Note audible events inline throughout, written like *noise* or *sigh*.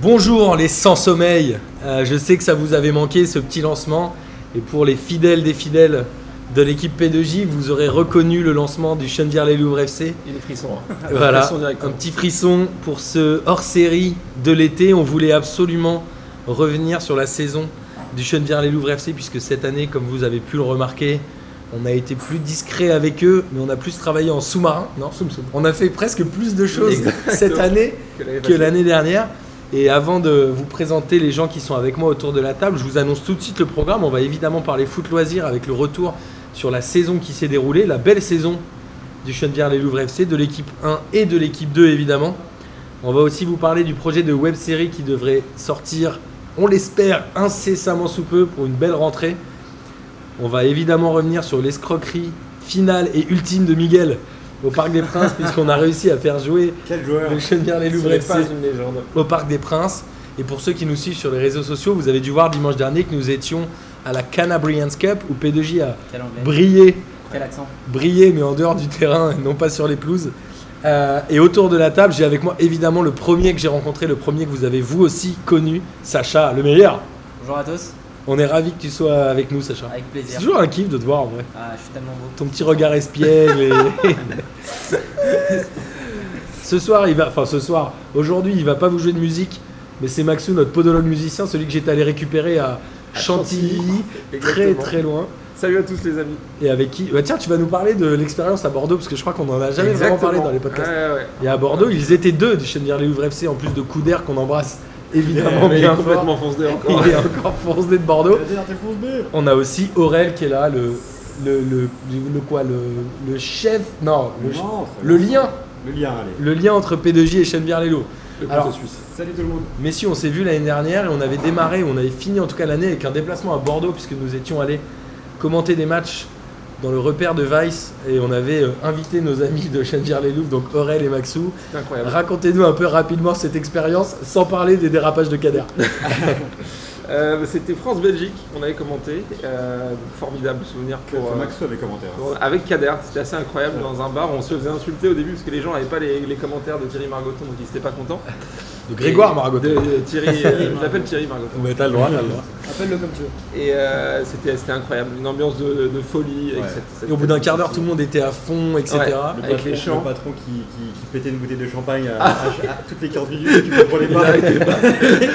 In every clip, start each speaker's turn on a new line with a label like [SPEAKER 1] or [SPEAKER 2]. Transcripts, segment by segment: [SPEAKER 1] Bonjour les sans sommeil. Euh, je sais que ça vous avait manqué ce petit lancement. Et pour les fidèles des fidèles de l'équipe P2J, vous aurez reconnu le lancement du chenvière les louvres FC.
[SPEAKER 2] Et les frissons. *laughs* hein.
[SPEAKER 1] Voilà,
[SPEAKER 2] Frisson direct.
[SPEAKER 1] un petit frisson pour ce hors-série de l'été. On voulait absolument revenir sur la saison du chenvière les louvres FC puisque cette année, comme vous avez pu le remarquer, on a été plus discret avec eux, mais on a plus travaillé en sous-marin. Non, on a fait presque plus de choses cette année
[SPEAKER 2] Ah.
[SPEAKER 1] que l'année dernière. Et avant de vous présenter les gens qui sont avec moi autour de la table, je vous annonce tout de suite le programme. On va évidemment parler foot loisirs avec le retour sur la saison qui s'est déroulée, la belle saison du Chenevière les Louvres FC, de l'équipe 1 et de l'équipe 2 évidemment. On va aussi vous parler du projet de web série qui devrait sortir, on l'espère, incessamment sous peu pour une belle rentrée. On va évidemment revenir sur l'escroquerie finale et ultime de Miguel au Parc des Princes, puisqu'on a réussi à faire jouer
[SPEAKER 2] Quel joueur
[SPEAKER 1] le Chenevière les
[SPEAKER 2] Ce
[SPEAKER 1] Louvres
[SPEAKER 2] n'est
[SPEAKER 1] FC
[SPEAKER 2] pas une légende.
[SPEAKER 1] au Parc des Princes. Et pour ceux qui nous suivent sur les réseaux sociaux, vous avez dû voir dimanche dernier que nous étions à la Canabrians Cup où P2J a
[SPEAKER 3] Quel anglais
[SPEAKER 1] brillé,
[SPEAKER 3] Quel accent
[SPEAKER 1] brillé mais en dehors du terrain et non pas sur les pelouses. Euh, et autour de la table, j'ai avec moi évidemment le premier que j'ai rencontré, le premier que vous avez vous aussi connu, Sacha, le meilleur.
[SPEAKER 3] Bonjour à tous,
[SPEAKER 1] On est ravi que tu sois avec nous,
[SPEAKER 2] Ah.
[SPEAKER 1] Sacha.
[SPEAKER 3] avec
[SPEAKER 1] C'est
[SPEAKER 3] plaisir.
[SPEAKER 1] toujours un kiff de te voir en vrai.
[SPEAKER 3] Ah, je suis tellement beau.
[SPEAKER 1] Ton petit regard espiègle.
[SPEAKER 2] *laughs*
[SPEAKER 1] et- ce soir, il va. Enfin, ce soir, aujourd'hui, il va pas vous jouer de musique, mais c'est Maxou, notre podologue musicien, celui que j'étais allé récupérer à
[SPEAKER 2] À
[SPEAKER 1] Chantilly, très
[SPEAKER 2] Exactement.
[SPEAKER 1] très loin.
[SPEAKER 2] Salut à tous les amis.
[SPEAKER 1] Et avec qui. Bah, tiens, tu vas nous parler de l'expérience à Bordeaux, parce que je crois qu'on en a jamais vraiment
[SPEAKER 2] Exactement.
[SPEAKER 1] parlé dans les podcasts.
[SPEAKER 2] Ouais, ouais.
[SPEAKER 1] Et à Bordeaux, ils étaient deux du Chenvière les Louvres FC, en plus de Couder qu'on embrasse évidemment
[SPEAKER 2] Eh Mais il est
[SPEAKER 1] bien fort.
[SPEAKER 2] complètement foncé encore.
[SPEAKER 1] Il est encore foncé de
[SPEAKER 2] Oh.
[SPEAKER 1] Bordeaux. On a aussi Aurel qui est là, le. Le, le, le quoi le, le chef non le,
[SPEAKER 4] Non,
[SPEAKER 1] le lien
[SPEAKER 4] le lien, allez.
[SPEAKER 1] le lien entre P2J et Chenvière les Louvres
[SPEAKER 2] Le
[SPEAKER 1] Alors,
[SPEAKER 2] couteau suisse.
[SPEAKER 4] Salut tout le monde.
[SPEAKER 1] Messieurs, on s'est vu l'année dernière et on avait démarré, on avait fini en tout cas l'année avec un déplacement à Bordeaux puisque nous étions allés commenter des matchs dans le repère de Vice et on avait euh, invité nos amis de Chenvière les Louvres, donc Aurel et Maxou.
[SPEAKER 2] C'est incroyable.
[SPEAKER 1] Racontez-nous un peu rapidement cette expérience sans parler des dérapages de Kader.
[SPEAKER 2] Euh, C'était France-Belgique, on avait commenté. Euh, formidable souvenir
[SPEAKER 4] Que
[SPEAKER 2] pour. euh,
[SPEAKER 4] Maxou avait commenté. hein.
[SPEAKER 2] pour- Avec Kader, c'était assez incroyable dans un bar. On se faisait insulter au début parce que les gens n'avaient pas les, les commentaires de Thierry Margoton, donc ils n'étaient pas contents.
[SPEAKER 1] Ah, De Grégoire
[SPEAKER 2] Et-
[SPEAKER 1] Margot.
[SPEAKER 2] de, de
[SPEAKER 1] *laughs*
[SPEAKER 2] Thierry, euh, je l'appelle Thierry Margoton.
[SPEAKER 1] Mais t'as le droit, t'as le droit.
[SPEAKER 3] Appelle-le comme tu veux.
[SPEAKER 2] Et euh, c'était c'était incroyable, une ambiance de, de folie. avec
[SPEAKER 4] Ouais.
[SPEAKER 2] cette- cette-
[SPEAKER 1] Et au bout d'un quart d'heure, tout le monde était à fond, etc.
[SPEAKER 2] Ouais.
[SPEAKER 4] Le
[SPEAKER 2] Avec
[SPEAKER 4] patron,
[SPEAKER 2] les chants.
[SPEAKER 4] le patron qui, qui, qui pétait une bouteille de champagne à, à- à toutes les 15 minutes, tu comprenais
[SPEAKER 2] Il
[SPEAKER 4] pas.
[SPEAKER 2] arrêtait pas.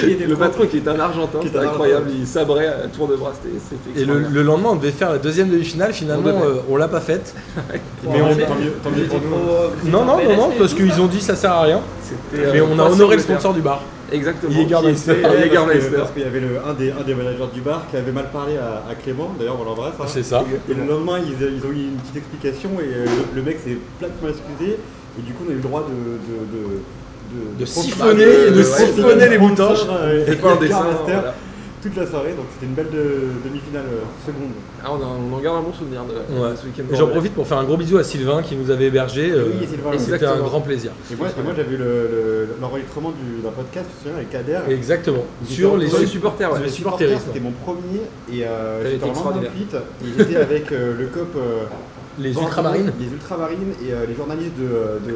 [SPEAKER 4] Qui était
[SPEAKER 2] Le
[SPEAKER 4] propre.
[SPEAKER 2] patron qui est un Argentin,
[SPEAKER 4] Qui est
[SPEAKER 2] c'était
[SPEAKER 4] un
[SPEAKER 2] incroyable, il sabrait à tour de bras, c'était c'était
[SPEAKER 1] Et le,
[SPEAKER 2] extraordinaire.
[SPEAKER 1] le lendemain, on devait faire la deuxième demi-finale. Finalement,
[SPEAKER 2] On devait.
[SPEAKER 1] euh, on l'a pas faite.
[SPEAKER 4] Mais on- tant mieux, tant mieux pour nous.
[SPEAKER 1] Non, non, non, non, parce qu'ils ont dit ça sert à rien.
[SPEAKER 2] C'était,
[SPEAKER 1] Mais
[SPEAKER 2] euh,
[SPEAKER 1] on a
[SPEAKER 2] pas
[SPEAKER 1] honoré le
[SPEAKER 2] sûr de
[SPEAKER 1] sponsor du bar.
[SPEAKER 2] faire. Exactement.
[SPEAKER 1] Jägermeister.
[SPEAKER 2] qui était- euh,
[SPEAKER 4] Ouais, parce que-
[SPEAKER 2] Jägermeister.
[SPEAKER 4] Parce qu'il y avait le, un, des, un des managers du bar qui avait mal parlé à, à Clément, d'ailleurs on l'embrasse. hein.
[SPEAKER 1] C'est ça.
[SPEAKER 4] Et le lendemain, ils, euh, ils ont eu une petite explication et euh, le, le mec s'est platement excusé. Et du coup, on a eu le droit de. de, de,
[SPEAKER 1] De siphonner,
[SPEAKER 2] euh,
[SPEAKER 1] de siphonner les boutons.
[SPEAKER 4] euh,
[SPEAKER 2] C'est euh, pas un dessin. voilà.
[SPEAKER 4] toute la soirée, donc c'était une belle de- demi-finale euh, seconde.
[SPEAKER 2] Ah, on, a- on en garde un bon souvenir de, de
[SPEAKER 1] Ouais.
[SPEAKER 2] ce week-end.
[SPEAKER 1] Et J'en profite pour faire un gros bisou à Sylvain qui nous avait hébergés. euh,
[SPEAKER 4] Oui, Sylvain,
[SPEAKER 1] et c'était un
[SPEAKER 2] exactement.
[SPEAKER 1] grand plaisir.
[SPEAKER 4] Et moi, et moi j'avais le- le- l'enregistrement du- d'un podcast, tu te souviens, avec Kader.
[SPEAKER 1] Exactement.
[SPEAKER 4] Vous
[SPEAKER 1] Sur
[SPEAKER 4] étiez
[SPEAKER 1] les,
[SPEAKER 2] Sur les
[SPEAKER 1] su-
[SPEAKER 2] supporters, ouais.
[SPEAKER 1] les
[SPEAKER 4] Le
[SPEAKER 1] supporters,
[SPEAKER 4] supporter, c'était mon premier et euh,
[SPEAKER 2] T'avais été
[SPEAKER 4] j'étais en lendemain de
[SPEAKER 2] extraordinaire.
[SPEAKER 4] cuite et j'étais avec euh, le cop euh,
[SPEAKER 1] les
[SPEAKER 4] Bordeaux,
[SPEAKER 1] ultramarines.
[SPEAKER 4] les ultramarines et euh, les journalistes de, de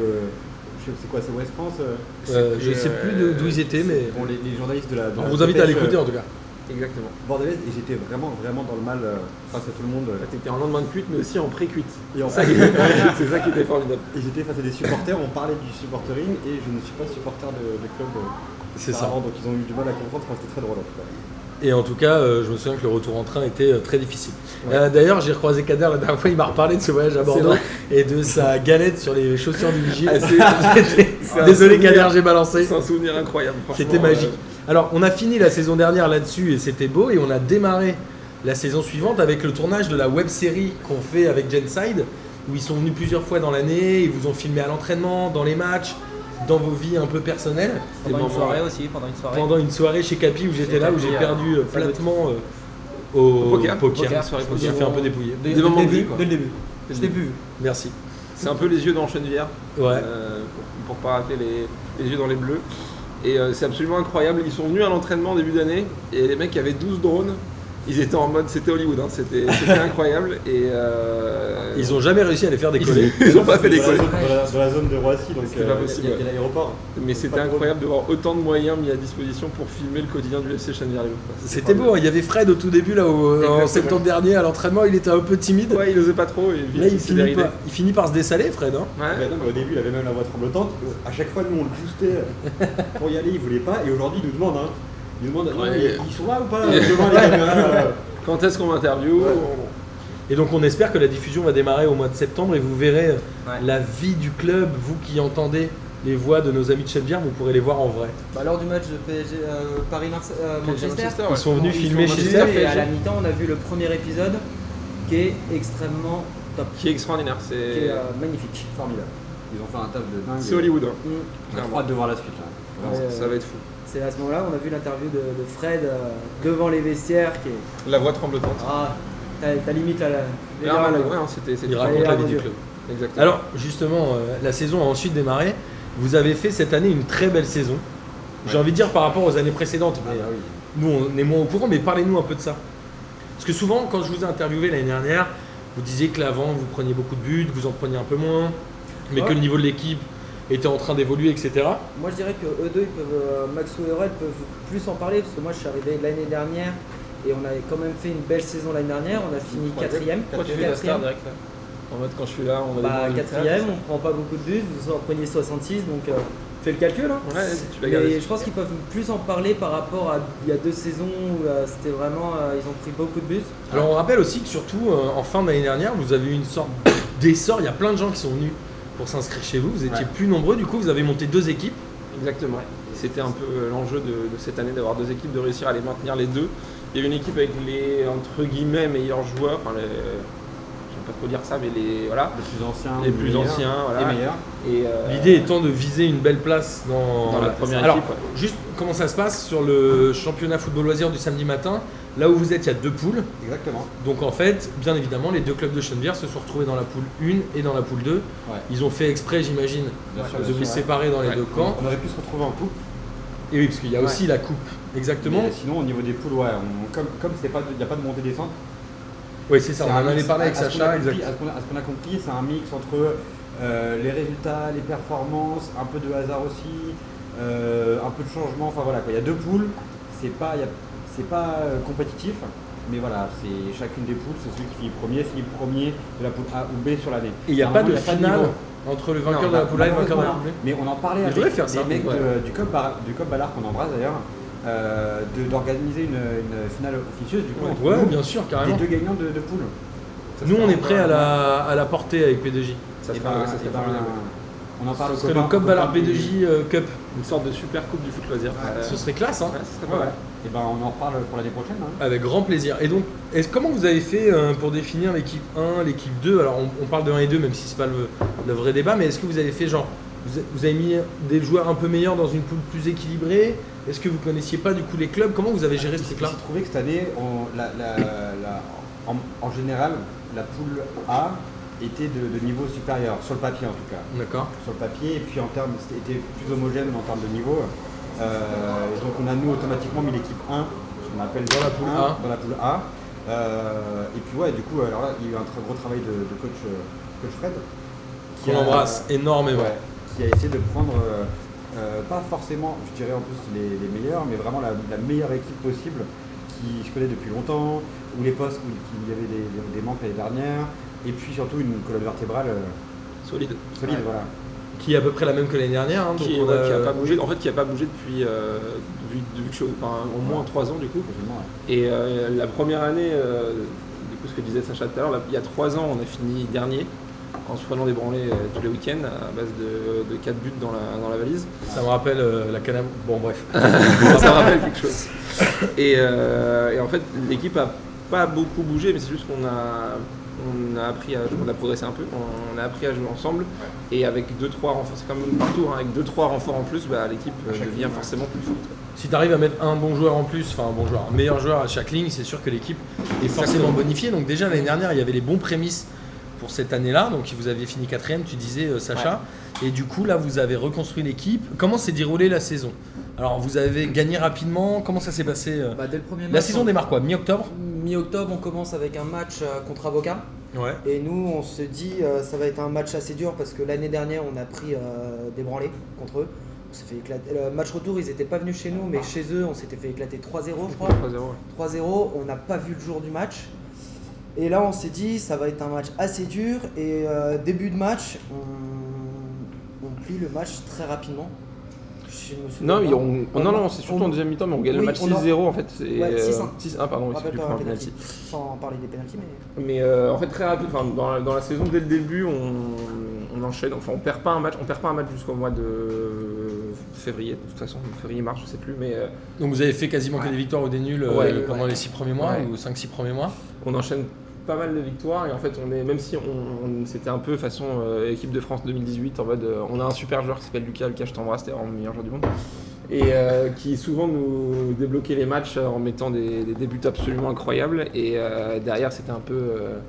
[SPEAKER 4] je sais c'est quoi c'est West France euh,
[SPEAKER 1] Euh, je
[SPEAKER 2] C'était,
[SPEAKER 1] sais plus de- d'où ils étaient, mais
[SPEAKER 4] bon, les, les journalistes de la de
[SPEAKER 1] on
[SPEAKER 4] la
[SPEAKER 1] vous invite à
[SPEAKER 4] dépêche,
[SPEAKER 1] l'écouter
[SPEAKER 4] euh,
[SPEAKER 1] en tout cas.
[SPEAKER 2] Exactement.
[SPEAKER 4] bordelaise et j'étais vraiment vraiment dans le mal euh, face à tout le monde
[SPEAKER 2] Là,
[SPEAKER 4] euh,
[SPEAKER 2] T'étais en lendemain de cuite, mais aussi en pré-cuite.
[SPEAKER 4] et en-
[SPEAKER 2] Ça qui était- C'est ça qui était formidable.
[SPEAKER 4] *laughs* et j'étais face à des supporters on parlait du supportering et je ne suis pas supporter de, de club euh,
[SPEAKER 1] C'est ça.
[SPEAKER 4] auparavant, donc ils ont eu du mal à comprendre enfin, c'était très drôle en tout cas
[SPEAKER 1] Et en tout cas, euh, je me souviens que le retour en train était euh, très difficile. Euh, D'ailleurs, j'ai recroisé Kader la dernière fois, il m'a reparlé de ce voyage à Bordeaux
[SPEAKER 2] vrai.
[SPEAKER 1] et de sa galette sur les chaussures du vigile. *laughs*
[SPEAKER 2] Ah, c'est-
[SPEAKER 1] J'étais-
[SPEAKER 2] c'est un
[SPEAKER 1] Désolé
[SPEAKER 2] souvenir.
[SPEAKER 1] Kader, j'ai balancé.
[SPEAKER 2] C'est un souvenir incroyable. franchement,
[SPEAKER 1] C'était magique.
[SPEAKER 2] euh,
[SPEAKER 1] Alors, on a fini la saison dernière là-dessus et c'était beau. Et on a démarré la saison suivante avec le tournage de la web série qu'on fait avec Genside, où ils sont venus plusieurs fois dans l'année. Ils vous ont filmé à l'entraînement, dans les matchs, dans vos vies un peu personnelles.
[SPEAKER 3] Pendant
[SPEAKER 2] moments,
[SPEAKER 3] une soirée
[SPEAKER 2] ouais.
[SPEAKER 3] aussi, pendant une soirée.
[SPEAKER 1] Pendant une soirée chez Capi où j'étais là, où
[SPEAKER 3] Capi,
[SPEAKER 1] j'ai
[SPEAKER 3] euh,
[SPEAKER 1] perdu euh,
[SPEAKER 3] pas de-
[SPEAKER 1] platement euh, au,
[SPEAKER 2] Au poker.
[SPEAKER 3] Poker,
[SPEAKER 1] soirée
[SPEAKER 3] soirée
[SPEAKER 1] Je me suis
[SPEAKER 3] poker.
[SPEAKER 1] fait un peu dépouiller.
[SPEAKER 3] Dès-
[SPEAKER 2] Des moments
[SPEAKER 3] dès
[SPEAKER 2] de
[SPEAKER 3] le
[SPEAKER 2] vie,
[SPEAKER 3] début,
[SPEAKER 2] quoi.
[SPEAKER 3] dès le début. Je t'ai plus vu.
[SPEAKER 1] Merci.
[SPEAKER 2] C'est un peu les yeux dans Chenevière.
[SPEAKER 1] Ouais.
[SPEAKER 2] euh, pour pas rater les, les yeux dans les bleus. Et euh, c'est absolument incroyable. Ils sont venus à l'entraînement en début d'année et les mecs avaient 12 drones Ils étaient en mode, c'était Hollywood, hein, c'était
[SPEAKER 1] *laughs*
[SPEAKER 2] c'était incroyable. Et euh,
[SPEAKER 1] Ils ont jamais réussi à les faire décoller.
[SPEAKER 2] ils ont pas fait
[SPEAKER 4] Dans la
[SPEAKER 2] l'école.
[SPEAKER 4] zone- Dans la, dans la zone de Roissy, donc euh,
[SPEAKER 2] C'était pas possible,
[SPEAKER 4] il y a- il y a l'aéroport.
[SPEAKER 2] Mais c'était incroyable de voir autant de moyens mis à disposition pour filmer le quotidien du FC Chenvier-Léo.
[SPEAKER 1] C'était beau, hein. il y avait Fred au tout début là, au- en
[SPEAKER 2] Exactement.
[SPEAKER 1] septembre dernier à l'entraînement, il était un peu timide.
[SPEAKER 2] Ouais, il osait pas trop et vite,
[SPEAKER 1] Là, il
[SPEAKER 2] s'est
[SPEAKER 1] finit,
[SPEAKER 2] déridé.
[SPEAKER 1] pas- il finit par se dessaler, Fred. hein.
[SPEAKER 2] Ouais.
[SPEAKER 4] Bah non, mais au début, il avait même la voix tremblotante. À chaque fois, nous, on le boostait euh, pour y aller, il voulait pas. Et aujourd'hui, il nous demande. Hein. Il nous demande
[SPEAKER 2] Ouais,
[SPEAKER 4] Non,
[SPEAKER 2] il-
[SPEAKER 4] ils sont là ou
[SPEAKER 2] *laughs*
[SPEAKER 4] pas devant les caméras euh.
[SPEAKER 2] Quand est-ce qu'on m'interviewe
[SPEAKER 4] Ouais.
[SPEAKER 2] On-
[SPEAKER 1] Et donc, on espère que la diffusion va démarrer au mois de septembre et vous verrez euh,
[SPEAKER 3] Ouais.
[SPEAKER 1] la vie du club. Vous qui entendez les voix de nos amis de Chenvière, vous pourrez les voir en vrai.
[SPEAKER 3] Bah, lors du match de PSG euh, Paris-Manchester,
[SPEAKER 2] Manchester,
[SPEAKER 1] Ils
[SPEAKER 2] ouais.
[SPEAKER 1] sont venus filmer chez
[SPEAKER 3] Manchester
[SPEAKER 1] Steph.
[SPEAKER 3] et à la mi-temps, on a vu le premier épisode qui est extrêmement top,
[SPEAKER 2] Qui est extraordinaire,
[SPEAKER 3] qui
[SPEAKER 2] c'est
[SPEAKER 3] est euh, magnifique.
[SPEAKER 4] Formidable. Ils ont fait un taf de
[SPEAKER 2] c'est Hollywood. hein.
[SPEAKER 3] Mm.
[SPEAKER 4] On a
[SPEAKER 2] Clairement.
[SPEAKER 4] trop hâte de voir la suite. Là. Vraiment.
[SPEAKER 3] Ouais.
[SPEAKER 2] Ça va être fou.
[SPEAKER 3] C'est à ce moment-là, on a vu l'interview de, de Fred euh, devant les vestiaires qui est...
[SPEAKER 2] La voix tremblotante.
[SPEAKER 3] Ah, t'as t'as limite là, les
[SPEAKER 2] Ah,
[SPEAKER 3] larmes,
[SPEAKER 2] ouais,
[SPEAKER 3] là.
[SPEAKER 2] ouais, c'était c'était
[SPEAKER 1] Ils
[SPEAKER 3] raconte
[SPEAKER 1] racontent
[SPEAKER 3] Allez,
[SPEAKER 1] la vie
[SPEAKER 3] mon
[SPEAKER 1] du
[SPEAKER 3] Dieu.
[SPEAKER 1] club.
[SPEAKER 2] Exactement.
[SPEAKER 1] Alors, justement, euh, la saison a ensuite démarré. Vous avez fait cette année une très belle saison. J'ai
[SPEAKER 4] Ouais.
[SPEAKER 1] envie de dire par rapport aux années précédentes,
[SPEAKER 4] Ah,
[SPEAKER 1] mais
[SPEAKER 4] bah oui.
[SPEAKER 1] Nous, on est moins au courant, mais parlez-nous un peu de ça. Parce que souvent, quand je vous ai interviewé l'année dernière, vous disiez que l'avant, vous preniez beaucoup de buts, que vous en preniez un peu moins, mais
[SPEAKER 3] Ouais.
[SPEAKER 1] que le niveau de l'équipe était en train d'évoluer, etc.
[SPEAKER 3] Moi je dirais que eux deux, ils peuvent, euh, Max ou Erol peuvent plus en parler parce que moi je suis arrivé l'année dernière et on avait quand même fait une belle saison l'année dernière. On a fini quatrième.
[SPEAKER 2] Pourquoi tu fais la
[SPEAKER 3] Quatrième.
[SPEAKER 2] star direct là En mode quand je suis là, on va
[SPEAKER 3] Bah,
[SPEAKER 2] demander-
[SPEAKER 3] quatrième, on prend pas beaucoup de buts, vous en preniez 66, donc euh, fais le calcul. Hein.
[SPEAKER 2] Ouais, tu l'as gardé.
[SPEAKER 3] Mais je pense qu'ils peuvent plus en parler par rapport à il y a deux saisons où euh, c'était vraiment, euh, ils ont pris beaucoup de buts.
[SPEAKER 1] Alors, on rappelle aussi que surtout, euh, en fin d'année dernière, vous avez eu une sorte d'essor. Il y a plein de gens qui sont venus pour s'inscrire chez vous. Vous étiez
[SPEAKER 4] Ouais.
[SPEAKER 1] plus nombreux, du coup, vous avez monté deux équipes.
[SPEAKER 2] Exactement. C'était un peu euh, l'enjeu de, de cette année d'avoir deux équipes, de réussir à les maintenir les deux. Il y a une équipe avec les entre guillemets meilleurs joueurs, enfin les, j'aime pas trop dire ça, mais les voilà,
[SPEAKER 4] Les plus anciens.
[SPEAKER 2] les plus
[SPEAKER 4] meilleurs,
[SPEAKER 2] anciens,
[SPEAKER 4] Les
[SPEAKER 2] voilà.
[SPEAKER 4] meilleurs.
[SPEAKER 2] Et, euh,
[SPEAKER 1] L'idée étant de viser une belle place dans,
[SPEAKER 2] Dans la première
[SPEAKER 1] Alors,
[SPEAKER 2] équipe, ouais.
[SPEAKER 1] Juste comment ça se passe sur le championnat football loisir du samedi matin. Là où vous êtes, il y a deux poules.
[SPEAKER 4] Exactement.
[SPEAKER 1] Donc en fait, bien évidemment, les deux clubs de Chennevières se sont retrouvés dans la poule 1 et dans la poule 2. Ils ont fait exprès, j'imagine,
[SPEAKER 4] Bien sûr,
[SPEAKER 1] de
[SPEAKER 4] bien
[SPEAKER 1] vous
[SPEAKER 4] sûr, ouais.
[SPEAKER 1] séparer dans les
[SPEAKER 2] Ouais.
[SPEAKER 1] deux camps.
[SPEAKER 4] On aurait pu se retrouver en couple.
[SPEAKER 1] Et oui, parce qu'il y a
[SPEAKER 4] Ouais.
[SPEAKER 1] aussi la coupe. Exactement.
[SPEAKER 4] mais Sinon, au niveau des poules, ouais, on- comme comme c'est pas, il n'y a pas de montée-descente,
[SPEAKER 1] Oui, c'est ça. On
[SPEAKER 4] C'est un
[SPEAKER 1] en avait
[SPEAKER 4] mix,
[SPEAKER 1] parlé avec
[SPEAKER 4] à- à ce qu'on
[SPEAKER 1] Sacha.
[SPEAKER 4] a compris-
[SPEAKER 1] exact.
[SPEAKER 4] À ce qu'on a, à ce qu'on a compris, c'est un mix entre euh, les résultats, les performances, un peu de hasard aussi, euh, un peu de changement. Enfin voilà, quoi. il y a deux poules, c'est pas, il y a- c'est pas euh, compétitif, mais voilà, c'est chacune des poules, c'est celui qui finit premier, finit premier de la poule A ou B sur l'année.
[SPEAKER 1] Et il n'y a pas
[SPEAKER 4] Normalement,
[SPEAKER 1] de finale
[SPEAKER 4] niveau.
[SPEAKER 1] entre le vainqueur
[SPEAKER 4] Non, bah,
[SPEAKER 1] de la poule A et le vainqueur de la
[SPEAKER 4] malheureusement,
[SPEAKER 1] poule B.
[SPEAKER 4] Mais on en parlait
[SPEAKER 1] Ils devraient
[SPEAKER 4] avec
[SPEAKER 1] faire
[SPEAKER 4] les
[SPEAKER 1] ça,
[SPEAKER 4] mecs
[SPEAKER 1] ouais.
[SPEAKER 4] de- du COP Bar- du COP Ballard qu'on embrasse d'ailleurs, euh, de- d'organiser une, une finale officieuse du coup entre
[SPEAKER 1] Ouais,
[SPEAKER 4] nous,
[SPEAKER 1] bien sûr,
[SPEAKER 4] des
[SPEAKER 1] carrément.
[SPEAKER 4] deux gagnants de, de poule.
[SPEAKER 2] ça se
[SPEAKER 1] Nous,
[SPEAKER 2] fait
[SPEAKER 1] on est
[SPEAKER 2] encore
[SPEAKER 1] prêts à
[SPEAKER 2] un-
[SPEAKER 1] la, à la porter avec P2J.
[SPEAKER 2] Ça
[SPEAKER 4] Eh
[SPEAKER 2] serait,
[SPEAKER 4] ben,
[SPEAKER 2] ouais, ça serait
[SPEAKER 4] eh ben,
[SPEAKER 2] formidable.
[SPEAKER 4] On en parle au
[SPEAKER 1] Ce serait le Cop Ballard P2J euh, Cup.
[SPEAKER 2] Une sorte de super coupe du foot loisir.
[SPEAKER 4] Ouais.
[SPEAKER 2] Euh,
[SPEAKER 1] Ce serait classe, hein
[SPEAKER 2] ouais, ça serait
[SPEAKER 4] Ouais,
[SPEAKER 2] pas mal.
[SPEAKER 4] Et ben on en reparle pour l'année prochaine. hein.
[SPEAKER 1] Avec grand plaisir. Et donc, est-ce- comment vous avez fait euh, pour définir l'équipe 1, l'équipe 2 Alors, on, on parle de 1 et 2, même si c'est pas le, le vrai débat, mais est-ce que vous avez fait genre, vous, a- vous avez mis des joueurs un peu meilleurs dans une poule plus équilibrée Est-ce que vous connaissiez pas du coup les clubs Comment vous avez géré ce
[SPEAKER 4] Il s'est
[SPEAKER 1] truc-là
[SPEAKER 4] trouvé que cette année, on- la- la- la- en, en général, la poule A était de, de niveau supérieur, sur le papier en tout cas.
[SPEAKER 1] D'accord.
[SPEAKER 4] Sur le papier, et puis en termes, c'était était plus homogène en termes de niveau. Euh, et donc on a nous automatiquement mis l'équipe 1, ce qu'on appelle dans la
[SPEAKER 1] poule
[SPEAKER 4] poule
[SPEAKER 1] A.
[SPEAKER 4] A. Dans la poule A. Euh, et puis ouais, du coup, alors là, il y a eu un très gros travail de, de coach, euh, coach Fred. qui
[SPEAKER 1] Qu'on
[SPEAKER 4] a-
[SPEAKER 1] embrasse énormément.
[SPEAKER 4] Ouais, qui a essayé de prendre, euh, euh, pas forcément, je dirais en plus les, les meilleurs, mais vraiment la, la meilleure équipe possible, qui je connais depuis longtemps, où les postes où il y avait des, des- des manques l'année dernière, et puis surtout une colonne vertébrale euh,
[SPEAKER 2] Solide.
[SPEAKER 4] solide,
[SPEAKER 2] Ouais.
[SPEAKER 4] voilà.
[SPEAKER 1] Qui est à peu près la même que l'année dernière. hein, donc
[SPEAKER 2] Qui,
[SPEAKER 1] on
[SPEAKER 2] ouais,
[SPEAKER 1] a-
[SPEAKER 2] qui a pas bougé. En fait, qui a pas bougé depuis, euh, depuis, depuis que je suis au- enfin, au moins
[SPEAKER 4] Ouais.
[SPEAKER 2] 3 ans du coup.
[SPEAKER 4] Quasiment, ouais.
[SPEAKER 2] Et euh, la première année, euh, du coup, ce que disait Sacha tout à l'heure, là, il y a trois ans, on a fini dernier en se prenant des branlées euh, tous les week-ends à base de, de 4 buts dans la, dans la valise.
[SPEAKER 1] Ça me rappelle euh, la canne à- Bon, bref.
[SPEAKER 2] Ça me rappelle quelque chose. Et, euh, et en fait, l'équipe a pas beaucoup bougé, mais c'est juste qu'on a, on a appris à on a progressé un peu, on a appris à jouer ensemble. Et avec 2-3 renforts, c'est quand même partout, hein, avec 2-3 renforts en plus, bah, l'équipe euh,
[SPEAKER 4] chaque
[SPEAKER 2] devient
[SPEAKER 4] fois, ouais.
[SPEAKER 2] forcément plus forte.
[SPEAKER 1] Si tu arrives à mettre un bon joueur en plus, enfin un bon joueur, un meilleur joueur à chaque ligne, c'est sûr que l'équipe est forcément
[SPEAKER 2] Exactement.
[SPEAKER 1] bonifiée. Donc déjà l'année dernière, il y avait les bons prémices pour cette année-là. Donc vous aviez fini quatrième, tu disais euh, Sacha. Et du coup là, vous avez reconstruit l'équipe. Comment s'est déroulée la saison Alors, vous avez gagné rapidement. Comment ça s'est passé euh
[SPEAKER 3] Bah, dès le premier match,
[SPEAKER 1] La saison
[SPEAKER 3] on-
[SPEAKER 1] démarre quoi Mi-octobre
[SPEAKER 3] Mi-octobre, on commence avec un match euh, contre Avocat.
[SPEAKER 1] Ouais.
[SPEAKER 3] Et nous, on se dit, euh, ça va être un match assez dur parce que l'année dernière, on a pris euh, des branlés contre eux. On s'est fait éclater. Le match retour, ils n'étaient pas venus chez nous, mais chez eux, on s'était fait éclater 3-0, je crois.
[SPEAKER 2] 3-0. ouais.
[SPEAKER 3] 3-0, on n'a pas vu le jour du match. Et là, on s'est dit, ça va être un match assez dur. Et euh, début de match, on, on plie le match très rapidement. Je me souviens
[SPEAKER 2] Non,
[SPEAKER 3] pas.
[SPEAKER 2] mais on, on- non, non, c'est surtout en deuxième mi-temps, mais on gagne le
[SPEAKER 3] Oui,
[SPEAKER 2] match
[SPEAKER 3] on en-
[SPEAKER 2] 6-0 en fait. c'est,
[SPEAKER 3] Ouais,
[SPEAKER 2] euh,
[SPEAKER 3] 6-1.
[SPEAKER 2] 6-1, pardon,
[SPEAKER 3] On
[SPEAKER 2] il suffit
[SPEAKER 3] rappelle
[SPEAKER 2] du
[SPEAKER 3] pas
[SPEAKER 2] point
[SPEAKER 3] un
[SPEAKER 2] de penalty.
[SPEAKER 3] penalty. Sans parler des pénaltys, mais.
[SPEAKER 2] Mais euh, en fait, très rapide, enfin, dans, la, dans la saison, dès le début, on, on enchaîne. Enfin, on perd pas un match, on perd pas un match jusqu'au mois de février. De toute façon, février-mars, je sais plus, mais euh,
[SPEAKER 1] Donc, vous avez fait quasiment que des victoires ou des nuls euh,
[SPEAKER 2] Ouais,
[SPEAKER 1] pendant
[SPEAKER 3] ouais.
[SPEAKER 1] les 6 premiers mois
[SPEAKER 2] Ouais.
[SPEAKER 1] ou 5-6 premiers mois.
[SPEAKER 2] on enchaîne pas mal de victoires. Et en fait, on est, même si on, on- c'était un peu façon euh, équipe de France 2018, en mode, euh, on a un super joueur qui s'appelle Lucas, Lucas, je t'embrasse, t'es vraiment le meilleur joueur du monde. Et euh, qui souvent nous débloquait les matchs euh, en mettant des, des débuts absolument incroyables. Et euh, derrière, c'était un peu. euh,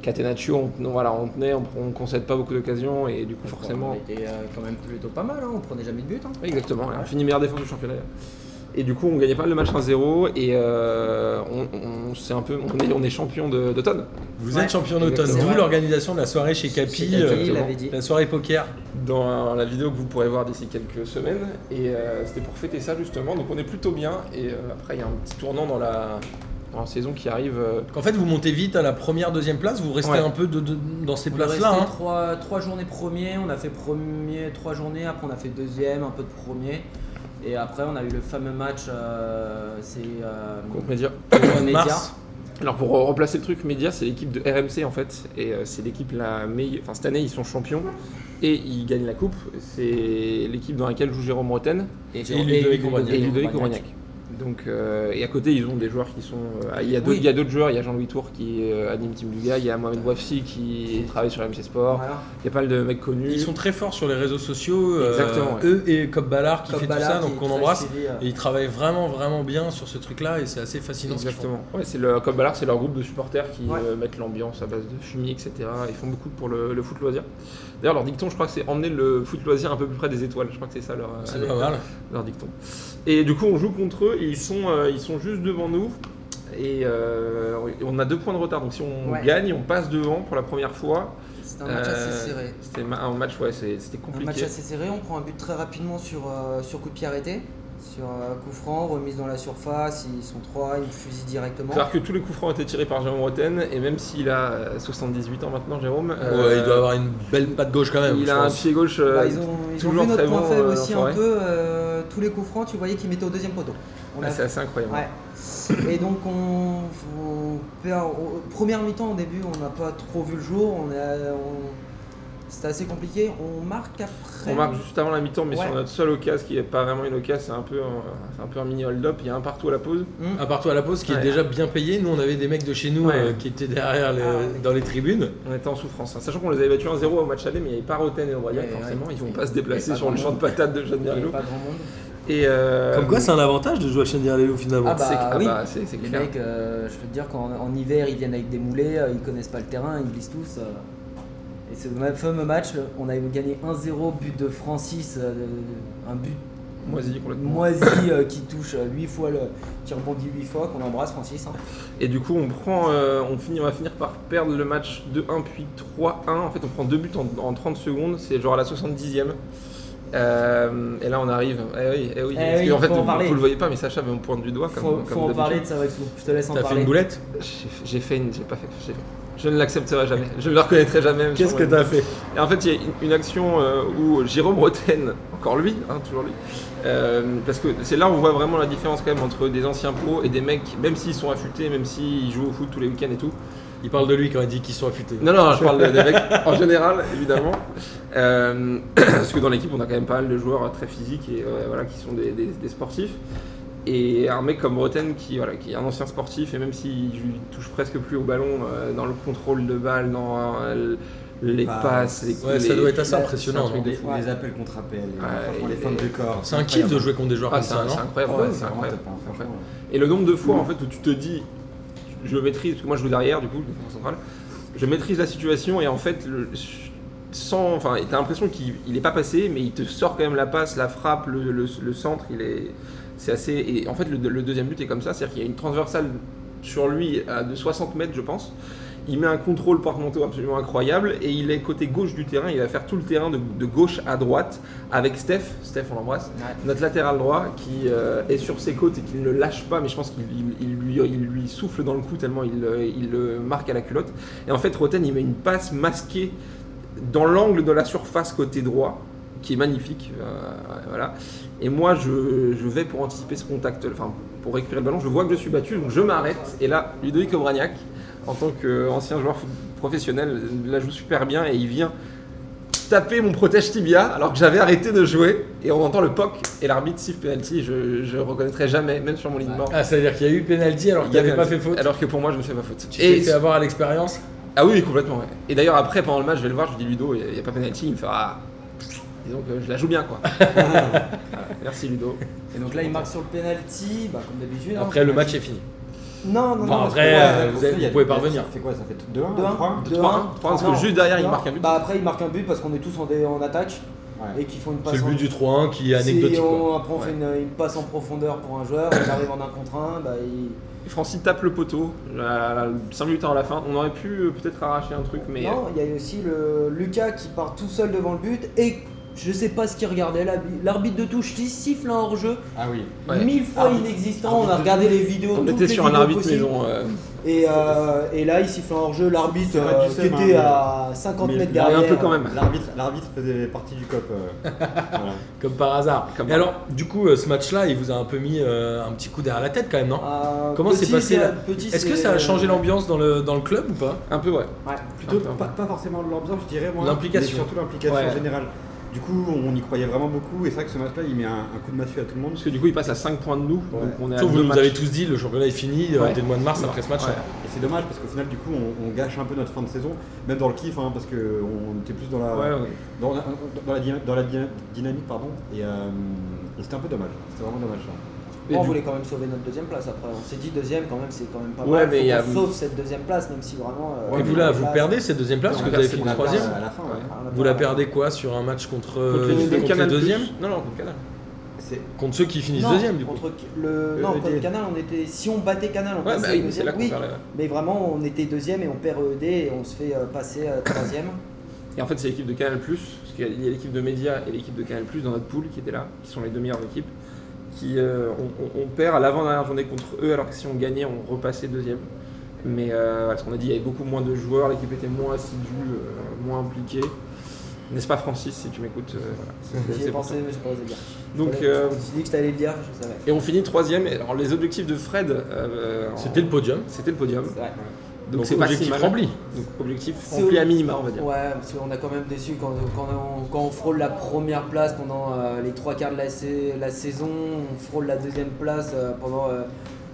[SPEAKER 2] Catenaccio, on, tenait- voilà, on tenait, on, on concède pas beaucoup d'occasions et du coup forcément
[SPEAKER 3] On était euh, quand même plutôt pas mal, hein, on prenait jamais de but. hein.
[SPEAKER 2] Ouais, Exactement, on finit meilleure défense du championnat. Et du coup, on gagnait pas le match 1-0 et euh, on, on- c'est un peu, on est, on est champion de- d'automne.
[SPEAKER 1] Vous
[SPEAKER 3] Ouais.
[SPEAKER 1] êtes champion d'automne,
[SPEAKER 3] Exactement.
[SPEAKER 1] d'où l'organisation de la soirée chez Capi,
[SPEAKER 3] Capi,
[SPEAKER 1] euh,
[SPEAKER 3] il avait dit.
[SPEAKER 1] la soirée poker.
[SPEAKER 2] Dans la vidéo que vous pourrez voir d'ici quelques semaines. Et euh, c'était pour fêter ça justement. Donc on est plutôt bien. Et euh, après, il y a un petit tournant dans la, dans la saison qui arrive. euh,
[SPEAKER 1] En fait, vous montez vite à la première, deuxième place, vous restez
[SPEAKER 2] Ouais.
[SPEAKER 1] un peu de- de- dans ces
[SPEAKER 3] On est resté
[SPEAKER 1] places-là. hein.
[SPEAKER 3] trois, trois journées premier, on a fait premier trois journées, après on a fait deuxième, un peu de premier. Et après on a eu le fameux match, euh, c'est euh,
[SPEAKER 2] contre Média.
[SPEAKER 1] En
[SPEAKER 3] Média.
[SPEAKER 1] mars.
[SPEAKER 2] Alors pour euh, remplacer le truc, Média, c'est l'équipe de RMC en fait, et euh, c'est l'équipe la meilleure. Enfin cette année, ils sont champions et ils gagnent la coupe. C'est l'équipe dans laquelle joue Jérôme Roten
[SPEAKER 3] et,
[SPEAKER 1] Et Ludovic Ouragnac.
[SPEAKER 2] et Ludovic Aurignac. Donc euh, et à côté, ils ont des joueurs qui sont. euh, il y a d'autres,
[SPEAKER 3] Oui.
[SPEAKER 2] il y a d'autres joueurs. Il y a Jean-Louis Tour qui euh, anime Team Luga, il y a Mohamed Wafsi qui travaille sur MC Sport.
[SPEAKER 3] Voilà.
[SPEAKER 2] Il y a pas mal de mecs connus.
[SPEAKER 1] Ils sont très forts sur les réseaux sociaux, euh,
[SPEAKER 2] Exactement, ouais.
[SPEAKER 1] eux et Cobb Ballard qui
[SPEAKER 3] Comme
[SPEAKER 1] fait
[SPEAKER 3] Ballard,
[SPEAKER 1] tout ça,
[SPEAKER 3] qui
[SPEAKER 1] donc
[SPEAKER 3] est
[SPEAKER 1] on
[SPEAKER 3] très
[SPEAKER 1] embrasse.
[SPEAKER 3] suivi, euh.
[SPEAKER 1] Et ils travaillent vraiment, vraiment bien sur ce truc-là et c'est assez fascinant. ce qu'ils font.
[SPEAKER 2] Exactement. Ouais, c'est le comme Ballard, c'est leur groupe de supporters qui
[SPEAKER 3] Ouais.
[SPEAKER 2] euh, mettent l'ambiance à base de fumier, etc. Ils font beaucoup pour le, le foot loisir. D'ailleurs, leur dicton, je crois que c'est emmener le foot loisir un peu plus près des étoiles. Je crois que c'est ça leur, euh,
[SPEAKER 1] C'est pas mal.
[SPEAKER 2] leur dicton. Et du coup, on joue contre eux et ils sont, euh, ils sont juste devant nous. Et euh, on a deux points de retard. Donc si on
[SPEAKER 3] Ouais.
[SPEAKER 2] gagne, on passe devant pour la première fois.
[SPEAKER 3] C'était un match assez
[SPEAKER 2] Euh,
[SPEAKER 3] serré.
[SPEAKER 2] C'était ma- un match, ouais, c'est- c'était
[SPEAKER 3] Un match
[SPEAKER 2] compliqué.
[SPEAKER 3] assez serré, on prend un but très rapidement sur, euh, sur coup de pied arrêté, sur euh, coup franc, remise dans la surface, ils sont trois, ils fusillent directement.
[SPEAKER 2] Faut savoir que tous les coups francs étaient tirés par Jérôme Roten et même s'il a euh, 78 ans maintenant, Jérôme,
[SPEAKER 1] Ouais,
[SPEAKER 2] euh,
[SPEAKER 1] il doit avoir une belle patte gauche quand même.
[SPEAKER 2] il
[SPEAKER 1] je
[SPEAKER 2] a un
[SPEAKER 1] pense.
[SPEAKER 2] pied gauche. euh,
[SPEAKER 3] Bah, ils ont, ils ont
[SPEAKER 2] toujours
[SPEAKER 3] vu notre
[SPEAKER 2] très
[SPEAKER 3] point
[SPEAKER 2] bon,
[SPEAKER 3] faible
[SPEAKER 2] euh,
[SPEAKER 3] aussi un
[SPEAKER 2] Forêt.
[SPEAKER 3] peu, euh, tous les coups francs, tu voyais qu'ils mettaient au deuxième poteau. On
[SPEAKER 2] Ah,
[SPEAKER 3] a
[SPEAKER 2] c'est assez incroyable.
[SPEAKER 3] Ouais. Et donc on, on perd. au- première mi-temps au début, on n'a pas trop vu le jour. On a, on- c'était assez compliqué. On marque après.
[SPEAKER 2] On marque juste avant la mi-temps, mais
[SPEAKER 3] Ouais.
[SPEAKER 2] sur notre seule occasion, qui n'est pas vraiment une occasion, c'est un peu un, c'est un, peu un mini hold-up. Il y a un partout à la pause.
[SPEAKER 3] Hmm.
[SPEAKER 1] À part toi à la pause qui est
[SPEAKER 2] Ouais.
[SPEAKER 1] déjà bien payé, nous on avait des mecs de chez nous
[SPEAKER 2] Ouais.
[SPEAKER 1] euh, qui étaient derrière les-
[SPEAKER 3] Ah, ouais.
[SPEAKER 1] dans les tribunes.
[SPEAKER 2] On était en souffrance. hein. Sachant qu'on les avait battus 1-0 au match aller, mais il n'y avait pas Roten et O'Brien,
[SPEAKER 3] Ouais, ouais.
[SPEAKER 2] forcément. Ils ne vont
[SPEAKER 3] Et-
[SPEAKER 2] pas se
[SPEAKER 3] et
[SPEAKER 2] déplacer
[SPEAKER 3] pas
[SPEAKER 2] sur le
[SPEAKER 3] grand
[SPEAKER 2] champ de patates de Jeanne
[SPEAKER 3] Il y avait
[SPEAKER 2] Berlot.
[SPEAKER 3] pas grand monde.
[SPEAKER 2] Et euh,
[SPEAKER 1] Comme quoi, c'est un avantage de jouer à Chendirlelou finalement.
[SPEAKER 3] Ah bah,
[SPEAKER 2] c'est- ah
[SPEAKER 3] oui.
[SPEAKER 2] bah, c'est c'est
[SPEAKER 3] Les
[SPEAKER 2] clair.
[SPEAKER 3] mecs, euh, je peux te dire qu'en en hiver, ils viennent avec des moulets, euh, ils connaissent pas le terrain, ils glissent tous. euh. Et ce ma- fameux match, euh, on avait gagné 1-0, but de Francis, euh, un but
[SPEAKER 2] Moisi complètement.
[SPEAKER 3] moisi euh, qui touche 8 fois le. qui rebondit 8 fois, qu'on embrasse Francis. hein.
[SPEAKER 2] Et du coup, on prend, euh, on finit, on va finir par perdre le match 2-1 puis 3-1. En fait, on prend deux buts en, en 30 secondes. C'est genre à la 70e. Euh, et là, on arrive. Eh oui, eh oui.
[SPEAKER 3] Eh
[SPEAKER 2] parce
[SPEAKER 3] oui,
[SPEAKER 2] que, en fait,
[SPEAKER 3] faut en
[SPEAKER 2] vous,
[SPEAKER 3] parler.
[SPEAKER 2] vous le voyez pas, mais Sacha me pointe du doigt. Comme,
[SPEAKER 3] Faut,
[SPEAKER 2] comme
[SPEAKER 3] faut en
[SPEAKER 2] d'habitude.
[SPEAKER 3] parler de ça, Maxou. Je te laisse en
[SPEAKER 1] T'as fait
[SPEAKER 3] parler.
[SPEAKER 1] une boulette
[SPEAKER 2] J'ai fait- J'ai fait une. J'ai pas fait. j'ai- Je ne l'accepterai jamais. Je ne le reconnaîtrai jamais. même
[SPEAKER 1] Qu'est-ce
[SPEAKER 2] sur
[SPEAKER 1] que
[SPEAKER 2] moi.
[SPEAKER 1] t'as fait
[SPEAKER 2] Et En fait, il y a une- une action euh, où Jérôme Roten, encore lui, hein, toujours lui, euh, parce que c'est là où on voit vraiment la différence quand même entre des anciens pros et des mecs, même s'ils sont affûtés, même s'ils jouent au foot tous les week-ends et tout.
[SPEAKER 1] Il parle de lui quand il dit qu'ils sont affûtés.
[SPEAKER 2] Non, non, je parle de- des mecs en général, évidemment. Euh, *clears throat* parce que dans l'équipe, on a quand même pas mal de joueurs très physiques et euh, voilà, qui sont des, des- des sportifs. Et un mec comme Roten, qui, voilà, qui est un ancien sportif, et même s'il joue- il touche presque plus au ballon, euh, dans le contrôle de balle, dans euh, les
[SPEAKER 4] Bah,
[SPEAKER 2] passes, les
[SPEAKER 1] Ouais, ça
[SPEAKER 2] les-
[SPEAKER 1] doit être assez
[SPEAKER 4] Ouais,
[SPEAKER 1] impressionnant.
[SPEAKER 2] c'est un
[SPEAKER 1] non
[SPEAKER 4] Les,
[SPEAKER 3] Ouais.
[SPEAKER 4] les appels contre appels, les-
[SPEAKER 2] Ouais,
[SPEAKER 4] franchement, les
[SPEAKER 2] il
[SPEAKER 4] femmes
[SPEAKER 2] est-
[SPEAKER 4] de corps.
[SPEAKER 1] C'est un kiff de jouer contre des joueurs
[SPEAKER 2] Ah,
[SPEAKER 1] comme
[SPEAKER 2] c'est
[SPEAKER 1] ça, non
[SPEAKER 2] incroyable,
[SPEAKER 4] Ouais,
[SPEAKER 2] ouais, c'est
[SPEAKER 4] c'est vraiment
[SPEAKER 2] incroyable.
[SPEAKER 4] top, hein,
[SPEAKER 2] C'est incroyable.
[SPEAKER 4] franchement.
[SPEAKER 2] Et le nombre de fois en fait où tu te dis, je maîtrise, parce que moi je joue derrière du coup, défenseur central, je maîtrise la situation et en fait le- sans. Enfin, t'as l'impression qu'il il est pas passé, mais il te sort quand même la passe, la frappe, le, le- le centre. Il est. C'est assez. Et en fait, le, le deuxième but est comme ça, c'est-à-dire qu'il y a une transversale sur lui à de 60 mètres, je pense. Il met un contrôle porte-manteau absolument incroyable et il est côté gauche du terrain. Il va faire tout le terrain de, de gauche à droite avec Steph. Steph, on l'embrasse. Notre latéral droit qui euh, est sur ses côtes et qui ne le lâche pas, mais je pense qu'il il- il lui, il lui souffle dans le cou tellement il, euh, il le marque à la culotte. Et en fait, Roten, il met une passe masquée dans l'angle de la surface côté droit, qui est magnifique. euh, voilà. Et moi, je, je vais pour anticiper ce contact, enfin, pour récupérer le ballon. Je vois que je suis battu, donc je m'arrête. Et là, Ludovic Obraniak, en tant qu'ancien joueur foot- professionnel, la joue super bien et il vient taper mon protège tibia alors que j'avais arrêté de jouer et on entend le POC et l'arbitre siffle penalty je, je reconnaîtrai jamais même sur mon lit de mort
[SPEAKER 1] Ah, c'est-à-dire qu'il y a eu pénalty alors
[SPEAKER 2] Il
[SPEAKER 1] qu'il
[SPEAKER 2] y a
[SPEAKER 1] n'avait pas
[SPEAKER 2] penalty.
[SPEAKER 1] fait faute.
[SPEAKER 2] alors que pour moi je ne fais pas faute
[SPEAKER 1] Tu t'es fait avoir à l'expérience.
[SPEAKER 2] ah oui, complètement. ouais. Et d'ailleurs, après, pendant le match, je vais le voir, je dis Ludo, il n'y a pas penalty. Il me fait Ah, disons que je la joue bien, quoi. Voilà. Merci, Ludo.
[SPEAKER 3] Et donc là, il marque sur le penalty, bah, comme d'habitude. hein.
[SPEAKER 1] Après, le match est fini.
[SPEAKER 3] Non, non,
[SPEAKER 1] Enfin,
[SPEAKER 3] non.
[SPEAKER 4] Parce que,
[SPEAKER 1] après,
[SPEAKER 4] ouais,
[SPEAKER 1] euh,
[SPEAKER 4] parce
[SPEAKER 1] vous avez-
[SPEAKER 4] qu'il y a
[SPEAKER 1] vous pouvez
[SPEAKER 4] des-
[SPEAKER 1] pas revenir.
[SPEAKER 4] C'est quoi Ça fait 2-1
[SPEAKER 3] 2-1,
[SPEAKER 4] 3-1
[SPEAKER 3] 2-1.
[SPEAKER 2] 3-1, parce que
[SPEAKER 3] Non,
[SPEAKER 2] juste derrière, il
[SPEAKER 3] non.
[SPEAKER 2] marque un but.
[SPEAKER 3] Bah après, il marque un but parce qu'on est tous en, dé- en attaque
[SPEAKER 4] Ouais.
[SPEAKER 3] et qu'ils font une passe
[SPEAKER 1] C'est le
[SPEAKER 3] en
[SPEAKER 1] but du 3-1 qui est
[SPEAKER 3] Si
[SPEAKER 1] anecdotique.
[SPEAKER 3] on-
[SPEAKER 1] quoi.
[SPEAKER 3] après, on fait une, une passe en profondeur pour un joueur, on arrive en un contre un, bah, il...
[SPEAKER 2] Francis tape le poteau, 5 minutes avant la fin. On aurait pu euh, peut-être arracher un truc, mais. euh,
[SPEAKER 3] Non, il y a aussi le Lucas qui part tout seul devant le but et je sais pas ce qu'il regardait. l'arbi- L'arbitre de touche qui siffle un hors-jeu,
[SPEAKER 4] Ah oui.
[SPEAKER 2] Ouais.
[SPEAKER 3] mille fois
[SPEAKER 4] Arbitre-
[SPEAKER 3] inexistant.
[SPEAKER 4] arbitre
[SPEAKER 3] On a
[SPEAKER 4] de
[SPEAKER 3] regardé les vidéos,
[SPEAKER 2] on
[SPEAKER 3] toutes
[SPEAKER 2] était
[SPEAKER 3] les
[SPEAKER 2] sur un
[SPEAKER 3] vidéos
[SPEAKER 2] arbitre, mais
[SPEAKER 3] possibles.
[SPEAKER 2] non. euh,
[SPEAKER 3] Et, euh, et là, il siffle un hors-jeu. L'arbitre
[SPEAKER 4] C'est pas
[SPEAKER 3] euh,
[SPEAKER 4] du
[SPEAKER 3] qui
[SPEAKER 4] seum,
[SPEAKER 3] était
[SPEAKER 4] hein,
[SPEAKER 3] à 50
[SPEAKER 4] mais
[SPEAKER 3] mètres
[SPEAKER 4] il y en a
[SPEAKER 3] derrière.
[SPEAKER 2] un peu quand même.
[SPEAKER 4] L'arbitre, l'arbitre faisait partie du cop. *laughs* euh, voilà.
[SPEAKER 1] Comme par hasard.
[SPEAKER 2] Comme
[SPEAKER 1] Et alors, du coup, euh, ce match-là, il vous a un peu mis euh, un petit coup derrière la tête quand même, non
[SPEAKER 3] Euh,
[SPEAKER 1] Comment s'est
[SPEAKER 3] petit,
[SPEAKER 1] passé
[SPEAKER 3] c'est-
[SPEAKER 1] la-
[SPEAKER 3] petit,
[SPEAKER 1] Est-ce
[SPEAKER 3] c'est-
[SPEAKER 1] que ça a changé l'ambiance dans le, dans le club ou pas
[SPEAKER 2] un peu, ouais.
[SPEAKER 3] Ouais.
[SPEAKER 4] Plutôt
[SPEAKER 2] Attends.
[SPEAKER 4] pas, pas forcément l'ambiance, je dirais moi.
[SPEAKER 1] L'implication.
[SPEAKER 4] mais surtout l'implication
[SPEAKER 2] Ouais.
[SPEAKER 4] générale. Du coup, on y croyait vraiment beaucoup et c'est vrai que ce match-là, il met un, un coup de massue à tout le monde.
[SPEAKER 2] Parce que du coup, il passe à 5 points de nous.
[SPEAKER 4] Ouais.
[SPEAKER 2] Donc on est à
[SPEAKER 1] Surtout, Vous
[SPEAKER 2] deux
[SPEAKER 1] nous
[SPEAKER 2] matchs.
[SPEAKER 1] avez tous dit, le championnat est fini euh,
[SPEAKER 2] Ouais.
[SPEAKER 1] dès le mois de mars après ce match.
[SPEAKER 2] Ouais.
[SPEAKER 4] Et c'est dommage parce qu'au final, du coup, on, on gâche un peu notre fin de saison, même dans le kiff, hein, parce qu'on était plus dans la,
[SPEAKER 2] Ouais, ouais.
[SPEAKER 4] dans, la- dans la, dyna- dans la dyna- dynamique, pardon. Et, euh, et c'était un peu dommage. C'était vraiment dommage. ça.
[SPEAKER 2] Et
[SPEAKER 3] on
[SPEAKER 2] du-
[SPEAKER 3] voulait quand même sauver notre deuxième place après. On s'est dit deuxième quand même, c'est quand même pas
[SPEAKER 2] Ouais,
[SPEAKER 3] mal.
[SPEAKER 2] mais il y a-
[SPEAKER 3] Sauf cette deuxième place, même si vraiment. euh,
[SPEAKER 1] Et vous là, vous
[SPEAKER 3] là,
[SPEAKER 1] perdez cette deuxième place parce
[SPEAKER 4] On
[SPEAKER 1] que vous
[SPEAKER 4] a
[SPEAKER 1] avez
[SPEAKER 4] perdu
[SPEAKER 1] fini
[SPEAKER 4] la place
[SPEAKER 1] troisième.
[SPEAKER 4] à la fin. ouais.
[SPEAKER 2] Ouais.
[SPEAKER 3] on a
[SPEAKER 1] Vous la
[SPEAKER 3] perdu.
[SPEAKER 1] perdez quoi sur un match contre,
[SPEAKER 2] Contre les-
[SPEAKER 1] euh, contre
[SPEAKER 2] Canal+.
[SPEAKER 1] les deuxièmes
[SPEAKER 2] Non, non, contre Canal.
[SPEAKER 4] C'est
[SPEAKER 1] Contre ceux qui finissent
[SPEAKER 3] non,
[SPEAKER 1] deuxième du coup.
[SPEAKER 3] contre le, non,
[SPEAKER 1] E
[SPEAKER 4] ED.
[SPEAKER 3] contre Canal, on était. Si on battait Canal, on
[SPEAKER 2] Ouais,
[SPEAKER 3] passait
[SPEAKER 2] bah oui, mais c'est
[SPEAKER 3] deuxième.
[SPEAKER 2] là qu'on
[SPEAKER 3] oui,
[SPEAKER 2] parlait, ouais.
[SPEAKER 3] mais vraiment, on était deuxième et on perd ED et on se fait euh, passer euh, troisième.
[SPEAKER 2] Et en fait, c'est l'équipe de Canal, parce qu'il y a l'équipe de Média et l'équipe de Canal, dans notre poule qui étaient là, qui sont les deux meilleures équipes, qui euh, on, on- on perd à l'avant-dernière journée contre eux, alors que si on gagnait, on repassait deuxième. Mais euh, parce qu'on a dit, il y avait beaucoup moins de joueurs, l'équipe était moins assidue, euh, moins impliquée. N'est-ce pas, Francis, si tu m'écoutes euh, voilà. C'est-
[SPEAKER 3] J'y
[SPEAKER 2] c'est
[SPEAKER 3] ai
[SPEAKER 2] pour
[SPEAKER 3] pensé, mais j'ai pas osé le dire.
[SPEAKER 2] ça. Donc,
[SPEAKER 3] Voilà,
[SPEAKER 2] euh,
[SPEAKER 3] je me suis dit que t'allais le dire, je savais.
[SPEAKER 2] et on finit troisième. Et Alors, les objectifs de Fred, euh, en-
[SPEAKER 1] C'était le podium.
[SPEAKER 2] c'était le podium.
[SPEAKER 3] C'est vrai.
[SPEAKER 2] Donc,
[SPEAKER 1] Donc
[SPEAKER 2] c'est pas si
[SPEAKER 1] objectif
[SPEAKER 2] mal.
[SPEAKER 1] rempli.
[SPEAKER 2] Donc, objectif
[SPEAKER 3] C'est-
[SPEAKER 2] rempli à minima, on va dire.
[SPEAKER 3] Ouais, parce qu'on a quand même déçu quand, quand on, quand on frôle la première place pendant euh, les trois quarts de la, sa- la saison, on frôle la deuxième place euh, pendant euh,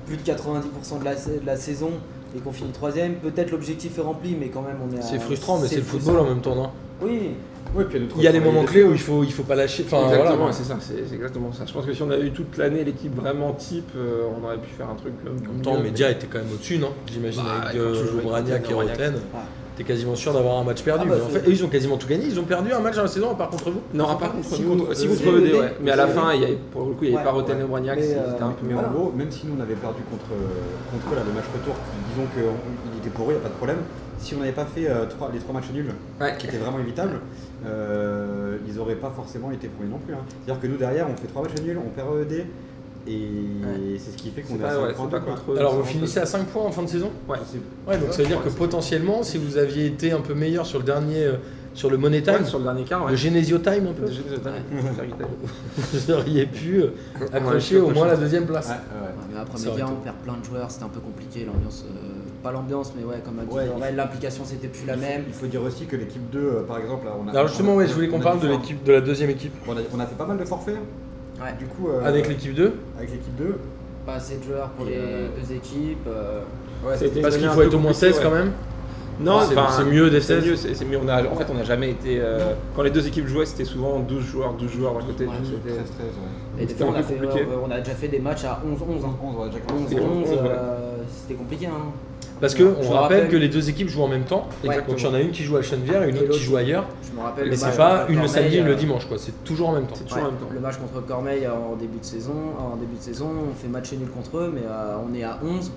[SPEAKER 3] plus de 90% de la, sa- de la saison et qu'on finit troisième. Peut-être l'objectif est rempli, mais quand même on est. à-
[SPEAKER 1] C'est frustrant, mais c'est le football en
[SPEAKER 3] frustrant.
[SPEAKER 1] même temps, non
[SPEAKER 3] Oui,
[SPEAKER 4] Ouais, puis notre
[SPEAKER 1] Il y a des
[SPEAKER 4] travail
[SPEAKER 1] moments
[SPEAKER 4] de-
[SPEAKER 1] clés où il faut, il faut pas lâcher. Enfin, voilà.
[SPEAKER 2] exactement, c'est ça, c'est c'est exactement ça. Je pense que si on avait eu toute l'année l'équipe vraiment type, euh, on aurait pu faire un truc. euh,
[SPEAKER 1] En même temps,
[SPEAKER 2] mieux,
[SPEAKER 1] Média était quand même au-dessus, non J'imagine
[SPEAKER 2] Bah,
[SPEAKER 1] avec
[SPEAKER 2] quand tu joues
[SPEAKER 1] euh,
[SPEAKER 2] avec
[SPEAKER 1] Bragnac et
[SPEAKER 2] Roten,
[SPEAKER 1] Roten.
[SPEAKER 3] Ouais.
[SPEAKER 1] T'es quasiment sûr d'avoir un match perdu.
[SPEAKER 3] Ah bah,
[SPEAKER 1] mais en
[SPEAKER 3] c'est-
[SPEAKER 1] fait, eux, ils ont quasiment tout gagné. Ils ont perdu un match dans la saison, à part contre vous.
[SPEAKER 2] Non, pas contre
[SPEAKER 3] Si
[SPEAKER 2] nous,
[SPEAKER 3] contre-
[SPEAKER 2] si contre
[SPEAKER 3] si,
[SPEAKER 2] ED,
[SPEAKER 3] ED,
[SPEAKER 2] ouais. Mais à la
[SPEAKER 3] si,
[SPEAKER 2] fin,
[SPEAKER 3] ED.
[SPEAKER 2] il y avait, pour le coup, il n'y avait
[SPEAKER 3] Ouais,
[SPEAKER 2] pas Rotten
[SPEAKER 3] ouais.
[SPEAKER 2] et Bragnac,
[SPEAKER 3] Mais,
[SPEAKER 2] c'était
[SPEAKER 3] euh,
[SPEAKER 2] un peu
[SPEAKER 4] Mais
[SPEAKER 2] mieux.
[SPEAKER 4] en gros, même si nous on avait perdu contre, euh, contre eux, là, le match retour, qui, disons qu'il était pour eux, il n'y a pas de problème. Si on n'avait pas fait euh, trois- les trois matchs nuls,
[SPEAKER 2] Ouais.
[SPEAKER 4] qui étaient vraiment évitables, euh, ils n'auraient pas forcément été premiers non plus. hein. C'est-à-dire que nous derrière, on fait trois matchs nuls, on perd ED, et c'est ce qui fait
[SPEAKER 2] C'est
[SPEAKER 4] qu'on est à
[SPEAKER 2] pas,
[SPEAKER 4] cinq
[SPEAKER 2] ouais,
[SPEAKER 4] points
[SPEAKER 2] c'est pas
[SPEAKER 4] de- quoi.
[SPEAKER 2] contre eux.
[SPEAKER 1] Alors,
[SPEAKER 2] c'est
[SPEAKER 1] vous
[SPEAKER 2] contre-
[SPEAKER 1] finissez à 5 points en fin de saison
[SPEAKER 2] Ouais.
[SPEAKER 4] C'est-
[SPEAKER 1] Ouais, donc ça veut dire que
[SPEAKER 2] Ouais,
[SPEAKER 1] potentiellement, si vous aviez été un peu meilleur sur le dernier, euh, sur le Money Time,
[SPEAKER 2] Ouais, sur le dernier quart, ouais.
[SPEAKER 1] le Genesio Time un
[SPEAKER 2] J'ai-
[SPEAKER 1] peu, *laughs*
[SPEAKER 2] j'ai- j'ai- *laughs* j'ai-
[SPEAKER 1] vous auriez pu euh,
[SPEAKER 2] j'ai-
[SPEAKER 1] accrocher au moins la deuxième place.
[SPEAKER 4] Ouais, ouais.
[SPEAKER 5] Ouais, mais après
[SPEAKER 1] Ça
[SPEAKER 5] Média,
[SPEAKER 1] aurait
[SPEAKER 5] on perd plein de joueurs, c'était un peu compliqué l'ambiance. euh, pas l'ambiance, mais ouais, comme a dit
[SPEAKER 4] Ouais,
[SPEAKER 5] Jorel, l'implication c'était plus la
[SPEAKER 4] Il faut-
[SPEAKER 5] même.
[SPEAKER 4] Il faut dire aussi que l'équipe 2, euh, par exemple, là, on a.
[SPEAKER 1] Alors justement, ouais, je voulais
[SPEAKER 4] on
[SPEAKER 1] qu'on
[SPEAKER 4] a
[SPEAKER 1] parle
[SPEAKER 4] dû
[SPEAKER 1] de
[SPEAKER 4] faire-
[SPEAKER 1] l'équipe, de la deuxième équipe,
[SPEAKER 4] On a, on a fait pas mal de forfaits.
[SPEAKER 5] Ouais.
[SPEAKER 4] Du coup, euh,
[SPEAKER 1] avec l'équipe 2,
[SPEAKER 4] avec l'équipe 2,
[SPEAKER 5] Pas assez de joueurs pour
[SPEAKER 4] Et,
[SPEAKER 5] les
[SPEAKER 4] euh,
[SPEAKER 5] deux équipes. euh,
[SPEAKER 2] C'était
[SPEAKER 1] parce qu'il
[SPEAKER 2] un
[SPEAKER 1] faut
[SPEAKER 2] peu
[SPEAKER 1] être au moins
[SPEAKER 2] compliqué,
[SPEAKER 1] 16
[SPEAKER 2] ouais.
[SPEAKER 1] quand même.
[SPEAKER 2] Non,
[SPEAKER 1] c'est
[SPEAKER 2] enfin,
[SPEAKER 1] c'est mieux des
[SPEAKER 2] C'est
[SPEAKER 1] 16.
[SPEAKER 2] mieux, c'est c'est mieux. On a, en fait, on n'a jamais été. euh, quand les deux équipes jouaient, c'était souvent 12 joueurs, 12 joueurs d'un côté.
[SPEAKER 5] Ouais,
[SPEAKER 2] donc c'était-
[SPEAKER 4] 13-13, ouais.
[SPEAKER 5] et des
[SPEAKER 2] C'était
[SPEAKER 5] fois, on
[SPEAKER 2] un
[SPEAKER 5] a,
[SPEAKER 2] peu
[SPEAKER 5] fait-
[SPEAKER 2] compliqué.
[SPEAKER 5] ouais, on a déjà fait des matchs à 11-11. hein.
[SPEAKER 4] 11, on a déjà commencé.
[SPEAKER 5] 11-11,
[SPEAKER 2] C'était 11,
[SPEAKER 5] euh, c'était compliqué. Hein.
[SPEAKER 1] Parce que on
[SPEAKER 5] Je
[SPEAKER 1] rappelle,
[SPEAKER 5] rappelle-
[SPEAKER 1] que les deux équipes jouent en même temps.
[SPEAKER 5] Exactement.
[SPEAKER 1] Donc il y en a une qui joue à Chennevières et une
[SPEAKER 5] Et
[SPEAKER 1] autre qui
[SPEAKER 5] l'autre.
[SPEAKER 1] joue ailleurs.
[SPEAKER 5] Je me rappelle.
[SPEAKER 1] Mais
[SPEAKER 5] le
[SPEAKER 1] c'est
[SPEAKER 5] match
[SPEAKER 1] pas
[SPEAKER 5] contre
[SPEAKER 1] une le
[SPEAKER 5] Corneille,
[SPEAKER 1] samedi, une
[SPEAKER 5] euh,
[SPEAKER 1] le dimanche, quoi. C'est toujours en même temps.
[SPEAKER 2] C'est
[SPEAKER 5] ouais,
[SPEAKER 2] toujours en même temps.
[SPEAKER 5] Le match contre Cormeil euh, en début de saison, en début de saison, on fait match nul contre eux, mais euh, on est à 11.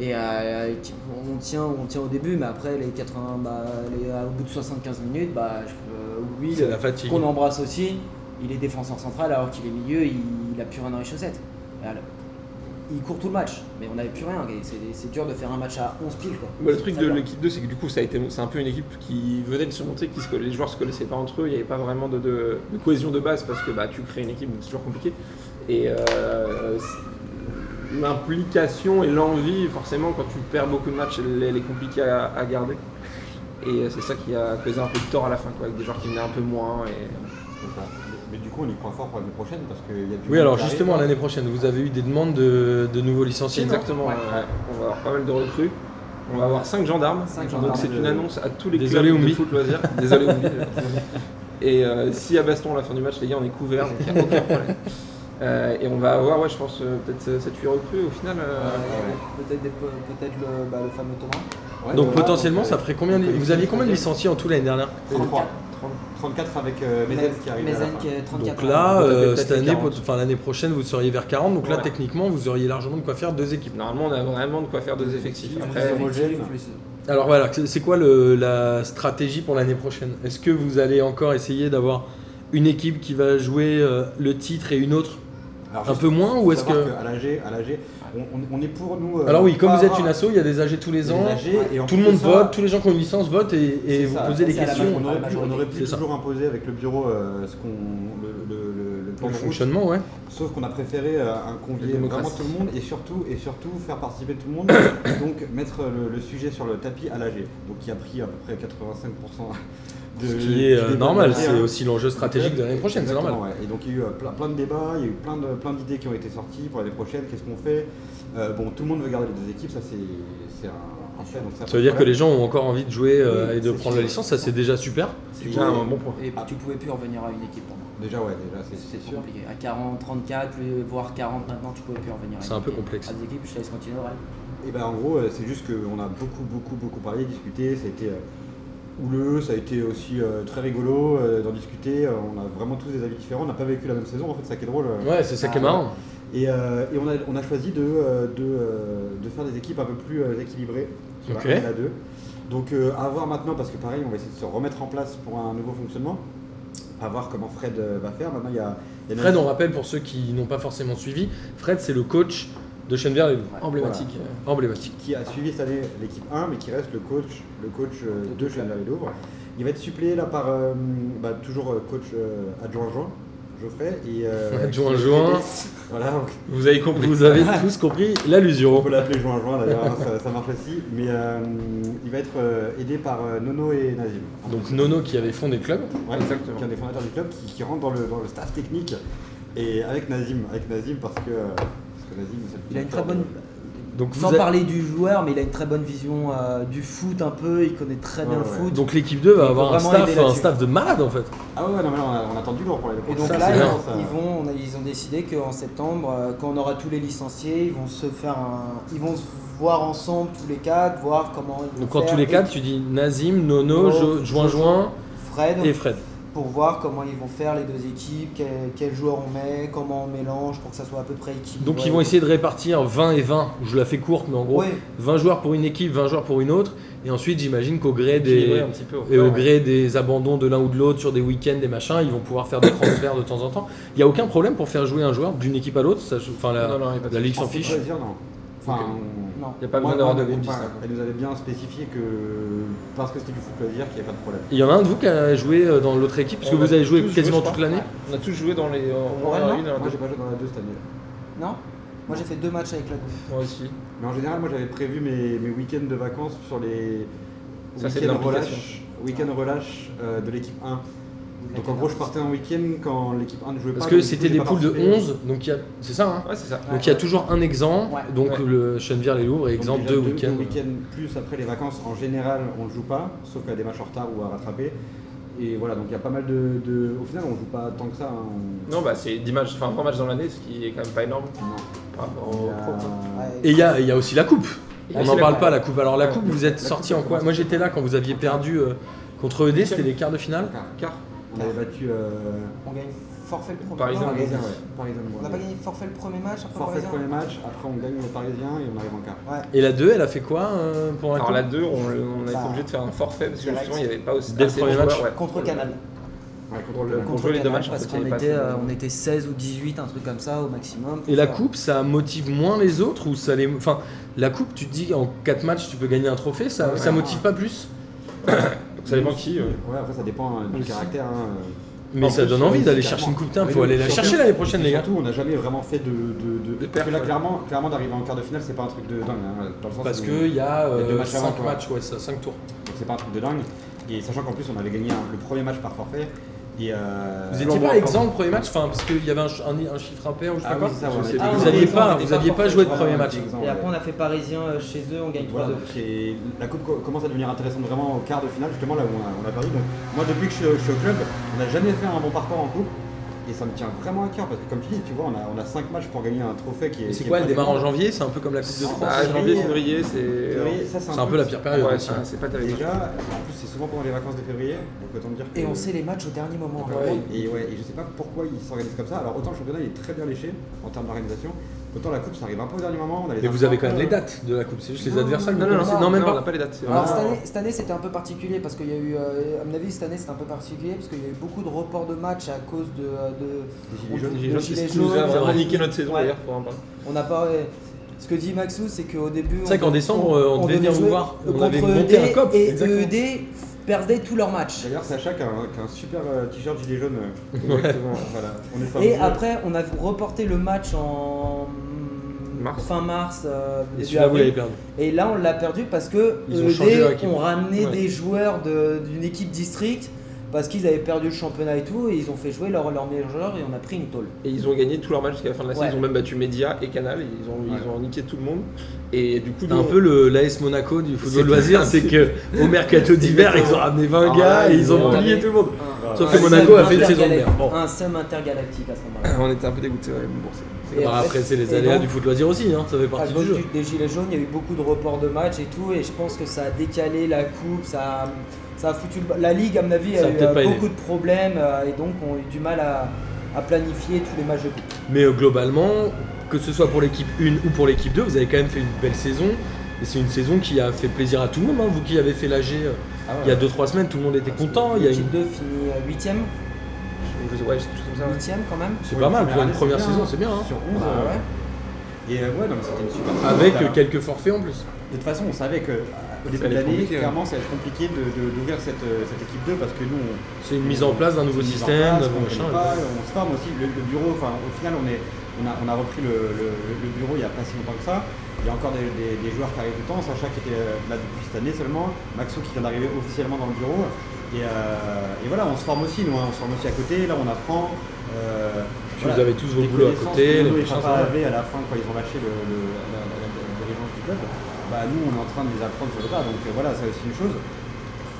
[SPEAKER 5] Et euh, on, tient, on tient au début, mais après les 80, bah, les- au bout de 75 minutes, bah, je,
[SPEAKER 1] C'est
[SPEAKER 5] euh,
[SPEAKER 1] la
[SPEAKER 5] oui,
[SPEAKER 1] fatigue.
[SPEAKER 5] qu'on embrasse aussi, il est défenseur central alors qu'il est milieu, il, il a plus rien dans les chaussettes. Alors, il court tout le match, mais on n'avait plus rien. et C'est c'est dur de faire un match à 11 piles. Quoi.
[SPEAKER 2] Bah, le truc
[SPEAKER 5] Ça
[SPEAKER 2] de
[SPEAKER 5] va.
[SPEAKER 2] l'équipe 2, c'est que du coup, ça a été, c'est un peu une équipe qui venait de se monter, qui se, colla- les joueurs se connaissaient pas entre eux, il n'y avait pas vraiment de, de- de cohésion de base parce que bah, tu crées une équipe, donc c'est toujours compliqué. Et euh, c'est- l'implication et l'envie, forcément, quand tu perds beaucoup de matchs, elle, elle est compliquée à, à garder. Et euh, c'est ça qui a causé un peu de tort à la fin, quoi, avec des joueurs qui venaient un peu moins. Et...
[SPEAKER 4] Donc, ouais. Mais du coup, on y croit fort pour l'année prochaine parce qu'il y a du
[SPEAKER 1] Oui, alors
[SPEAKER 4] monde qui
[SPEAKER 1] justement,
[SPEAKER 4] arrive.
[SPEAKER 1] l'année prochaine, vous avez eu des demandes de, de nouveaux licenciés. non
[SPEAKER 2] Exactement,
[SPEAKER 5] Ouais.
[SPEAKER 2] euh, on va avoir pas mal de recrues. On va avoir 5 gendarmes,
[SPEAKER 5] Cinq
[SPEAKER 2] donc
[SPEAKER 5] gendarmes
[SPEAKER 2] c'est
[SPEAKER 4] de-
[SPEAKER 2] une annonce à tous les
[SPEAKER 1] Désolé,
[SPEAKER 2] clubs de
[SPEAKER 1] Oumbi. *laughs*
[SPEAKER 2] foot loisirs. Désolé, Oumbi. Et euh, si à Baston, à la fin du match, les gars, on est couverts, donc il n'y a
[SPEAKER 1] *laughs*
[SPEAKER 2] aucun problème. Euh, et on va avoir, ouais, je pense, euh, peut-être 7-8 recrues au final. euh,
[SPEAKER 3] Peut-être des- peut-être le, bah, le fameux Thomas.
[SPEAKER 4] Ouais,
[SPEAKER 1] Donc
[SPEAKER 4] ouais,
[SPEAKER 1] potentiellement,
[SPEAKER 4] donc,
[SPEAKER 1] ça
[SPEAKER 4] euh,
[SPEAKER 1] ferait combien de...
[SPEAKER 4] donc,
[SPEAKER 1] Vous aviez combien de licenciés en tout l'année dernière
[SPEAKER 4] 33. 34 avec euh, Mezel qui arrive. à la
[SPEAKER 5] Mezen
[SPEAKER 4] fin.
[SPEAKER 5] qui euh, est 34
[SPEAKER 1] Donc là,
[SPEAKER 2] on peut
[SPEAKER 1] euh,
[SPEAKER 2] peut-être
[SPEAKER 1] cette
[SPEAKER 2] les
[SPEAKER 1] année,
[SPEAKER 2] 40.
[SPEAKER 1] pot- enfin l'année prochaine, vous seriez vers 40. Donc là,
[SPEAKER 2] Ouais.
[SPEAKER 1] techniquement, vous auriez largement de quoi faire deux équipes.
[SPEAKER 2] Normalement, on a vraiment de quoi faire deux effectifs. Après,
[SPEAKER 4] Zéro gel.
[SPEAKER 1] Alors voilà, c'est c'est quoi le- la stratégie pour l'année prochaine Est-ce que vous allez encore essayer d'avoir une équipe qui va jouer euh, le titre et une autre
[SPEAKER 4] Alors,
[SPEAKER 1] un
[SPEAKER 4] juste,
[SPEAKER 1] peu moins
[SPEAKER 4] faut
[SPEAKER 1] ou est-ce
[SPEAKER 4] savoir
[SPEAKER 1] que...
[SPEAKER 4] À l'AG, à l'AG, on, on- on est pour nous. euh,
[SPEAKER 1] Alors oui, comme
[SPEAKER 4] pas
[SPEAKER 1] vous êtes
[SPEAKER 4] avoir
[SPEAKER 1] une asso, il y a des AG tous les
[SPEAKER 4] des
[SPEAKER 1] ans.
[SPEAKER 4] AG, et en
[SPEAKER 1] Tout le
[SPEAKER 4] plus
[SPEAKER 1] monde
[SPEAKER 4] de ça,
[SPEAKER 1] vote, tous les gens qui ont une licence votent et, et
[SPEAKER 4] C'est
[SPEAKER 1] vous
[SPEAKER 4] ça,
[SPEAKER 1] posez des
[SPEAKER 5] c'est à la
[SPEAKER 1] questions.
[SPEAKER 4] On
[SPEAKER 5] main.
[SPEAKER 4] aurait pu, on aurait pu
[SPEAKER 1] C'est ça.
[SPEAKER 4] toujours imposer avec le bureau euh, ce qu'on le, le, le- le plan
[SPEAKER 1] Le
[SPEAKER 4] de route.
[SPEAKER 1] fonctionnement, ouais.
[SPEAKER 4] Sauf qu'on a préféré euh, un convier
[SPEAKER 2] La démocratie.
[SPEAKER 4] vraiment tout le monde et surtout et surtout faire participer tout le
[SPEAKER 1] *coughs*
[SPEAKER 4] monde. donc mettre le, le sujet sur le tapis à l'AG. Donc qui a pris à peu près 85% de.
[SPEAKER 1] Ce qui est euh,
[SPEAKER 4] du débat
[SPEAKER 1] normal,
[SPEAKER 4] de l'AG.
[SPEAKER 1] c'est aussi l'enjeu stratégique de l'année prochaine, c'est
[SPEAKER 4] Exactement,
[SPEAKER 1] normal.
[SPEAKER 4] ouais. Et donc il y a eu euh, plein, plein de débats, il y a eu plein de plein d'idées qui ont été sorties pour l'année prochaine. Qu'est-ce qu'on fait Euh, Bon, tout le monde veut garder les deux équipes, ça c'est c'est un, un fait. donc
[SPEAKER 1] Ça veut dire que les
[SPEAKER 4] gens
[SPEAKER 1] gens ont encore envie de jouer euh,
[SPEAKER 4] Oui,
[SPEAKER 1] et de
[SPEAKER 4] c'est
[SPEAKER 1] prendre la
[SPEAKER 4] sûr.
[SPEAKER 1] licence, ça c'est déjà super.
[SPEAKER 2] c'est hein. déjà un bon point.
[SPEAKER 5] Et tu pouvais plus revenir à une équipe pour moi.
[SPEAKER 4] Déjà ouais, déjà c'est-
[SPEAKER 5] C'est
[SPEAKER 4] c'est
[SPEAKER 5] trop
[SPEAKER 4] sûr.
[SPEAKER 5] compliqué. À 40, 34, plus- voire 40 maintenant, tu pouvais plus revenir. à
[SPEAKER 1] C'est un
[SPEAKER 5] une
[SPEAKER 1] peu
[SPEAKER 5] équipe.
[SPEAKER 1] complexe.
[SPEAKER 5] À des équipes, je te laisse continuer, Aurélien.
[SPEAKER 4] Et ben en gros, euh, c'est juste qu'on a beaucoup, beaucoup, beaucoup parlé, discuté. Ça a été euh, houleux, ça a été aussi euh, très rigolo euh, d'en discuter. Euh, on a vraiment tous des avis différents. On n'a pas vécu la même saison, en fait, c'est ça qui est drôle.
[SPEAKER 1] Ouais, c'est ça qui est
[SPEAKER 4] Ah,
[SPEAKER 1] marrant.
[SPEAKER 4] Et, euh, et on, a, on a choisi de, euh, de, euh, de faire des équipes un peu plus euh, équilibrées sur
[SPEAKER 1] Ok.
[SPEAKER 4] la 1 et la 2. Donc euh, à voir maintenant, parce que pareil, on va essayer de se remettre en place pour un nouveau fonctionnement. À voir comment Fred euh, va faire. Maintenant, il y a, il y a
[SPEAKER 1] Fred,
[SPEAKER 4] Nancy-
[SPEAKER 1] on rappelle pour ceux qui n'ont pas forcément suivi, Fred c'est le coach de Chenvière les Loups.
[SPEAKER 2] Emblématique. euh,
[SPEAKER 1] Emblématique.
[SPEAKER 4] qui a suivi cette année l'équipe 1, mais qui reste le coach, le coach euh, de Chandler et Louvre. Il va être suppléé là par euh, bah, toujours euh, coach euh, adjoint joint, Geoffrey.
[SPEAKER 1] *laughs*
[SPEAKER 4] Et, euh,
[SPEAKER 1] Adjoint joint.
[SPEAKER 4] Voilà, donc,
[SPEAKER 1] Vous avez compris. Vous avez tous compris l'allusion.
[SPEAKER 4] on peut l'appeler joint joint d'ailleurs, hein, ça, ça marche aussi. Mais euh, il va être euh, aidé par euh, Nono et Nazim.
[SPEAKER 1] Donc Nono qui avait fondé le club.
[SPEAKER 4] Ouais,
[SPEAKER 2] *laughs* Exactement.
[SPEAKER 4] Qui est un des fondateurs du club, qui, qui rentre dans le, dans le staff technique. Et avec Nazim, avec Nazim parce que, euh, parce que Nazim, c'est le
[SPEAKER 5] Il a une très
[SPEAKER 4] fondateur
[SPEAKER 5] bonne.
[SPEAKER 4] de-
[SPEAKER 1] Donc vous
[SPEAKER 5] Sans
[SPEAKER 1] a-
[SPEAKER 5] parler du joueur, mais il a une très bonne vision euh, du foot un peu. Il connaît très bien
[SPEAKER 4] Ouais,
[SPEAKER 5] le
[SPEAKER 4] ouais.
[SPEAKER 5] foot.
[SPEAKER 1] Donc l'équipe 2 va
[SPEAKER 5] Il
[SPEAKER 1] avoir
[SPEAKER 5] faut
[SPEAKER 1] un
[SPEAKER 5] vraiment
[SPEAKER 1] staff,
[SPEAKER 5] aider là-dessus.
[SPEAKER 1] un staff de malade en fait.
[SPEAKER 4] Ah ouais, non, mais là, on a, on a attendu lourd pour les
[SPEAKER 3] Et donc
[SPEAKER 1] Ça,
[SPEAKER 3] là,
[SPEAKER 1] c'est
[SPEAKER 3] ils,
[SPEAKER 1] bien,
[SPEAKER 3] vont- ils vont, on a- ils ont décidé qu'en septembre, euh, quand on aura tous les licenciés, ils vont se faire un, ils vont se voir ensemble tous les quatre, voir comment. Ils
[SPEAKER 1] Donc
[SPEAKER 3] vont
[SPEAKER 1] en
[SPEAKER 3] faire.
[SPEAKER 1] tous les
[SPEAKER 3] Et
[SPEAKER 1] cas, tu dis Nazim, Nono,
[SPEAKER 3] Nono,
[SPEAKER 1] Jo- Join Join
[SPEAKER 3] Fred
[SPEAKER 1] et Fred.
[SPEAKER 3] pour voir comment ils vont faire les deux équipes, quel, quel joueur on met, comment on mélange pour que ça soit à peu près équilibré.
[SPEAKER 1] Donc ils vont essayer de répartir 20 et 20. Je la fais courte, mais en gros,
[SPEAKER 3] Ouais.
[SPEAKER 1] 20 joueurs pour une équipe, 20 joueurs pour une autre. Et ensuite, j'imagine qu'au gré
[SPEAKER 2] équilibré
[SPEAKER 1] des,
[SPEAKER 2] un petit peu.
[SPEAKER 1] et au gré des abandons de l'un ou de l'autre sur des week-ends, des machins, ils vont pouvoir faire des transferts de temps en temps. Il n'y a aucun problème pour faire jouer un joueur d'une équipe à l'autre. ça joue- Enfin, la,
[SPEAKER 2] Non, non, il y a pas de
[SPEAKER 1] la ligue
[SPEAKER 4] En
[SPEAKER 1] s'en
[SPEAKER 4] fait,
[SPEAKER 1] fiche.
[SPEAKER 4] choisir, non. Enfin,
[SPEAKER 1] Ok.
[SPEAKER 4] on-
[SPEAKER 3] Non.
[SPEAKER 2] Il n'y a pas
[SPEAKER 4] Moi,
[SPEAKER 2] besoin d'avoir de
[SPEAKER 4] moi,
[SPEAKER 2] hein. groupe
[SPEAKER 4] enfin,
[SPEAKER 2] distincts.
[SPEAKER 4] Elle nous avait bien spécifié que parce que c'était du foot loisir qu'il n'y avait pas de problème.
[SPEAKER 1] Il y en a un de vous qui a joué euh, dans l'autre équipe, parce que
[SPEAKER 2] On a
[SPEAKER 1] vous avez joué
[SPEAKER 2] tous joué,
[SPEAKER 1] quasiment
[SPEAKER 2] je crois.
[SPEAKER 1] toute l'année.
[SPEAKER 2] On a tous joué dans les. en- en-
[SPEAKER 3] Moralement,
[SPEAKER 2] une, Ah en-
[SPEAKER 4] Moi j'ai pas joué dans la 2 cette année.
[SPEAKER 3] Non. Moi j'ai fait deux matchs avec la gauche.
[SPEAKER 2] Moi aussi.
[SPEAKER 4] Mais en général moi j'avais prévu mes, mes week-ends de vacances sur les
[SPEAKER 2] Ça, c'est de
[SPEAKER 4] week-ends
[SPEAKER 2] l'implication. Ah.
[SPEAKER 4] relâche, week-end relâche euh, de l'équipe 1. Donc en gros je partais un week-end quand l'équipe 1 ne jouait
[SPEAKER 1] Parce
[SPEAKER 4] pas.
[SPEAKER 1] que
[SPEAKER 4] donc, du coup,
[SPEAKER 1] c'était
[SPEAKER 4] j'ai
[SPEAKER 1] des
[SPEAKER 4] pas
[SPEAKER 1] poules de
[SPEAKER 4] participé.
[SPEAKER 1] 11, donc il y a- c'est ça, hein
[SPEAKER 2] Ouais, c'est ça.
[SPEAKER 1] Donc il y a toujours un exempt,
[SPEAKER 3] Ouais.
[SPEAKER 1] donc
[SPEAKER 2] Ouais.
[SPEAKER 1] le Chenvière les Louvres et
[SPEAKER 4] Donc,
[SPEAKER 1] exempt
[SPEAKER 4] déjà,
[SPEAKER 1] deux
[SPEAKER 4] deux
[SPEAKER 1] week-ends.
[SPEAKER 4] deux week-ends plus après les vacances en général on ne joue pas, sauf qu'à des matchs en retard ou à rattraper. Et voilà donc il y a pas mal de, de- Au final on joue pas tant que ça. hein, on-
[SPEAKER 2] Non, bah c'est 10 matchs, enfin 3 matchs dans l'année, ce qui est quand même pas énorme par rapport au
[SPEAKER 4] Il y a-
[SPEAKER 2] pro. quoi.
[SPEAKER 3] Ouais.
[SPEAKER 1] Et il y a, il y a aussi la coupe.
[SPEAKER 2] Et
[SPEAKER 1] On
[SPEAKER 2] c'est
[SPEAKER 1] n'en
[SPEAKER 2] la
[SPEAKER 1] parle
[SPEAKER 2] coupe.
[SPEAKER 1] pas, la coupe. Alors, la
[SPEAKER 4] Ouais,
[SPEAKER 1] coupe,
[SPEAKER 4] la
[SPEAKER 1] vous êtes
[SPEAKER 4] coupe,
[SPEAKER 1] sorti
[SPEAKER 4] ça
[SPEAKER 1] en quoi
[SPEAKER 4] commence
[SPEAKER 1] Moi, j'étais là quand vous aviez perdu euh, contre ED, c'était les quarts de finale.
[SPEAKER 2] Car
[SPEAKER 4] Hein On avait battu euh,
[SPEAKER 3] On gagne forfait le premier
[SPEAKER 2] Parisien,
[SPEAKER 3] match.
[SPEAKER 2] Parisien,
[SPEAKER 4] Parisien, ouais. Parisien,
[SPEAKER 3] On n'a pas gagné forfait le premier match, après
[SPEAKER 4] Forfait
[SPEAKER 3] Parisien.
[SPEAKER 4] premier match, après on gagne le Parisien et on arrive en quart.
[SPEAKER 3] Ouais.
[SPEAKER 1] Et la 2, elle a fait quoi euh, pour la
[SPEAKER 2] Alors
[SPEAKER 1] coupe
[SPEAKER 2] la 2, on, on a été
[SPEAKER 3] Bah,
[SPEAKER 2] obligé de faire un forfait parce que
[SPEAKER 3] direct.
[SPEAKER 2] justement il n'y avait pas aussi
[SPEAKER 1] Dès le
[SPEAKER 2] assez
[SPEAKER 1] premier
[SPEAKER 2] de joueurs,
[SPEAKER 1] match.
[SPEAKER 2] ouais. Ah,
[SPEAKER 3] Contre Canal.
[SPEAKER 4] Ouais,
[SPEAKER 2] Pour le-
[SPEAKER 4] Canal.
[SPEAKER 2] pour jouer les deux
[SPEAKER 3] Canal,
[SPEAKER 2] matchs, en
[SPEAKER 5] Parce
[SPEAKER 2] fait, il y
[SPEAKER 5] qu'on
[SPEAKER 2] avait pas
[SPEAKER 5] était,
[SPEAKER 2] assez de-
[SPEAKER 5] euh, on était 16 ou 18, un truc comme ça au maximum. pour
[SPEAKER 1] Et la
[SPEAKER 5] faire-
[SPEAKER 1] coupe, ça motive moins les autres ou ça les. Enfin, la coupe, tu te dis en 4 matchs, tu peux gagner un trophée, ça, ça motive pas plus.
[SPEAKER 2] Ça dépend qui. euh.
[SPEAKER 4] Ouais, après ça dépend euh, du
[SPEAKER 2] Aussi.
[SPEAKER 4] caractère. hein, euh.
[SPEAKER 1] Mais
[SPEAKER 4] En
[SPEAKER 1] ça
[SPEAKER 4] plus,
[SPEAKER 1] donne
[SPEAKER 4] ouais,
[SPEAKER 1] envie
[SPEAKER 4] c'est
[SPEAKER 1] d'aller
[SPEAKER 4] clairement.
[SPEAKER 1] chercher une coupe. Putain,
[SPEAKER 4] Mais
[SPEAKER 1] faut
[SPEAKER 4] oui,
[SPEAKER 1] aller la
[SPEAKER 4] surtout-
[SPEAKER 1] chercher l'année prochaine, les gars.
[SPEAKER 4] Surtout, on n'a jamais vraiment fait de. de, de-
[SPEAKER 2] De
[SPEAKER 4] parce que
[SPEAKER 2] perf,
[SPEAKER 4] là,
[SPEAKER 2] ouais.
[SPEAKER 4] clairement, clairement d'arriver en quart de finale, c'est pas un truc de dingue. hein, dans le sens
[SPEAKER 1] Parce
[SPEAKER 4] où-
[SPEAKER 1] qu'il y a
[SPEAKER 4] Il y a
[SPEAKER 1] 5
[SPEAKER 4] deux matchs avant, quoi.
[SPEAKER 1] matchs, ouais, ça, 5 tours.
[SPEAKER 4] donc c'est pas un truc de dingue. Et sachant qu'en plus, on avait gagné un- le premier match par forfait. Et, euh,
[SPEAKER 1] Vous
[SPEAKER 4] non,
[SPEAKER 1] étiez pas
[SPEAKER 4] bon, encore-
[SPEAKER 1] exempt le premier match, enfin, parce qu'il y avait un, ch- un- un chiffre impair ou je sais
[SPEAKER 4] Ah
[SPEAKER 1] pas quoi.
[SPEAKER 4] oui, c'est ça, ouais,
[SPEAKER 2] Je
[SPEAKER 4] on
[SPEAKER 2] sais plus.
[SPEAKER 4] était exempt.
[SPEAKER 1] vous aviez
[SPEAKER 3] était exempt,
[SPEAKER 1] pas,
[SPEAKER 3] on était
[SPEAKER 1] vous
[SPEAKER 3] pas
[SPEAKER 1] aviez pas
[SPEAKER 3] forfait,
[SPEAKER 1] joué le
[SPEAKER 4] Ouais,
[SPEAKER 1] premier
[SPEAKER 4] on
[SPEAKER 1] match.
[SPEAKER 4] était exempt,
[SPEAKER 3] Et après,
[SPEAKER 4] ouais.
[SPEAKER 3] on a fait Parisien euh, chez eux, on gagne 3-2.
[SPEAKER 4] Voilà, c'est- la coupe co- commence à devenir intéressante vraiment au quart de finale, justement là où on a, on a perdu. Donc, moi, depuis que je, suis- je suis au club, on n'a jamais fait un bon parcours en coupe. Et ça me tient vraiment à cœur parce que, comme tu dis, tu vois, on a, on a 5 matchs pour gagner un trophée qui est.
[SPEAKER 1] Et c'est
[SPEAKER 4] qui est
[SPEAKER 1] quoi, elle
[SPEAKER 4] pas
[SPEAKER 1] démarre en
[SPEAKER 4] dégueu.
[SPEAKER 1] janvier C'est un peu comme la Coupe de France.
[SPEAKER 2] Ah, janvier,
[SPEAKER 4] février.
[SPEAKER 2] février, c'est. euh,
[SPEAKER 4] Février, ça,
[SPEAKER 1] C'est un peu la pire période
[SPEAKER 2] Ouais,
[SPEAKER 1] aussi.
[SPEAKER 2] ça, c'est pas terrible.
[SPEAKER 4] Déjà, en plus, c'est souvent pendant les vacances de février, donc autant te dire que.
[SPEAKER 3] Et on sait les matchs au dernier moment.
[SPEAKER 4] Ouais, Et ouais, et je sais pas pourquoi ils s'organisent comme ça. Alors autant le championnat il est très bien léché en termes d'organisation, autant la coupe ça arrive un peu au dernier moment. On a les
[SPEAKER 1] Mais vous
[SPEAKER 4] infos euh,
[SPEAKER 1] avez
[SPEAKER 4] un
[SPEAKER 1] quand même
[SPEAKER 4] peu-
[SPEAKER 1] les dates de la Coupe, c'est juste les adversaires que vous
[SPEAKER 2] Non, non,
[SPEAKER 1] connaissez.
[SPEAKER 2] non,
[SPEAKER 1] Non, même
[SPEAKER 2] non, on n'a
[SPEAKER 1] pas.
[SPEAKER 2] pas les dates. c'est
[SPEAKER 3] Alors,
[SPEAKER 1] Ah.
[SPEAKER 2] vraiment-
[SPEAKER 3] cette année, cette année, c'était un peu particulier parce qu'il y a eu, euh, à mon avis, cette année c'était un peu particulier parce qu'il y a eu beaucoup de reports de matchs à cause de. euh, de-
[SPEAKER 4] Les
[SPEAKER 3] on-
[SPEAKER 4] gilets jaunes.
[SPEAKER 2] Les
[SPEAKER 3] de
[SPEAKER 2] Gilets jaunes, c'est
[SPEAKER 3] gilets
[SPEAKER 2] ce qui nous a
[SPEAKER 3] jaunes,
[SPEAKER 2] vraiment
[SPEAKER 3] on-
[SPEAKER 2] niqué notre saison
[SPEAKER 3] Ouais.
[SPEAKER 2] d'ailleurs pour un brin.
[SPEAKER 3] On n'a pas. Ce que dit Maxou, c'est qu'au début.
[SPEAKER 1] C'est vrai qu'en décembre, euh, on devait venir vous
[SPEAKER 3] jouer
[SPEAKER 1] voir. On
[SPEAKER 3] contre
[SPEAKER 1] avait monté
[SPEAKER 3] ED,
[SPEAKER 1] un cop,
[SPEAKER 3] Et
[SPEAKER 1] exactement.
[SPEAKER 3] EED perdait tous leurs matchs.
[SPEAKER 4] D'ailleurs, Sacha qui a un, qui a un super euh, t-shirt gilet jaune. euh, exactement, voilà. On est
[SPEAKER 3] Et
[SPEAKER 4] favorisé.
[SPEAKER 3] après, on a reporté le match en.
[SPEAKER 2] Mars.
[SPEAKER 3] Fin mars. euh,
[SPEAKER 1] Et
[SPEAKER 3] début
[SPEAKER 1] celui-là, vous
[SPEAKER 3] avril.
[SPEAKER 1] l'avez perdu.
[SPEAKER 3] Et là, on l'a perdu parce que
[SPEAKER 1] Ils ont
[SPEAKER 3] ED
[SPEAKER 1] changé leur équipe.
[SPEAKER 3] ont ramené
[SPEAKER 1] Ouais.
[SPEAKER 3] des joueurs de- d'une équipe district parce qu'ils avaient perdu le championnat et tout, et ils ont fait jouer leurs leurs meilleurs joueurs et on a pris une tôle.
[SPEAKER 2] Et ils ont gagné tous leurs matchs jusqu'à la fin de la saison.
[SPEAKER 3] Ouais.
[SPEAKER 2] Ils ont même battu Média et Canal. et Ils ont, ils ont niqué tout le monde. Et du coup,
[SPEAKER 1] C'est un
[SPEAKER 2] nous,
[SPEAKER 1] peu le l'AS Monaco du football
[SPEAKER 2] C'est-
[SPEAKER 1] loisir, c'est que au mercato d'hiver, ils ont ramené 20
[SPEAKER 4] Ah,
[SPEAKER 1] gars et
[SPEAKER 4] ils
[SPEAKER 1] ils
[SPEAKER 4] ont
[SPEAKER 1] ont oublié
[SPEAKER 3] ramené-
[SPEAKER 1] tout le monde.
[SPEAKER 4] Voilà.
[SPEAKER 1] Sauf
[SPEAKER 3] Un
[SPEAKER 1] que Monaco
[SPEAKER 3] seul
[SPEAKER 1] a fait une saison de
[SPEAKER 3] intergalactique-
[SPEAKER 1] merde. Bon.
[SPEAKER 3] Un seul intergalactique à ce moment-là.
[SPEAKER 1] *laughs*
[SPEAKER 2] on était un peu dégoûtés. ouais, mais bon, c'est-
[SPEAKER 3] Et
[SPEAKER 1] Bah,
[SPEAKER 3] en fait,
[SPEAKER 1] après, c'est les
[SPEAKER 3] et
[SPEAKER 1] aléas
[SPEAKER 3] donc,
[SPEAKER 1] du foot loisir aussi, hein, ça fait
[SPEAKER 3] À
[SPEAKER 1] partie du
[SPEAKER 3] cause
[SPEAKER 1] jeu.
[SPEAKER 3] du- des gilets jaunes, il y a eu beaucoup de reports de matchs et tout, et je pense que ça a décalé la coupe, ça a, ça a foutu le ba- la ligue à mon avis
[SPEAKER 1] Ça
[SPEAKER 3] a
[SPEAKER 1] a
[SPEAKER 3] eu
[SPEAKER 1] peut-être
[SPEAKER 3] euh,
[SPEAKER 1] pas aidé.
[SPEAKER 3] beaucoup de problèmes euh, et donc ont eu du mal à, à planifier tous les matchs de coupe.
[SPEAKER 1] Mais euh, globalement, que ce soit pour l'équipe 1 ou pour l'équipe 2, vous avez quand même fait une belle saison. Et c'est une saison qui a fait plaisir à tout le monde. hein. Vous qui avez fait l'AG euh,
[SPEAKER 4] Ah ouais.
[SPEAKER 1] il y a 2-3 semaines, tout le monde était content. Il y a
[SPEAKER 3] L'équipe
[SPEAKER 1] une-
[SPEAKER 3] 2 finit euh, huitième,
[SPEAKER 2] je- ouais, c'est tout comme ça. ouais.
[SPEAKER 3] huitième quand même.
[SPEAKER 1] C'est
[SPEAKER 4] Ouais,
[SPEAKER 1] pas mal
[SPEAKER 4] première
[SPEAKER 1] Bah, pour une première
[SPEAKER 4] année, c'est
[SPEAKER 1] saison,
[SPEAKER 4] bien, hein.
[SPEAKER 1] c'est bien. hein.
[SPEAKER 4] Sur 11,
[SPEAKER 3] Bah
[SPEAKER 4] euh,
[SPEAKER 3] ouais.
[SPEAKER 4] Et euh, ouais, donc c'était une super saison.
[SPEAKER 1] Avec
[SPEAKER 4] T'as-
[SPEAKER 1] euh, quelques forfaits en plus.
[SPEAKER 4] De toute façon, on savait que euh, au début
[SPEAKER 2] allait être
[SPEAKER 4] de l'année,
[SPEAKER 2] compliqué, hein.
[SPEAKER 4] clairement, ça allait être compliqué de- de- d'ouvrir cette, euh, cette équipe 2 parce que nous, on,
[SPEAKER 1] C'est une mise en place d'un nouveau
[SPEAKER 4] Mise en
[SPEAKER 1] système,
[SPEAKER 4] place,
[SPEAKER 1] d'un
[SPEAKER 4] on
[SPEAKER 1] machin.
[SPEAKER 4] connaît pas, on se forme aussi. Le, le bureau, enfin, au final, on, est, on, a, on a repris le, le- le bureau il n'y a pas si longtemps que ça. Il y a encore des, des- des joueurs qui arrivent tout le temps. Sacha qui était euh, là depuis cette année seulement. Maxou qui vient d'arriver officiellement dans le bureau. Et, euh, et voilà, on se forme aussi, nous. hein. on se forme aussi à côté. Là, on apprend. euh,
[SPEAKER 1] Puis vous avez tous vos
[SPEAKER 4] des
[SPEAKER 1] boulots à
[SPEAKER 4] connaissances
[SPEAKER 1] côté,
[SPEAKER 4] que
[SPEAKER 1] les
[SPEAKER 4] Nuno et
[SPEAKER 1] machins,
[SPEAKER 4] Papa
[SPEAKER 1] ça va.
[SPEAKER 4] avaient à la fin quand ils ont lâché le, le- la, la- la- la dirigeance du club. Bah, nous, on est en train de les apprendre sur le tas. Donc euh, voilà, c'est aussi une chose.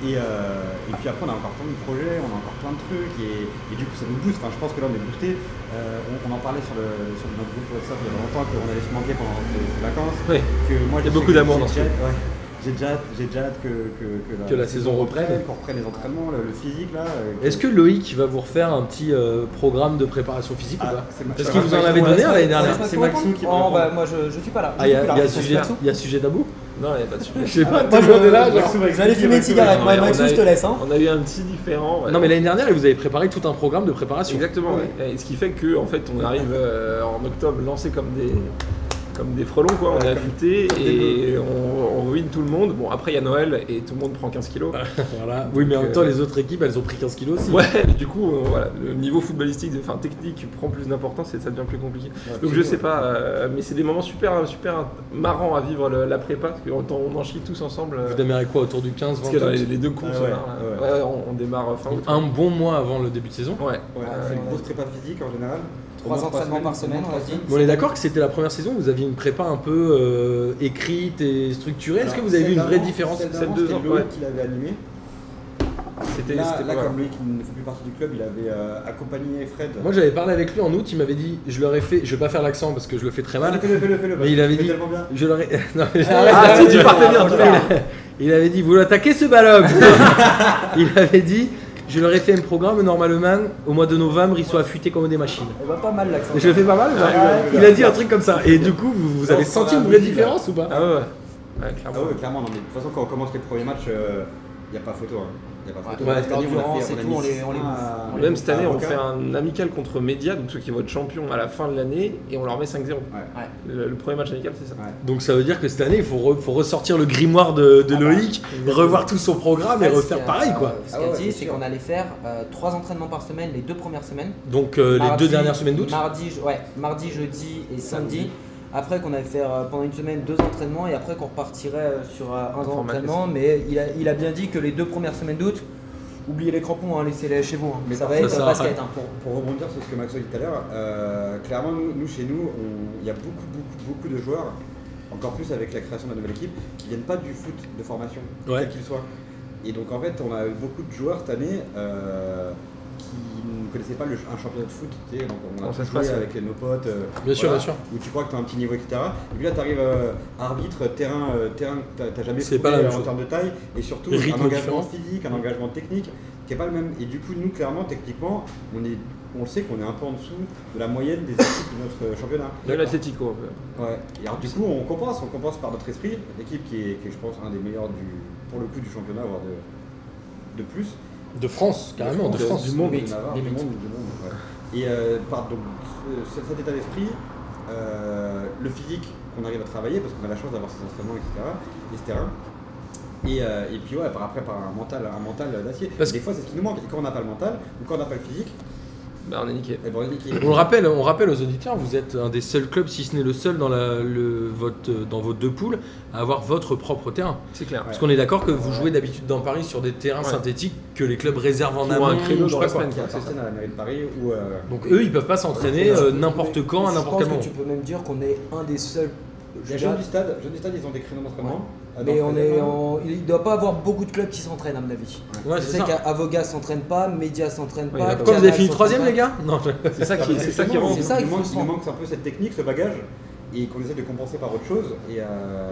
[SPEAKER 4] Et, euh, et puis après, on a encore plein de projets, on a encore plein de trucs, et, et du coup, ça nous booste. Enfin, je pense que là, on est boosté. Euh, on, on en parlait sur, le, sur notre groupe WhatsApp il y a longtemps qu'on allait se manquer pendant les, les vacances.
[SPEAKER 1] Ouais.
[SPEAKER 4] Que moi,
[SPEAKER 1] Il y a
[SPEAKER 4] je sais
[SPEAKER 1] beaucoup
[SPEAKER 4] que
[SPEAKER 1] d'amour
[SPEAKER 4] j'ai
[SPEAKER 1] dans ce
[SPEAKER 4] déjà- ouais. J'ai déjà, hâte- j'ai déjà hâte que, que,
[SPEAKER 1] Que la saison reprenne.
[SPEAKER 4] qu'on reprenne les entraînements, le, le physique là. euh,
[SPEAKER 1] Est-ce que Loïc va vous refaire un petit euh, programme de préparation physique
[SPEAKER 4] Ah,
[SPEAKER 1] ou pas
[SPEAKER 4] c'est ma-
[SPEAKER 1] Parce
[SPEAKER 4] ça
[SPEAKER 1] qu'il
[SPEAKER 4] va,
[SPEAKER 1] vous
[SPEAKER 4] ça
[SPEAKER 1] en
[SPEAKER 4] va, *laughs*
[SPEAKER 1] avait
[SPEAKER 4] ça va,
[SPEAKER 1] donné
[SPEAKER 4] ça
[SPEAKER 1] à
[SPEAKER 4] va,
[SPEAKER 1] l'année
[SPEAKER 4] ça va,
[SPEAKER 1] dernière.
[SPEAKER 4] ça va. c'est Maxou qui va
[SPEAKER 3] Oh,
[SPEAKER 4] répondre.
[SPEAKER 3] bah, Moi je, je suis pas là.
[SPEAKER 1] Ah, il y
[SPEAKER 3] Je
[SPEAKER 1] a, il y a
[SPEAKER 3] suis plus là.
[SPEAKER 1] sujet,
[SPEAKER 3] Maxou.
[SPEAKER 1] il y a sujet d'abou
[SPEAKER 2] Non,
[SPEAKER 3] *laughs*
[SPEAKER 2] il n'y a pas de sujet.
[SPEAKER 1] Je sais pas,
[SPEAKER 3] Moi,
[SPEAKER 4] Ah,
[SPEAKER 1] tout le monde est là.
[SPEAKER 3] je-
[SPEAKER 1] genre.
[SPEAKER 4] Maxou va
[SPEAKER 3] je- J'allais
[SPEAKER 4] expliquer,
[SPEAKER 3] fumer une
[SPEAKER 4] Maxou va
[SPEAKER 3] cigarette.
[SPEAKER 2] expliquer.
[SPEAKER 3] Ouais,
[SPEAKER 2] On a-
[SPEAKER 3] Maxou,
[SPEAKER 2] on a-
[SPEAKER 3] je te laisse. hein.
[SPEAKER 2] On a eu un petit différent. ouais.
[SPEAKER 1] Non, mais l'année dernière, vous avez préparé tout un programme de préparation.
[SPEAKER 2] Exactement.
[SPEAKER 4] Ouais.
[SPEAKER 2] ouais. Et ce qui fait que en fait on arrive euh, en octobre lancé comme des comme des frelons quoi, on est affûté et on, on ruine tout le monde. Bon après il y a Noël et tout le monde prend 15 kilos.
[SPEAKER 4] Ah,
[SPEAKER 1] *laughs* Voilà. Oui, mais en
[SPEAKER 2] Donc,
[SPEAKER 1] même temps,
[SPEAKER 2] euh,
[SPEAKER 1] les autres équipes, elles ont pris 15 kilos aussi.
[SPEAKER 2] Ouais, du coup euh, voilà, le niveau footballistique, enfin technique prend plus d'importance et ça devient plus compliqué. Donc je sais pas, euh, mais c'est des moments super super marrants à vivre le- la prépa, parce qu'on on en chie tous ensemble. euh,
[SPEAKER 1] Vous démarrez quoi autour du 15
[SPEAKER 2] parce
[SPEAKER 1] 20
[SPEAKER 2] que là,
[SPEAKER 1] août
[SPEAKER 2] les, les deux cons
[SPEAKER 4] Ah
[SPEAKER 2] sont
[SPEAKER 4] ouais,
[SPEAKER 2] là,
[SPEAKER 4] ouais.
[SPEAKER 2] ouais, on, on démarre fin août.
[SPEAKER 1] Un bon mois avant le début de saison.
[SPEAKER 2] Ouais.
[SPEAKER 4] Ouais, on fait une grosse prépa physique en général. Au
[SPEAKER 3] Trois
[SPEAKER 4] moins
[SPEAKER 3] entraînements par
[SPEAKER 4] au moins
[SPEAKER 3] semaine, on
[SPEAKER 4] trois
[SPEAKER 3] l'a dit.
[SPEAKER 1] Bon, on est d'accord que c'était la première saison où vous aviez une prépa un peu euh, écrite et structurée. Est-ce que
[SPEAKER 4] Alors,
[SPEAKER 1] vous avez vu une
[SPEAKER 4] celle
[SPEAKER 1] vraie
[SPEAKER 4] d'avant-
[SPEAKER 1] différence
[SPEAKER 4] Celle
[SPEAKER 2] Celle
[SPEAKER 4] d'avant,
[SPEAKER 2] de
[SPEAKER 4] c'était
[SPEAKER 2] Zor-
[SPEAKER 4] Loïc
[SPEAKER 2] ouais.
[SPEAKER 4] qui l'avait animée.
[SPEAKER 2] C'était.
[SPEAKER 4] Là,
[SPEAKER 2] c'était pas
[SPEAKER 4] là,
[SPEAKER 2] mal.
[SPEAKER 4] comme lui qui ne fait plus partie du club, il avait euh, accompagné Fred.
[SPEAKER 1] Moi j'avais parlé avec lui en août, il m'avait dit, je leur ai fait, je vais pas faire l'accent parce que je le fais très mal.
[SPEAKER 4] Fais-le, fais-le, fais-le.
[SPEAKER 1] Mais il avait
[SPEAKER 4] C'est
[SPEAKER 1] dit-
[SPEAKER 4] tellement bien.
[SPEAKER 1] Je leur ai... *laughs* Non, mais
[SPEAKER 4] Ah,
[SPEAKER 1] j'arrête,
[SPEAKER 4] c'est
[SPEAKER 1] j'ai
[SPEAKER 4] du
[SPEAKER 1] dû
[SPEAKER 4] partenaire,
[SPEAKER 1] partenaire.
[SPEAKER 4] faut
[SPEAKER 1] tu
[SPEAKER 4] le
[SPEAKER 1] vois, *laughs* Il, il avait dit, vous l'attaquez ce ballon *laughs* Il avait dit, je leur ai fait un programme normalement, au mois de novembre, ils sont affûtés comme des machines.
[SPEAKER 3] Elle va pas mal l'accent.
[SPEAKER 1] Je le fais pas mal ou
[SPEAKER 4] Ah,
[SPEAKER 1] pas Ah, Il a dit un truc comme ça. Et du coup, vous, vous avez senti une vraie différence ou pas
[SPEAKER 2] Ah ouais, ouais. Ouais, clairement.
[SPEAKER 4] Ah ouais, clairement, non, mais de toute façon, quand on commence les premiers matchs, il n'y a pas photo. Il n'y a pas photo.
[SPEAKER 1] Ouais,
[SPEAKER 4] Cette année, on a
[SPEAKER 3] l'endurance
[SPEAKER 4] fait-
[SPEAKER 3] et
[SPEAKER 4] on a
[SPEAKER 3] tout,
[SPEAKER 4] mis
[SPEAKER 3] on les- on les
[SPEAKER 4] un-
[SPEAKER 3] bouffe.
[SPEAKER 4] on les
[SPEAKER 2] Même
[SPEAKER 4] bouffe
[SPEAKER 2] cette année,
[SPEAKER 4] à
[SPEAKER 2] on
[SPEAKER 4] Roca.
[SPEAKER 2] fait un amical contre Média, donc ceux qui vont être champions à la fin de l'année, et on leur met 5-0. Le, le premier match amical, c'est ça.
[SPEAKER 4] Ouais.
[SPEAKER 1] Donc ça veut dire que cette année, il faut, re- faut ressortir le grimoire de, de
[SPEAKER 4] bah.
[SPEAKER 1] Loïc, revoir tout son programme et
[SPEAKER 3] Fred, ce
[SPEAKER 1] refaire
[SPEAKER 3] qu'a-
[SPEAKER 1] pareil quoi.
[SPEAKER 3] Ah, Ce
[SPEAKER 4] Ah
[SPEAKER 3] qu'a
[SPEAKER 4] ouais,
[SPEAKER 3] dit,
[SPEAKER 4] c'est
[SPEAKER 3] c'est
[SPEAKER 4] sûr.
[SPEAKER 3] qu'on allait faire euh, trois entraînements par semaine les deux premières semaines.
[SPEAKER 1] Donc euh, les
[SPEAKER 3] Mardi-
[SPEAKER 1] deux dernières semaines d'août
[SPEAKER 3] Mardi, je- ouais, mardi, jeudi et samedi. Après qu'on allait faire euh, pendant une semaine deux entraînements et après qu'on repartirait euh, sur euh, un
[SPEAKER 2] format
[SPEAKER 3] entraînement. Mais il a, il a bien dit que les deux premières semaines d'août, oubliez les crampons, hein, laissez-les chez vous. hein.
[SPEAKER 4] Mais
[SPEAKER 3] ça
[SPEAKER 4] par
[SPEAKER 3] va
[SPEAKER 1] contre,
[SPEAKER 3] être
[SPEAKER 1] ça
[SPEAKER 3] euh,
[SPEAKER 1] sert à
[SPEAKER 3] basket. hein.
[SPEAKER 4] Pour, pour rebondir sur ce que Max a dit tout à l'heure, euh, clairement, nous, nous, chez nous, on- il y a beaucoup, beaucoup, beaucoup de joueurs, encore plus avec la création de la nouvelle équipe, qui viennent pas du foot de formation,
[SPEAKER 1] Ouais.
[SPEAKER 4] quel qu'il soit. Et donc, en fait, on a eu beaucoup de joueurs cette année euh, qui ne connaissaient pas le, ch- un championnat de foot. tu sais, donc on a
[SPEAKER 2] Comment ça se
[SPEAKER 4] joué
[SPEAKER 2] passe, ouais.
[SPEAKER 4] avec nos potes. euh,
[SPEAKER 1] Bien sûr, bien sûr.
[SPEAKER 4] Où tu crois que tu as un petit niveau, etc. Et puis là, tu arrives arbitre, terrain, euh, terrain que t'as- t'as jamais
[SPEAKER 1] C'est
[SPEAKER 4] fait
[SPEAKER 1] pas la même
[SPEAKER 4] en
[SPEAKER 1] chose.
[SPEAKER 4] termes de taille, et surtout
[SPEAKER 1] Rythme
[SPEAKER 4] un engagement
[SPEAKER 1] différent. Mm.
[SPEAKER 4] physique, un engagement technique qui est pas le même. Et du coup, nous, clairement, techniquement, on est, on sait qu'on est un peu en dessous de la moyenne des équipes de notre euh, championnat.
[SPEAKER 2] De l'Atletico, un peu.
[SPEAKER 4] Ouais. Et alors, du coup, on compense, on compense par notre esprit, l'équipe qui est, qui est, je pense, un des meilleurs du, pour le coup, du championnat, voire de, de plus.
[SPEAKER 1] De France, carrément, de
[SPEAKER 4] De-
[SPEAKER 1] France.
[SPEAKER 4] Du monde,
[SPEAKER 3] Des
[SPEAKER 4] de Navarre,
[SPEAKER 3] des
[SPEAKER 4] du
[SPEAKER 3] mythes.
[SPEAKER 4] monde, du monde, ouais. Et euh, par donc, ce- cet état d'esprit, euh, le physique qu'on arrive à travailler, parce qu'on a la chance d'avoir ces entraînements, etc., et ce terrain. Et, euh, et puis ouais, par après par un mental, un mental d'acier.
[SPEAKER 1] Parce
[SPEAKER 4] Des fois c'est ce qui nous manque. Et quand on n'a pas le mental, ou quand on n'a pas le physique,
[SPEAKER 2] Bah, on est niqué.
[SPEAKER 4] eh ben, on est niqué.
[SPEAKER 1] On le rappelle, on rappelle aux auditeurs, vous êtes un des seuls clubs, si ce n'est le seul dans, la, le, votre, euh, dans vos deux poules, à avoir votre propre terrain.
[SPEAKER 2] C'est clair.
[SPEAKER 1] Parce qu'on est d'accord que vous jouez d'habitude dans Paris sur des terrains
[SPEAKER 2] Ouais.
[SPEAKER 1] synthétiques que les clubs réservent en
[SPEAKER 2] Qui ont
[SPEAKER 1] amont.
[SPEAKER 2] un créneau
[SPEAKER 1] je sais
[SPEAKER 2] dans
[SPEAKER 1] pas
[SPEAKER 2] la
[SPEAKER 1] quoi.
[SPEAKER 2] semaine.
[SPEAKER 4] qui appartiennent à la mairie de Paris ou euh,
[SPEAKER 1] Donc eux, ils peuvent pas s'entraîner euh, n'importe
[SPEAKER 3] Mais-
[SPEAKER 1] quand,
[SPEAKER 3] mais
[SPEAKER 1] à
[SPEAKER 3] je
[SPEAKER 1] n'importe quel
[SPEAKER 3] pense que
[SPEAKER 1] moment.
[SPEAKER 3] Tu peux même dire qu'on est un des seuls.
[SPEAKER 4] il y a
[SPEAKER 3] je dirais-
[SPEAKER 4] Jeunes du stade, Jeunes du stade ils ont des créneaux d'entraînement. Euh, dans
[SPEAKER 3] mais
[SPEAKER 4] le
[SPEAKER 3] on
[SPEAKER 4] stade,
[SPEAKER 3] est
[SPEAKER 4] non
[SPEAKER 3] en- il doit pas avoir beaucoup de clubs qui s'entraînent à mon avis.
[SPEAKER 1] Ouais,
[SPEAKER 3] je
[SPEAKER 1] c'est
[SPEAKER 3] sais
[SPEAKER 1] ça.
[SPEAKER 3] qu'Avoga s'entraîne pas, Média s'entraîne
[SPEAKER 2] Ouais,
[SPEAKER 3] pas.
[SPEAKER 2] d'accord.
[SPEAKER 1] Pourquoi vous avez
[SPEAKER 3] Canal
[SPEAKER 1] fini
[SPEAKER 3] s'entraîne
[SPEAKER 1] troisième,
[SPEAKER 3] pas.
[SPEAKER 1] les gars Non, je-
[SPEAKER 2] C'est ça
[SPEAKER 4] Ah,
[SPEAKER 2] qui,
[SPEAKER 4] mais
[SPEAKER 2] c'est ça qui
[SPEAKER 4] justement,
[SPEAKER 2] rend.
[SPEAKER 3] c'est ça qu'il
[SPEAKER 4] il nous
[SPEAKER 3] faut
[SPEAKER 4] manque-
[SPEAKER 3] se
[SPEAKER 4] il nous
[SPEAKER 3] rendre.
[SPEAKER 4] manque un peu cette technique, ce bagage, et qu'on essaie de compenser par autre chose. Et euh,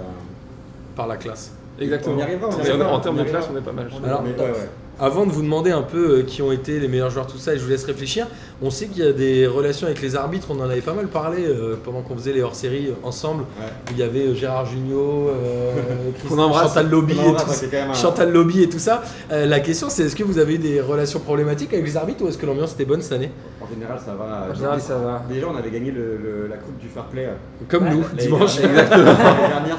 [SPEAKER 1] par la classe.
[SPEAKER 2] Exactement.
[SPEAKER 4] On y arrivera, on y
[SPEAKER 2] Mais
[SPEAKER 4] arrivera,
[SPEAKER 2] en
[SPEAKER 4] on
[SPEAKER 2] termes
[SPEAKER 4] y
[SPEAKER 2] de
[SPEAKER 4] arrivera.
[SPEAKER 2] classe, on est pas mal.
[SPEAKER 4] on est-
[SPEAKER 1] Alors,
[SPEAKER 4] mais ouais, ouais.
[SPEAKER 1] Avant de vous demander un peu euh, qui ont été les meilleurs joueurs, tout ça, et je vous laisse réfléchir, on sait qu'il y a des relations avec les arbitres, on en avait pas mal parlé euh, pendant qu'on faisait les hors-séries euh, ensemble,
[SPEAKER 4] Ouais.
[SPEAKER 1] où il y avait euh, Gérard Jugnot,
[SPEAKER 2] *laughs*
[SPEAKER 1] euh, Christ-
[SPEAKER 2] Qu'on embrasse.
[SPEAKER 1] Chantal Lobby
[SPEAKER 4] Non,
[SPEAKER 1] et
[SPEAKER 4] là,
[SPEAKER 1] tout ça.
[SPEAKER 4] c'est quand même un-
[SPEAKER 1] Chantal Lobby et tout ça. Euh, la question, c'est est-ce que vous avez eu des relations problématiques avec les arbitres ou est-ce que l'ambiance était bonne cette année
[SPEAKER 4] En général, ça va. euh,
[SPEAKER 2] En général, ça va.
[SPEAKER 4] Déjà, on avait gagné le- le- la coupe du fair play euh,
[SPEAKER 1] Comme nous,
[SPEAKER 4] l'année
[SPEAKER 1] dimanche.
[SPEAKER 4] dernière, l'année dernière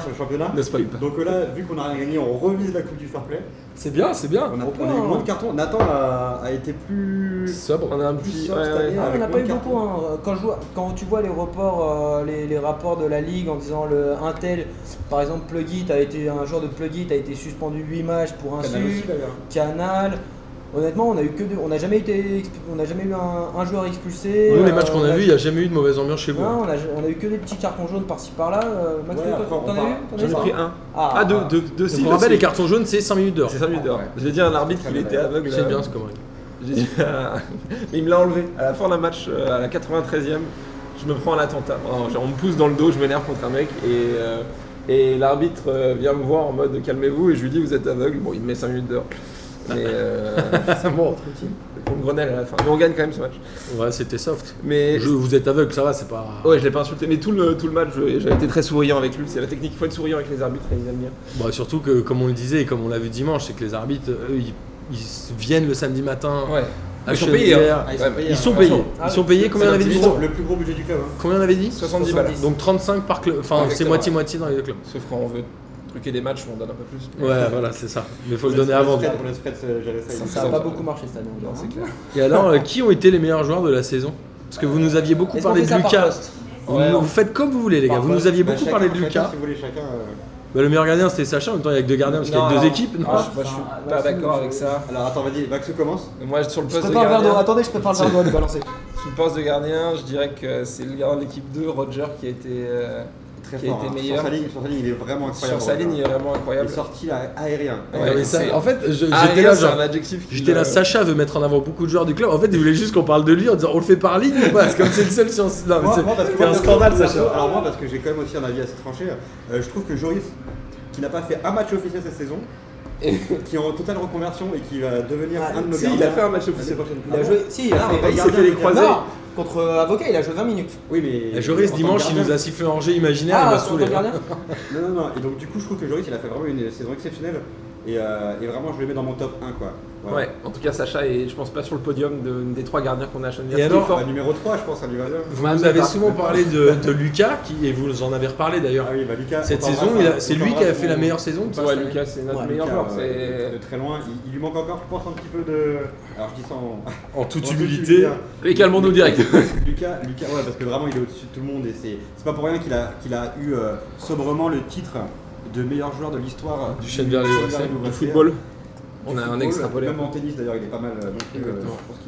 [SPEAKER 1] *laughs*
[SPEAKER 4] sur le championnat.
[SPEAKER 2] *laughs* Ne spoil pas.
[SPEAKER 4] Donc euh, là, vu qu'on a rien gagné, on revise la coupe du fair play.
[SPEAKER 1] C'est bien, c'est bien.
[SPEAKER 4] On a,
[SPEAKER 3] on
[SPEAKER 4] on a eu
[SPEAKER 3] peut,
[SPEAKER 4] moins
[SPEAKER 3] hein.
[SPEAKER 4] de cartons. Nathan a, a été plus.
[SPEAKER 1] Sobre.
[SPEAKER 2] On a un
[SPEAKER 4] plus
[SPEAKER 2] petit.
[SPEAKER 4] sobre
[SPEAKER 2] ouais,
[SPEAKER 4] cette
[SPEAKER 2] ouais.
[SPEAKER 4] année,
[SPEAKER 3] Ah, on
[SPEAKER 4] avec
[SPEAKER 3] n'a
[SPEAKER 4] moins
[SPEAKER 3] pas eu
[SPEAKER 4] de cartons.
[SPEAKER 3] beaucoup. hein. Quand, je vois- quand tu vois les rapports, euh, les, les rapports de la ligue en disant le un tel, par exemple, Pluggy, t'as été un joueur de Pluggy, t'as été suspendu 8 matchs pour
[SPEAKER 4] Canal aussi,
[SPEAKER 3] insulte,
[SPEAKER 4] d'ailleurs.
[SPEAKER 3] Canal. Honnêtement, on a eu que deux- on n'a jamais été, exp- on n'a jamais eu un, un joueur expulsé.
[SPEAKER 1] Nous, les
[SPEAKER 3] Euh,
[SPEAKER 1] matchs qu'on
[SPEAKER 3] on
[SPEAKER 1] a vus, il n'y a jamais eu de mauvaise ambiance chez vous.
[SPEAKER 3] Non, on a, on a eu que des petits cartons jaunes par-ci par-là. Euh, Max,
[SPEAKER 4] Ouais,
[SPEAKER 3] t'en-
[SPEAKER 4] après, on
[SPEAKER 3] t'en as
[SPEAKER 4] part-
[SPEAKER 3] eu T'en as
[SPEAKER 2] J'en ai
[SPEAKER 3] eu
[SPEAKER 2] pris un.
[SPEAKER 3] Ah,
[SPEAKER 2] Ah, deux,
[SPEAKER 4] ah.
[SPEAKER 2] deux, deux,
[SPEAKER 1] Donc,
[SPEAKER 2] si,
[SPEAKER 1] on
[SPEAKER 2] deux,
[SPEAKER 1] rappelle,
[SPEAKER 2] si.
[SPEAKER 1] les cartons jaunes, c'est 5 minutes d'heure.
[SPEAKER 2] C'est 5 minutes d'heure.
[SPEAKER 4] Ouais.
[SPEAKER 2] Je l'ai dit à un arbitre
[SPEAKER 4] Très
[SPEAKER 2] qu'il
[SPEAKER 4] bien,
[SPEAKER 2] était
[SPEAKER 4] ouais.
[SPEAKER 2] aveugle.
[SPEAKER 1] C'est
[SPEAKER 2] euh,
[SPEAKER 1] bien, c'est comme règle.
[SPEAKER 2] J'ai dit, euh, *laughs* mais il me l'a enlevé. À la fin d'un match, euh, à la 93e, je me prends un attentat. Vraiment, genre, on me pousse dans le dos, je m'énerve contre un mec. Et, euh, et l'arbitre euh, vient me voir en mode calmez-vous. Et je lui dis, vous êtes aveugle. Bon, il me met 5 minutes d'heure.
[SPEAKER 1] *laughs*
[SPEAKER 2] Mais euh,
[SPEAKER 1] bon.
[SPEAKER 2] contre Grenelle à la fin. Mais on gagne quand même ce match.
[SPEAKER 1] Ouais, c'était soft.
[SPEAKER 2] Mais
[SPEAKER 1] Je- vous êtes aveugle, ça va, c'est pas.
[SPEAKER 2] ouais, je l'ai pas insulté. Mais tout le, tout le match, je- j'avais été très souriant avec lui. C'est la technique, il faut être souriant avec les arbitres et ils aiment bien.
[SPEAKER 1] Bah, surtout que, comme on le disait et comme on l'a vu dimanche, c'est que les arbitres, eux, ils, ils s- viennent le samedi matin.
[SPEAKER 2] Ouais.
[SPEAKER 1] à
[SPEAKER 2] Ils sont
[SPEAKER 1] Chennevières.
[SPEAKER 2] payés, hein.
[SPEAKER 4] Ah,
[SPEAKER 2] Ouais, mais
[SPEAKER 1] Ils sont
[SPEAKER 4] hein.
[SPEAKER 1] payés.
[SPEAKER 3] Ah,
[SPEAKER 1] Ils sont
[SPEAKER 3] oui.
[SPEAKER 1] payés. Combien on avait dit
[SPEAKER 4] Ils ont le plus gros budget du club. hein.
[SPEAKER 1] Combien on avait dit
[SPEAKER 2] 70 balles.
[SPEAKER 1] Donc 35 par club. Enfin, c'est
[SPEAKER 2] Exactement.
[SPEAKER 1] moitié-moitié dans les deux clubs.
[SPEAKER 2] Sauf quand on veut truquer des matchs, on donne un peu plus.
[SPEAKER 1] Ouais, voilà, c'est ça. Mais faut le
[SPEAKER 4] On laisse-
[SPEAKER 1] donner avant.
[SPEAKER 4] on
[SPEAKER 1] du
[SPEAKER 4] laisse
[SPEAKER 1] coup.
[SPEAKER 4] Fred- On laisse Fred se gérer ça. il-
[SPEAKER 3] Ça n'a pas beaucoup marché cette année. on dirait,
[SPEAKER 2] Non,
[SPEAKER 3] hein.
[SPEAKER 2] c'est clair.
[SPEAKER 1] Et alors, euh, qui ont été les meilleurs joueurs de la saison Parce que vous nous aviez beaucoup
[SPEAKER 3] Est-ce
[SPEAKER 1] parlé
[SPEAKER 3] qu'on
[SPEAKER 1] de
[SPEAKER 3] fait ça par
[SPEAKER 1] Lucas.
[SPEAKER 3] poste
[SPEAKER 1] Vous,
[SPEAKER 4] Ouais,
[SPEAKER 1] nous-
[SPEAKER 4] on-
[SPEAKER 1] vous faites comme vous voulez, les gars. Vous
[SPEAKER 4] Parfois,
[SPEAKER 1] nous aviez
[SPEAKER 4] bah,
[SPEAKER 1] beaucoup
[SPEAKER 4] chacun-
[SPEAKER 1] parlé de
[SPEAKER 4] chacun,
[SPEAKER 1] Lucas.
[SPEAKER 4] Si vous voulez, chacun. euh,
[SPEAKER 1] Bah, le meilleur gardien, c'était Sacha. En même temps, il y a que deux gardiens parce qu'il y a
[SPEAKER 2] Non,
[SPEAKER 1] que deux
[SPEAKER 2] alors-
[SPEAKER 1] équipes. non
[SPEAKER 2] Ah, je, moi, je suis pas d'accord avec ça.
[SPEAKER 4] Alors attends, vas-y, Maxou commence.
[SPEAKER 2] Moi, sur le
[SPEAKER 3] Je
[SPEAKER 2] poste
[SPEAKER 3] prépare
[SPEAKER 2] de
[SPEAKER 3] le verre d'eau.
[SPEAKER 2] gardien,
[SPEAKER 3] Attendez, je prépare le verre d'eau à lui balancer.
[SPEAKER 2] sur le poste de gardien, je dirais que c'est le gardien de l'équipe 2, Roger, qui a été euh,
[SPEAKER 4] très
[SPEAKER 2] Qui a
[SPEAKER 4] fort.
[SPEAKER 2] été
[SPEAKER 4] hein.
[SPEAKER 2] meilleur.
[SPEAKER 4] Sur sa ligne, sur sa euh, ligne, il est vraiment incroyable. hein.
[SPEAKER 2] Sur sa ligne, il est vraiment
[SPEAKER 4] il
[SPEAKER 2] incroyable.
[SPEAKER 4] est sorti là, aérien.
[SPEAKER 2] Ouais,
[SPEAKER 1] Non, mais
[SPEAKER 2] c'est-
[SPEAKER 1] ça, en fait, je-
[SPEAKER 2] Ah,
[SPEAKER 1] j'étais
[SPEAKER 2] rien,
[SPEAKER 1] là,
[SPEAKER 2] c'est
[SPEAKER 1] genre,
[SPEAKER 2] un adjectif. qui
[SPEAKER 1] j'étais là,
[SPEAKER 2] l'a-
[SPEAKER 1] Sacha veut mettre en avant beaucoup de joueurs du club. En fait, il voulait juste qu'on parle de lui en disant on le fait par ligne ou pas Parce que comme c'est le seul sur. Non, mais
[SPEAKER 4] Moi-
[SPEAKER 1] c'est-
[SPEAKER 4] moi, parce que
[SPEAKER 1] c'est
[SPEAKER 4] moi,
[SPEAKER 1] un
[SPEAKER 4] perso-
[SPEAKER 1] scandale,
[SPEAKER 4] perso-
[SPEAKER 1] Sacha.
[SPEAKER 4] Alors moi, parce que j'ai quand même aussi un avis à se trancher, euh, je trouve que Joris, qui n'a pas fait un match officiel cette saison, *laughs* qui est en totale reconversion et qui va devenir
[SPEAKER 3] Ah,
[SPEAKER 4] un de nos
[SPEAKER 2] Si, il a fait un match officiel.
[SPEAKER 3] Il a joué. Si, il a
[SPEAKER 4] Ah,
[SPEAKER 3] fait,
[SPEAKER 4] bah, il
[SPEAKER 2] s'est fait les croisés.
[SPEAKER 3] Non, contre euh, Avocat, il a joué 20 minutes.
[SPEAKER 4] Oui, mais.
[SPEAKER 1] Et Joris,
[SPEAKER 4] en tant que
[SPEAKER 1] dimanche, il
[SPEAKER 4] gardien-
[SPEAKER 1] nous a sifflé en jeu imaginaire, il
[SPEAKER 3] Ah,
[SPEAKER 1] m'a
[SPEAKER 3] contre le
[SPEAKER 1] saoulé.
[SPEAKER 3] gardien
[SPEAKER 4] Non, non, non. Et donc, du coup, je trouve que Joris, il a fait vraiment une saison exceptionnelle. Et, euh, et vraiment, je le mets dans mon top 1, quoi. Voilà.
[SPEAKER 2] Ouais, en tout cas, Sacha est, je pense, pas sur le podium de- des trois gardiens qu'on a à Schoenberg.
[SPEAKER 1] Et
[SPEAKER 2] Ce qui
[SPEAKER 1] alors
[SPEAKER 2] est fort.
[SPEAKER 4] Bah, numéro 3, je pense, à lui va bien.
[SPEAKER 1] Vous
[SPEAKER 2] Même
[SPEAKER 1] nous avez
[SPEAKER 2] pas.
[SPEAKER 1] souvent parlé de, de Lucas, qui, et vous en avez reparlé d'ailleurs.
[SPEAKER 4] Ah oui, bah, Lucas.
[SPEAKER 1] Cette
[SPEAKER 4] on t'embrasse,
[SPEAKER 1] saison, il a-
[SPEAKER 4] hein.
[SPEAKER 1] c'est
[SPEAKER 4] On
[SPEAKER 1] lui qui a
[SPEAKER 4] t'embrasse,
[SPEAKER 1] fait la
[SPEAKER 4] on-
[SPEAKER 1] meilleure saison. pas
[SPEAKER 2] Ouais,
[SPEAKER 1] cette
[SPEAKER 2] Lucas, c'est notre
[SPEAKER 3] Ouais,
[SPEAKER 2] meilleur
[SPEAKER 4] Lucas,
[SPEAKER 2] joueur.
[SPEAKER 4] euh, de
[SPEAKER 2] C'est
[SPEAKER 4] très loin. Il, il lui manque encore, je pense, un petit peu de. Alors, je dis ça en.
[SPEAKER 1] année. En *laughs* toute
[SPEAKER 4] en
[SPEAKER 1] humilité.
[SPEAKER 4] hein.
[SPEAKER 2] Et calmons-nous direct.
[SPEAKER 4] Lucas, Lucas, ouais, parce que vraiment il est au-dessus de tout le monde et c'est c'est pas pour rien qu'il a, qu'il a eu euh, sobrement le titre de meilleur joueur de l'histoire
[SPEAKER 1] Du Schenberg
[SPEAKER 4] Schenberg
[SPEAKER 1] USL,
[SPEAKER 4] Louvre
[SPEAKER 2] Du
[SPEAKER 4] FCR.
[SPEAKER 2] football.
[SPEAKER 4] Du
[SPEAKER 2] On a un
[SPEAKER 4] football,
[SPEAKER 2] extrapolé.
[SPEAKER 4] Même en tennis d'ailleurs, il est pas mal. euh, non plus, euh,
[SPEAKER 2] Exactement.
[SPEAKER 4] je pense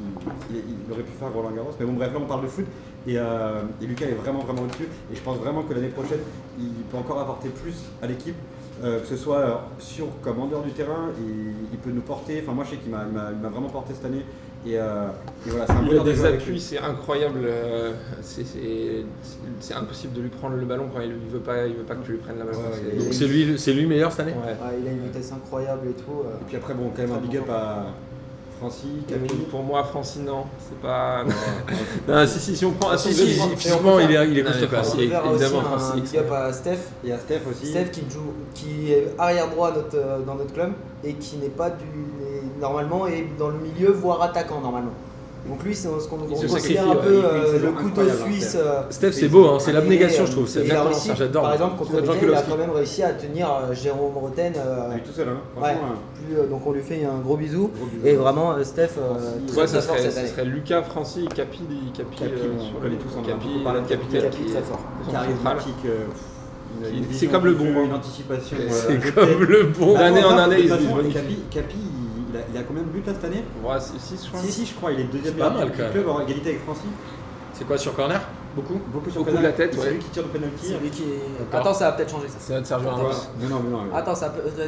[SPEAKER 4] qu'il il- il aurait pu faire Roland Garros. Mais bon, bref, là on parle de foot et, euh, et Lucas est vraiment vraiment au-dessus. Et je pense vraiment que l'année prochaine, il peut encore apporter plus à l'équipe. euh, que ce soit euh, sur comme en dehors du terrain, il, il peut nous porter. Enfin, moi je sais qu'il m'a il m'a- il m'a vraiment porté cette année. Et, euh, et voilà, c'est un
[SPEAKER 2] Il a
[SPEAKER 4] bonheur de
[SPEAKER 2] des
[SPEAKER 4] jouer avec
[SPEAKER 2] appuis,
[SPEAKER 4] lui.
[SPEAKER 2] c'est incroyable. euh, c'est- C'est c'est impossible de lui prendre le ballon quand il il veut pas, il veut pas que tu lui prennes la ballon.
[SPEAKER 4] Ouais,
[SPEAKER 2] C'est-
[SPEAKER 4] il est-
[SPEAKER 1] Donc c'est lui, c'est lui meilleur cette année.
[SPEAKER 2] Ouais.
[SPEAKER 3] Ouais, il a une vitesse incroyable et tout. euh.
[SPEAKER 4] Et puis après, bon, quand même un big up à Francis, euh, Camille.
[SPEAKER 2] Pour moi, Francine, non, c'est pas.
[SPEAKER 4] Ouais.
[SPEAKER 2] Non, si, si, si on prend. Ah,
[SPEAKER 1] Si, si,
[SPEAKER 2] si.
[SPEAKER 1] si, physiquement, il est, il est
[SPEAKER 2] Non,
[SPEAKER 1] costaud.
[SPEAKER 2] mais pas
[SPEAKER 1] quoi.
[SPEAKER 2] si.
[SPEAKER 3] On
[SPEAKER 2] et-
[SPEAKER 3] peut faire aussi
[SPEAKER 2] évidemment,
[SPEAKER 3] un
[SPEAKER 2] Francis,
[SPEAKER 3] big up à Steph.
[SPEAKER 4] Et à Steph aussi.
[SPEAKER 3] Steph qui joue, qui est arrière droit notre, euh, dans notre club et qui n'est pas du n'est- normalement est dans le milieu voire attaquant normalement. Donc lui c'est ce qu'on on
[SPEAKER 2] Il se
[SPEAKER 3] considère
[SPEAKER 2] sacrifie,
[SPEAKER 3] un
[SPEAKER 2] ouais,
[SPEAKER 3] peu
[SPEAKER 4] il fait une
[SPEAKER 3] euh,
[SPEAKER 4] saison
[SPEAKER 3] le couteau
[SPEAKER 4] incroyable, hein,
[SPEAKER 3] suisse.
[SPEAKER 4] Steph.
[SPEAKER 3] euh,
[SPEAKER 1] Steph, c'est beau, hein, c'est
[SPEAKER 3] et,
[SPEAKER 1] l'abnégation, je
[SPEAKER 3] euh,
[SPEAKER 1] trouve. C'est
[SPEAKER 3] et il a
[SPEAKER 1] exactement
[SPEAKER 3] réussi,
[SPEAKER 1] ça, j'adore.
[SPEAKER 3] Par exemple contre
[SPEAKER 2] C'est
[SPEAKER 3] Brésil, il a
[SPEAKER 2] Jankulovski.
[SPEAKER 3] quand même réussi à tenir euh, Jérôme Roten. euh,
[SPEAKER 4] Ah, il est tout seul, hein.
[SPEAKER 3] ouais,
[SPEAKER 4] Franchement, hein.
[SPEAKER 3] plus, euh, donc on lui fait un gros bisou.
[SPEAKER 4] Gros bisous.
[SPEAKER 3] Et vraiment euh, Steph euh,
[SPEAKER 4] Francis,
[SPEAKER 3] très,
[SPEAKER 2] Ouais,
[SPEAKER 3] très
[SPEAKER 2] ça
[SPEAKER 3] fort
[SPEAKER 2] serait,
[SPEAKER 3] cette
[SPEAKER 2] ça
[SPEAKER 3] année.
[SPEAKER 2] serait Lucas, Francis, Capi, Capi,
[SPEAKER 4] Capi,
[SPEAKER 2] euh,
[SPEAKER 4] on
[SPEAKER 2] sur
[SPEAKER 4] connaît
[SPEAKER 2] le-
[SPEAKER 4] tous, on en a
[SPEAKER 2] Capi,
[SPEAKER 4] beaucoup parlé de Capi,
[SPEAKER 2] capitaine
[SPEAKER 3] Capi,
[SPEAKER 2] qui-
[SPEAKER 3] très fort.
[SPEAKER 2] son central.
[SPEAKER 4] Charismatique. euh, pff, il a une
[SPEAKER 2] Il-
[SPEAKER 4] vision
[SPEAKER 2] c'est comme le
[SPEAKER 4] du
[SPEAKER 2] bon,
[SPEAKER 4] jeu,
[SPEAKER 2] hein.
[SPEAKER 4] Une anticipation.
[SPEAKER 2] C'est
[SPEAKER 4] voilà.
[SPEAKER 1] C'est *laughs* comme le bon.
[SPEAKER 4] Bah,
[SPEAKER 2] D'année en
[SPEAKER 4] Franchement,
[SPEAKER 2] année,
[SPEAKER 4] de toute
[SPEAKER 2] ils se
[SPEAKER 4] façon,
[SPEAKER 2] disent
[SPEAKER 4] Capi, Capi, il- il a, il a combien de buts là cette année
[SPEAKER 2] Ouais, c'est- si, je crois.
[SPEAKER 4] Si, si, je crois, il est deuxième
[SPEAKER 1] C'est pas
[SPEAKER 4] meilleur
[SPEAKER 1] mal,
[SPEAKER 4] du
[SPEAKER 1] quand même.
[SPEAKER 4] club en égalité avec Francis.
[SPEAKER 1] C'est quoi sur corner Beaucoup
[SPEAKER 4] Beaucoup sur
[SPEAKER 2] Au coup de la tête,
[SPEAKER 4] C'est
[SPEAKER 2] ouais.
[SPEAKER 4] lui qui tire le penalty. Ah,
[SPEAKER 3] C'est lui qui est-
[SPEAKER 1] Encore.
[SPEAKER 3] Attends ça va peut-être changer ça.
[SPEAKER 1] C'est notre Sergio
[SPEAKER 4] Voilà. Non, non, mais non. mais-
[SPEAKER 2] Ah,
[SPEAKER 3] Attends ça peut- euh,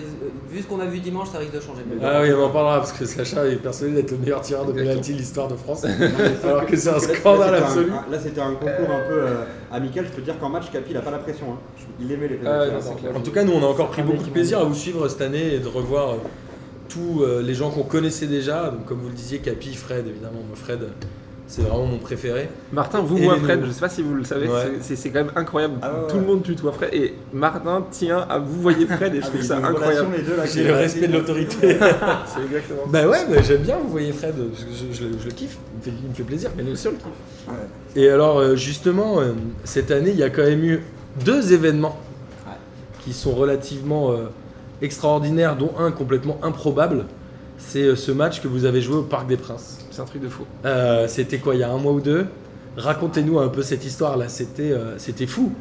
[SPEAKER 3] vu ce qu'on a vu dimanche ça risque de changer. mais bon.
[SPEAKER 1] Ah oui, on en parlera parce que Sacha est persuadé d'être le meilleur tireur de
[SPEAKER 2] Exactement.
[SPEAKER 1] penalty de l'histoire de France.
[SPEAKER 4] Non, mais sauf
[SPEAKER 1] Alors que c'est un
[SPEAKER 4] là,
[SPEAKER 1] scandale
[SPEAKER 4] c'était un-
[SPEAKER 1] absolu.
[SPEAKER 4] un- Là, c'était un concours un peu euh, amical. Je peux dire qu'en match, Capi, il a pas la pression. hein. Il aimait les hein.
[SPEAKER 2] Ah,
[SPEAKER 4] penalty.
[SPEAKER 2] non, c'est clair.
[SPEAKER 1] En tout cas, nous, on a encore
[SPEAKER 3] C'est
[SPEAKER 1] pris
[SPEAKER 3] un
[SPEAKER 1] beaucoup
[SPEAKER 3] mec
[SPEAKER 1] de
[SPEAKER 3] qui
[SPEAKER 1] plaisir
[SPEAKER 3] m'a
[SPEAKER 1] à
[SPEAKER 3] dit.
[SPEAKER 1] vous suivre cette année et de revoir euh, tous euh, les gens qu'on connaissait déjà. Donc, comme vous le disiez, Capi, Fred, évidemment. Moi, Fred, c'est vraiment mon préféré.
[SPEAKER 2] Martin vous
[SPEAKER 1] Et
[SPEAKER 2] voit
[SPEAKER 1] les
[SPEAKER 2] Fred,
[SPEAKER 1] nouveaux.
[SPEAKER 2] je sais pas si vous le savez,
[SPEAKER 1] Ouais.
[SPEAKER 2] c'est- c'est c'est quand même incroyable.
[SPEAKER 4] Ah ouais,
[SPEAKER 2] Tout le
[SPEAKER 4] ouais.
[SPEAKER 2] monde tutoie Fred et Martin tient à vous voyez Fred et je
[SPEAKER 4] Ah,
[SPEAKER 2] trouve
[SPEAKER 4] mais
[SPEAKER 2] ça
[SPEAKER 4] ils ont une relation,
[SPEAKER 2] incroyable.
[SPEAKER 4] les deux, là, qui
[SPEAKER 1] J'ai
[SPEAKER 4] est
[SPEAKER 1] le
[SPEAKER 4] assez-
[SPEAKER 1] respect de l'autorité.
[SPEAKER 4] *laughs*
[SPEAKER 2] C'est exactement.
[SPEAKER 1] bah ouais, bah, j'aime bien, vous voyez Fred, parce que je, je le- je le kiffe. Il me fait, il me fait plaisir.
[SPEAKER 2] Mais nous aussi on le kiffe.
[SPEAKER 1] Et alors, euh, justement, euh, cette année, il y a quand même eu deux événements
[SPEAKER 3] Ouais.
[SPEAKER 1] qui sont relativement euh, extraordinaires, dont un complètement improbable. C'est euh, ce match que vous avez joué au Parc des Princes.
[SPEAKER 2] C'est un truc de fou.
[SPEAKER 1] Euh, c'était quoi, il y a un mois ou deux Racontez-nous un peu cette histoire-là, c'était euh, c'était fou.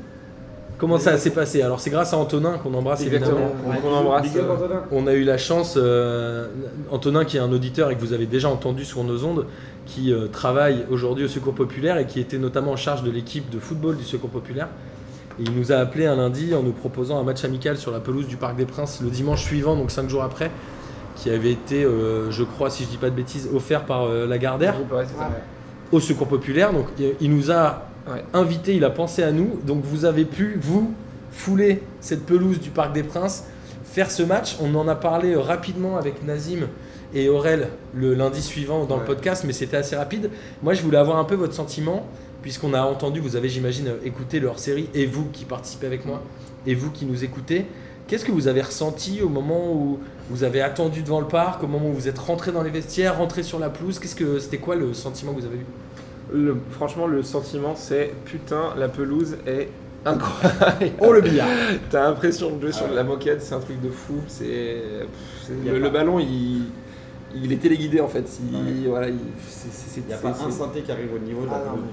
[SPEAKER 1] Comment ça s'est passé Alors, c'est grâce à Antonin qu'on embrasse évidemment.
[SPEAKER 2] Exactement.
[SPEAKER 3] Ouais.
[SPEAKER 2] On embrasse.
[SPEAKER 4] Big up,
[SPEAKER 2] euh,
[SPEAKER 4] Antonin.
[SPEAKER 1] On a eu la chance, euh, Antonin qui est un auditeur et que vous avez déjà entendu sur nos ondes, qui euh, travaille aujourd'hui au Secours Populaire et qui était notamment en charge de l'équipe de football du Secours Populaire. Et il nous a appelé un lundi en nous proposant un match amical sur la pelouse du Parc des Princes le dimanche suivant, donc 5 jours après, qui avait été, euh, je crois, si je dis pas de bêtises, offert par euh, Lagardère
[SPEAKER 2] Ouais, c'est ça.
[SPEAKER 1] au Secours Populaire. Donc il- il nous a
[SPEAKER 2] Ouais.
[SPEAKER 1] invité, il a pensé à nous. Donc vous avez pu, vous, fouler cette pelouse du Parc des Princes, faire ce match. On en a parlé euh, rapidement avec Nazim et Aurel le lundi suivant dans le
[SPEAKER 4] Ouais.
[SPEAKER 1] podcast, mais c'était assez rapide. Moi, je voulais avoir un peu votre sentiment, puisqu'on a entendu, vous avez, j'imagine, euh, écouté leur série, et vous qui participez avec moi, et vous qui nous écoutez. Qu'est-ce que vous avez ressenti au moment où vous avez attendu devant le parc, au moment où vous êtes rentré dans les vestiaires, rentré sur la pelouse Qu'est-ce que c'était quoi le sentiment que vous avez eu
[SPEAKER 2] Le- franchement, le sentiment, c'est putain, la pelouse est incroyable.
[SPEAKER 1] Oh le billard
[SPEAKER 2] T'as l'impression de jouer sur
[SPEAKER 4] Ah ouais.
[SPEAKER 2] la moquette, c'est un truc de fou. C'est pff, c'est-
[SPEAKER 4] Y a
[SPEAKER 2] le,
[SPEAKER 4] pas-
[SPEAKER 2] le ballon, il, il est téléguidé en fait. Il,
[SPEAKER 4] Ouais.
[SPEAKER 2] voilà, il- c'est- c'est- c'est-
[SPEAKER 4] Il n'y a pas
[SPEAKER 2] c'est-
[SPEAKER 4] un synthé qui arrive au niveau de la
[SPEAKER 3] Ah, non,
[SPEAKER 4] pelouse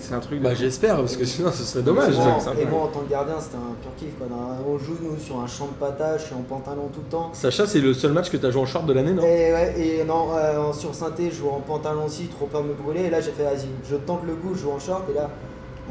[SPEAKER 2] c'est- c'est un truc.
[SPEAKER 1] *laughs*
[SPEAKER 2] de
[SPEAKER 1] Bah
[SPEAKER 2] fou.
[SPEAKER 1] j'espère, parce que sinon ce serait dommage.
[SPEAKER 3] Et
[SPEAKER 2] Ouais.
[SPEAKER 3] moi,
[SPEAKER 2] c'est
[SPEAKER 3] et
[SPEAKER 2] sympa.
[SPEAKER 3] moi, en tant que gardien, c'était un pur kiff. Quoi. Dans- On joue nous sur un champ de patates, je suis en pantalon tout le temps.
[SPEAKER 1] Sacha, c'est le seul match que t'as joué en short de l'année,
[SPEAKER 3] Et,
[SPEAKER 1] non
[SPEAKER 3] ouais, et non, euh, en- sur synthé, je joue en pantalon aussi, trop peur de me brûler. Et là, j'ai fait, vas-y, je tente le coup, je joue en short. Et là,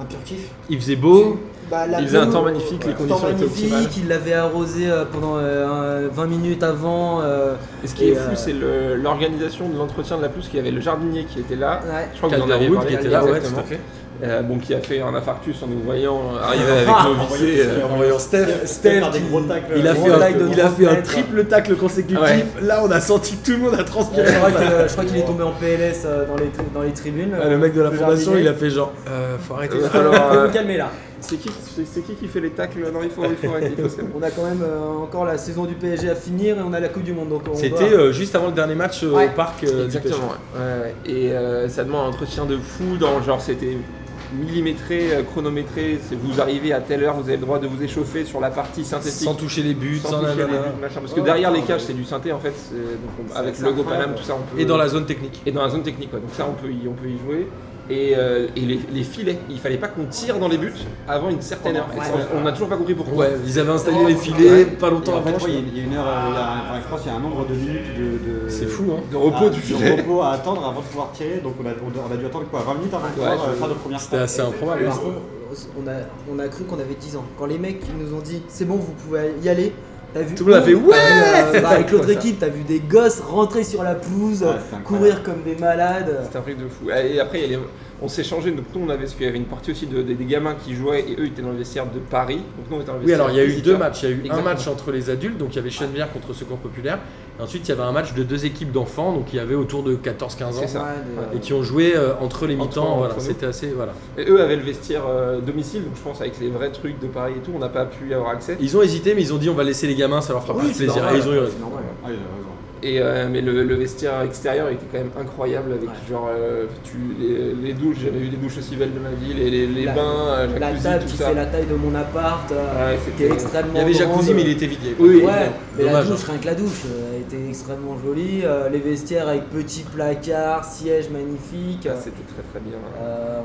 [SPEAKER 3] un pur kiff.
[SPEAKER 1] Il faisait beau,
[SPEAKER 2] Bah, la
[SPEAKER 5] Il faisait un
[SPEAKER 2] pelouse-
[SPEAKER 5] temps magnifique, les
[SPEAKER 2] temps
[SPEAKER 5] conditions étaient optimales.
[SPEAKER 3] magnifique, il l'avait arrosé euh, pendant euh, un- 20 minutes avant. euh,
[SPEAKER 5] Et ce qui est
[SPEAKER 3] Et,
[SPEAKER 5] fou,
[SPEAKER 3] euh,
[SPEAKER 5] c'est le- l'organisation de l'entretien de la pelouse, qui avait le jardinier qui était là.
[SPEAKER 3] ouais.
[SPEAKER 5] Je crois que vous en avez
[SPEAKER 1] Calderwood
[SPEAKER 5] parlé.
[SPEAKER 1] qui était là, ouais, tout
[SPEAKER 5] exactement.
[SPEAKER 1] à fait.
[SPEAKER 5] Euh, bon, qui a fait un infarctus en nous *laughs* voyant euh, arriver avec nos vissés. euh,
[SPEAKER 1] En voyant Steph, Steph,
[SPEAKER 4] Par des
[SPEAKER 1] qui-
[SPEAKER 4] gros tacles,
[SPEAKER 1] il a
[SPEAKER 4] gros
[SPEAKER 1] fait
[SPEAKER 4] tacles,
[SPEAKER 1] un,
[SPEAKER 3] de
[SPEAKER 1] il a
[SPEAKER 3] grosse
[SPEAKER 1] fait un
[SPEAKER 3] tête,
[SPEAKER 1] triple tacle consécutif.
[SPEAKER 5] Ouais.
[SPEAKER 1] Là, on a senti que tout le monde a transpiré.
[SPEAKER 3] Je crois que- euh, je crois qu'il est tombé en PLS euh, dans les, tri- dans les tribunes.
[SPEAKER 1] Ah, le mec de la
[SPEAKER 3] Le
[SPEAKER 1] fondation,
[SPEAKER 3] jardinier.
[SPEAKER 1] il a fait genre, euh, faut arrêter.
[SPEAKER 5] il va falloir,
[SPEAKER 3] Faut
[SPEAKER 5] euh,
[SPEAKER 3] vous calmer là.
[SPEAKER 5] *laughs* C'est qui, c'est- c'est qui qui fait les tacles Non, il faut, il faut arrêter. il faut se calmer.
[SPEAKER 3] On a quand même euh, encore la saison du PSG à finir et on a la Coupe du Monde. Donc on
[SPEAKER 1] C'était
[SPEAKER 3] doit-
[SPEAKER 1] euh, juste avant le dernier match euh,
[SPEAKER 3] Ouais.
[SPEAKER 1] au parc. euh, du
[SPEAKER 5] Exactement.
[SPEAKER 1] PSG.
[SPEAKER 5] ouais. Ouais, ouais. Et euh, ça demande un entretien de fou dans genre c'était millimétré, euh, chronométré. c'est Vous arrivez à telle heure, vous avez le droit de vous échauffer sur la partie synthétique.
[SPEAKER 1] Sans toucher les buts, sans,
[SPEAKER 5] toucher les
[SPEAKER 1] nanana.
[SPEAKER 5] buts, machin. Parce que
[SPEAKER 4] Oh,
[SPEAKER 5] derrière les
[SPEAKER 4] putain,
[SPEAKER 5] cages,
[SPEAKER 4] mais-
[SPEAKER 5] c'est du synthé en fait. c'est- donc on-
[SPEAKER 4] C'est-
[SPEAKER 5] avec
[SPEAKER 4] c'est
[SPEAKER 5] le logo
[SPEAKER 4] incroyable.
[SPEAKER 5] Paname, tout ça, on peut.
[SPEAKER 1] Et dans la zone technique.
[SPEAKER 5] et dans la zone technique. quoi. Donc ça, on peut y, on peut y jouer. Et, euh, et les, les filets, il fallait pas qu'on tire dans les buts avant une certaine heure. Et ça, on- on n'a toujours pas compris pourquoi.
[SPEAKER 1] Ouais, ils avaient installé les filets
[SPEAKER 5] Oh. Ouais.
[SPEAKER 1] pas longtemps
[SPEAKER 4] en fait,
[SPEAKER 1] avant.
[SPEAKER 4] ouais, il y a- il y a une heure, euh, il y a un- enfin, je pense qu'il y a un nombre de minutes de. de-
[SPEAKER 1] C'est fou, hein.
[SPEAKER 5] De repos
[SPEAKER 2] Ah,
[SPEAKER 4] à-
[SPEAKER 5] du
[SPEAKER 4] de
[SPEAKER 5] filet.
[SPEAKER 4] repos à attendre avant de pouvoir tirer, donc on a, on a dû attendre quoi 20 minutes avant de
[SPEAKER 5] Ouais,
[SPEAKER 4] pouvoir euh,
[SPEAKER 5] je-
[SPEAKER 4] faire de première
[SPEAKER 1] C'était assez improbable.
[SPEAKER 3] Par contre, on a, on a cru qu'on avait 10 ans. Quand les mecs ils nous ont dit c'est bon, vous pouvez y aller, t'as vu.
[SPEAKER 1] Tout le monde a
[SPEAKER 3] Hugo,
[SPEAKER 1] fait,
[SPEAKER 3] t'as vu,
[SPEAKER 1] ouais
[SPEAKER 3] euh, bah, Avec l'autre
[SPEAKER 5] Quoi, ça
[SPEAKER 3] équipe, t'as vu des gosses rentrer sur la pelouse,
[SPEAKER 1] Ah,
[SPEAKER 4] Ouais, c'est incroyable.
[SPEAKER 3] courir comme des malades.
[SPEAKER 5] C'est un truc de fou. Et après, il y a les- on s'est changé. Donc nous, on avait, parce qu'il y avait une partie aussi de, des, des gamins qui jouaient et eux, ils étaient dans le vestiaire de Paris. Donc nous, on était dans le
[SPEAKER 1] Oui,
[SPEAKER 5] vestiaire
[SPEAKER 1] alors il y a eu deux
[SPEAKER 5] visiteur.
[SPEAKER 1] matchs. Il y a eu
[SPEAKER 5] Exactement.
[SPEAKER 1] un match entre les adultes, donc il y avait Chennevières contre Secours Populaire. Et ensuite, il y avait un match de deux équipes d'enfants, donc il y avait autour de 14-15 ans.
[SPEAKER 5] C'est ça.
[SPEAKER 1] Et qui ont joué euh, entre les
[SPEAKER 5] Entre-
[SPEAKER 1] mi-temps.
[SPEAKER 5] entre
[SPEAKER 1] Voilà,
[SPEAKER 5] nous.
[SPEAKER 1] c'était assez. Voilà.
[SPEAKER 5] Et eux avaient le vestiaire euh, domicile. Donc je pense, avec les vrais trucs de Paris et tout, on n'a pas pu y avoir accès.
[SPEAKER 1] Ils ont hésité, mais ils ont dit on va laisser les gamins, ça leur fera plus plaisir. Et ils ont eu raison.
[SPEAKER 4] Ah, il a raison.
[SPEAKER 5] Et, euh, mais le, le vestiaire extérieur était quand même incroyable avec
[SPEAKER 3] Ouais.
[SPEAKER 5] genre euh, tu, les, les douches, j'avais eu des douches aussi belles de ma vie, les, les, les
[SPEAKER 3] La-
[SPEAKER 5] bains, euh,
[SPEAKER 3] La
[SPEAKER 5] jacuzzi,
[SPEAKER 3] table
[SPEAKER 5] tout
[SPEAKER 3] qui
[SPEAKER 5] ça.
[SPEAKER 3] fait la taille de mon appart, euh,
[SPEAKER 5] Ouais,
[SPEAKER 3] qui est
[SPEAKER 5] c'était-
[SPEAKER 3] extrêmement.
[SPEAKER 1] Il y avait jacuzzi,
[SPEAKER 3] grande.
[SPEAKER 1] mais il était vidé.
[SPEAKER 5] Oui,
[SPEAKER 3] euh, Ouais, mais la
[SPEAKER 1] Dommage, hein.
[SPEAKER 3] douche, rien que la douche, euh, était extrêmement jolie. euh, les vestiaires avec petits placards, sièges magnifiques.
[SPEAKER 5] Ah, c'était très très bien.
[SPEAKER 3] euh,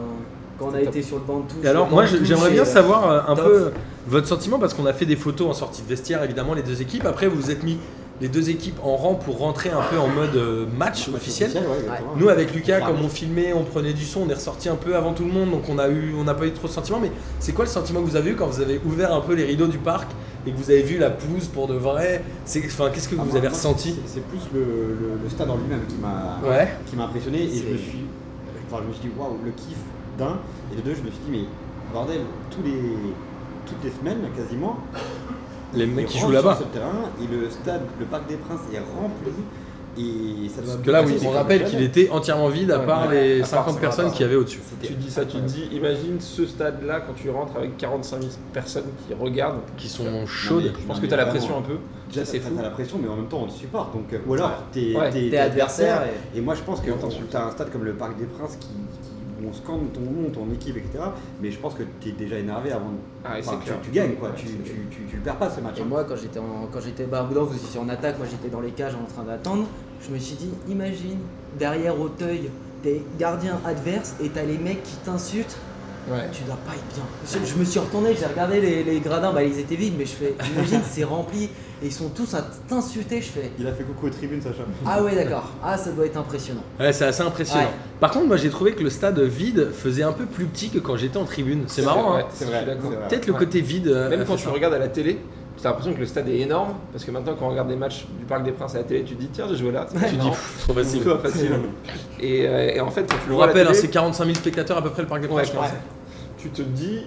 [SPEAKER 3] quand on a
[SPEAKER 5] C'était top.
[SPEAKER 3] été sur le banc de touche.
[SPEAKER 1] Et alors,
[SPEAKER 3] le banc
[SPEAKER 1] moi,
[SPEAKER 3] de
[SPEAKER 1] je-
[SPEAKER 3] touche
[SPEAKER 1] j'aimerais
[SPEAKER 3] et,
[SPEAKER 1] bien
[SPEAKER 3] euh,
[SPEAKER 1] savoir euh, un
[SPEAKER 3] top.
[SPEAKER 1] peu votre sentiment parce qu'on a fait des photos en sortie de vestiaire, évidemment, les deux équipes. Après, vous vous êtes mis les deux équipes en rang pour rentrer un peu en mode euh, match officiel.
[SPEAKER 4] ouais, exactement.
[SPEAKER 1] Nous, avec Lucas,
[SPEAKER 4] Clairement.
[SPEAKER 1] comme on filmait, on prenait du son, on est ressorti un peu avant tout le monde, donc on a eu, on n'a pas eu trop de sentiments. Mais c'est quoi le sentiment que vous avez eu quand vous avez ouvert un peu les rideaux du parc et que vous avez vu la pelouse pour de vrai C'est, enfin, qu'est-ce que
[SPEAKER 4] Ah,
[SPEAKER 1] vous
[SPEAKER 4] moi,
[SPEAKER 1] avez
[SPEAKER 4] moi,
[SPEAKER 1] ressenti
[SPEAKER 4] c'est- C'est plus le, le- le stade en lui-même qui m'a
[SPEAKER 1] Ouais.
[SPEAKER 5] Ah,
[SPEAKER 4] qui m'a impressionné et je
[SPEAKER 3] C'est-
[SPEAKER 4] me suis, enfin, je me suis dit waouh le kiff d'un et de deux je me suis dit mais bordel tous les toutes les semaines quasiment
[SPEAKER 1] Les
[SPEAKER 4] ils
[SPEAKER 1] mecs qui jouent
[SPEAKER 4] rentrent
[SPEAKER 1] là-bas.
[SPEAKER 4] sur ce terrain et le stade le parc des Princes est rempli et ça doit
[SPEAKER 1] Parce que là, oui,
[SPEAKER 4] c'est
[SPEAKER 1] on
[SPEAKER 4] comme
[SPEAKER 1] rappelle
[SPEAKER 4] jamais.
[SPEAKER 1] qu'il était entièrement vide à
[SPEAKER 5] Ouais,
[SPEAKER 1] part
[SPEAKER 5] ouais.
[SPEAKER 1] les
[SPEAKER 5] À part
[SPEAKER 1] 50
[SPEAKER 5] ça,
[SPEAKER 1] personnes
[SPEAKER 5] à part
[SPEAKER 1] qu'il y avait au-dessus.
[SPEAKER 5] Tu dis ça, tu te dis, imagine ce stade-là quand tu rentres avec 45 000 personnes qui regardent.
[SPEAKER 1] Qui sont chaudes.
[SPEAKER 5] Je pense que tu as la pression un peu.
[SPEAKER 4] Déjà,
[SPEAKER 5] c'est
[SPEAKER 4] c'est
[SPEAKER 5] fou.
[SPEAKER 4] T'as la pression, mais en même temps, on te supporte. Donc, euh, ou alors, t'es
[SPEAKER 5] Ouais,
[SPEAKER 4] t'es-
[SPEAKER 3] T'es
[SPEAKER 4] t'es
[SPEAKER 3] adversaire.
[SPEAKER 4] adversaire. Et moi, je pense que
[SPEAKER 5] Et on
[SPEAKER 4] quand
[SPEAKER 5] t'insulte.
[SPEAKER 4] t'as un stade comme le Parc des Princes qui, qui- où on scanne ton nom, ton équipe, etc. Mais je pense que t'es déjà énervé avant. de-
[SPEAKER 5] Ah, et
[SPEAKER 4] enfin,
[SPEAKER 5] c'est
[SPEAKER 4] tu-
[SPEAKER 5] clair.
[SPEAKER 4] tu, gagnes, quoi.
[SPEAKER 5] Ouais,
[SPEAKER 4] Tu,
[SPEAKER 5] c'est
[SPEAKER 4] tu, tu- tu le perds pas ce match. hein.
[SPEAKER 3] Et moi, quand j'étais en, quand j'étais bah, au bout d'un moment, vous étiez en attaque, moi j'étais dans les cages en train d'attendre. Je me suis dit, imagine derrière Auteuil, t'es gardien adverse et t'as les mecs qui t'insultent. Ah,
[SPEAKER 5] Ouais.
[SPEAKER 3] Tu dois pas être bien. Je, je me suis retourné, j'ai regardé les, les gradins, bah ils étaient vides, mais je fais,
[SPEAKER 1] *laughs*
[SPEAKER 3] imagine c'est rempli et ils sont tous à t'insulter. Je fais,
[SPEAKER 4] Il a fait coucou aux tribunes, Sacha.
[SPEAKER 3] ah ouais d'accord, ah ça doit être impressionnant.
[SPEAKER 1] Ouais, c'est assez impressionnant.
[SPEAKER 3] Ouais.
[SPEAKER 1] Par contre, moi, j'ai trouvé que le stade vide faisait un peu plus petit que quand j'étais en tribune. C'est marrant,
[SPEAKER 5] Ouais,
[SPEAKER 1] hein
[SPEAKER 5] C'est vrai. je suis d'accord.
[SPEAKER 4] c'est vrai.
[SPEAKER 1] Peut-être le
[SPEAKER 5] Ouais.
[SPEAKER 1] côté vide. euh,
[SPEAKER 5] Même
[SPEAKER 1] a
[SPEAKER 5] quand
[SPEAKER 1] fait
[SPEAKER 5] tu
[SPEAKER 1] ça.
[SPEAKER 5] regardes à la télé, t'as l'impression que le stade est énorme. Parce que maintenant, quand on regarde des matchs du Parc des Princes à la télé, tu te dis, tiens, j'ai joué là.
[SPEAKER 1] *laughs* tu dis, pff, trop facile.
[SPEAKER 5] Toi, facile. Et, euh, et en fait, quand tu le
[SPEAKER 1] Je vous
[SPEAKER 5] vois à la
[SPEAKER 1] rappelle, hein,
[SPEAKER 5] télé,
[SPEAKER 1] c'est 45 000 spectateurs à peu près le parc des
[SPEAKER 5] Ouais,
[SPEAKER 1] Princes. je pense.
[SPEAKER 5] ouais. tu te dis,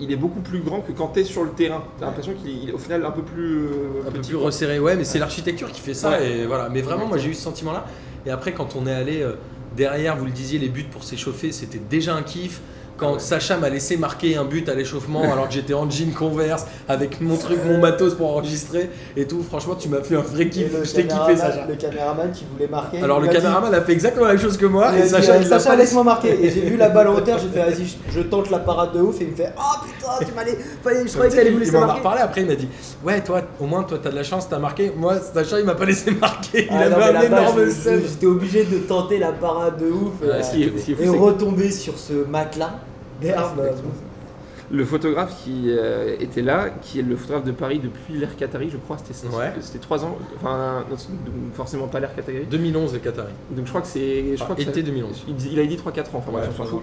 [SPEAKER 5] il est beaucoup plus grand que quand t'es sur le terrain. T'as l'impression qu'il est au final un peu plus euh,
[SPEAKER 1] un peu
[SPEAKER 5] petit,
[SPEAKER 1] plus
[SPEAKER 5] quoi.
[SPEAKER 1] resserré. Ouais, mais c'est l'architecture qui fait ça.
[SPEAKER 5] Ouais.
[SPEAKER 1] Et voilà. Mais vraiment, moi, j'ai eu ce sentiment-là. Et après, quand on est allé euh, derrière, vous le disiez, les buts pour s'échauffer, c'était déjà un kiff. Quand Sacha m'a laissé marquer un but à l'échauffement alors que j'étais en jean converse avec mon truc, mon matos pour enregistrer et tout, franchement, tu m'as fait un vrai
[SPEAKER 2] Et
[SPEAKER 1] kiff.
[SPEAKER 2] le
[SPEAKER 1] Je t'ai
[SPEAKER 2] caméraman-
[SPEAKER 1] kiffé, Sacha.
[SPEAKER 2] Le caméraman qui voulait marquer.
[SPEAKER 1] Alors,
[SPEAKER 2] il
[SPEAKER 1] le
[SPEAKER 2] lui a dit-
[SPEAKER 1] caméraman a fait exactement la même chose que
[SPEAKER 2] il
[SPEAKER 1] moi.
[SPEAKER 2] a
[SPEAKER 1] Et
[SPEAKER 2] dit, euh,
[SPEAKER 1] Sacha, il l'a pas
[SPEAKER 2] Sacha,
[SPEAKER 1] laissé.
[SPEAKER 2] laisse-moi marquer. Et j'ai vu la balle en hauteur, j'ai fait, vas-y, je- je tente la parade de ouf. Et il me fait, ah putain, tu m'as laissé. Je croyais que t'allais vous
[SPEAKER 1] Il
[SPEAKER 2] laisser
[SPEAKER 1] m'en a
[SPEAKER 2] marquer.
[SPEAKER 1] reparlé après, il m'a dit Ouais, toi, au moins, toi, t'as de la chance, t'as marqué. Moi, Sacha, il m'a pas laissé marquer. Il
[SPEAKER 2] Ah,
[SPEAKER 1] avait
[SPEAKER 2] non, mais
[SPEAKER 1] un
[SPEAKER 2] là-bas, je-
[SPEAKER 1] énorme
[SPEAKER 2] je-
[SPEAKER 1] seum.
[SPEAKER 2] J'étais obligé de tenter la parade de ouf.
[SPEAKER 5] Ouais,
[SPEAKER 2] euh,
[SPEAKER 5] ce qui est- ce qui est fou,
[SPEAKER 2] Et
[SPEAKER 5] c'est que-
[SPEAKER 1] Ah,
[SPEAKER 2] retomber sur ce matelas d'herbe.
[SPEAKER 5] le photographe qui euh, était là, qui est le photographe de Paris depuis l'ère Qatari, je crois, c'était
[SPEAKER 1] Ouais.
[SPEAKER 5] c'était trois ans, enfin, non, c'est- donc forcément pas l'ère Qatari.
[SPEAKER 1] 2011, les Qataris.
[SPEAKER 5] Donc je crois que c'est. je
[SPEAKER 1] Enfin,
[SPEAKER 5] crois que ça-
[SPEAKER 1] Ah, été 2011.
[SPEAKER 5] Il, il a dit 3-4 ans, enfin bref,
[SPEAKER 1] Ouais,
[SPEAKER 5] on s'en fout.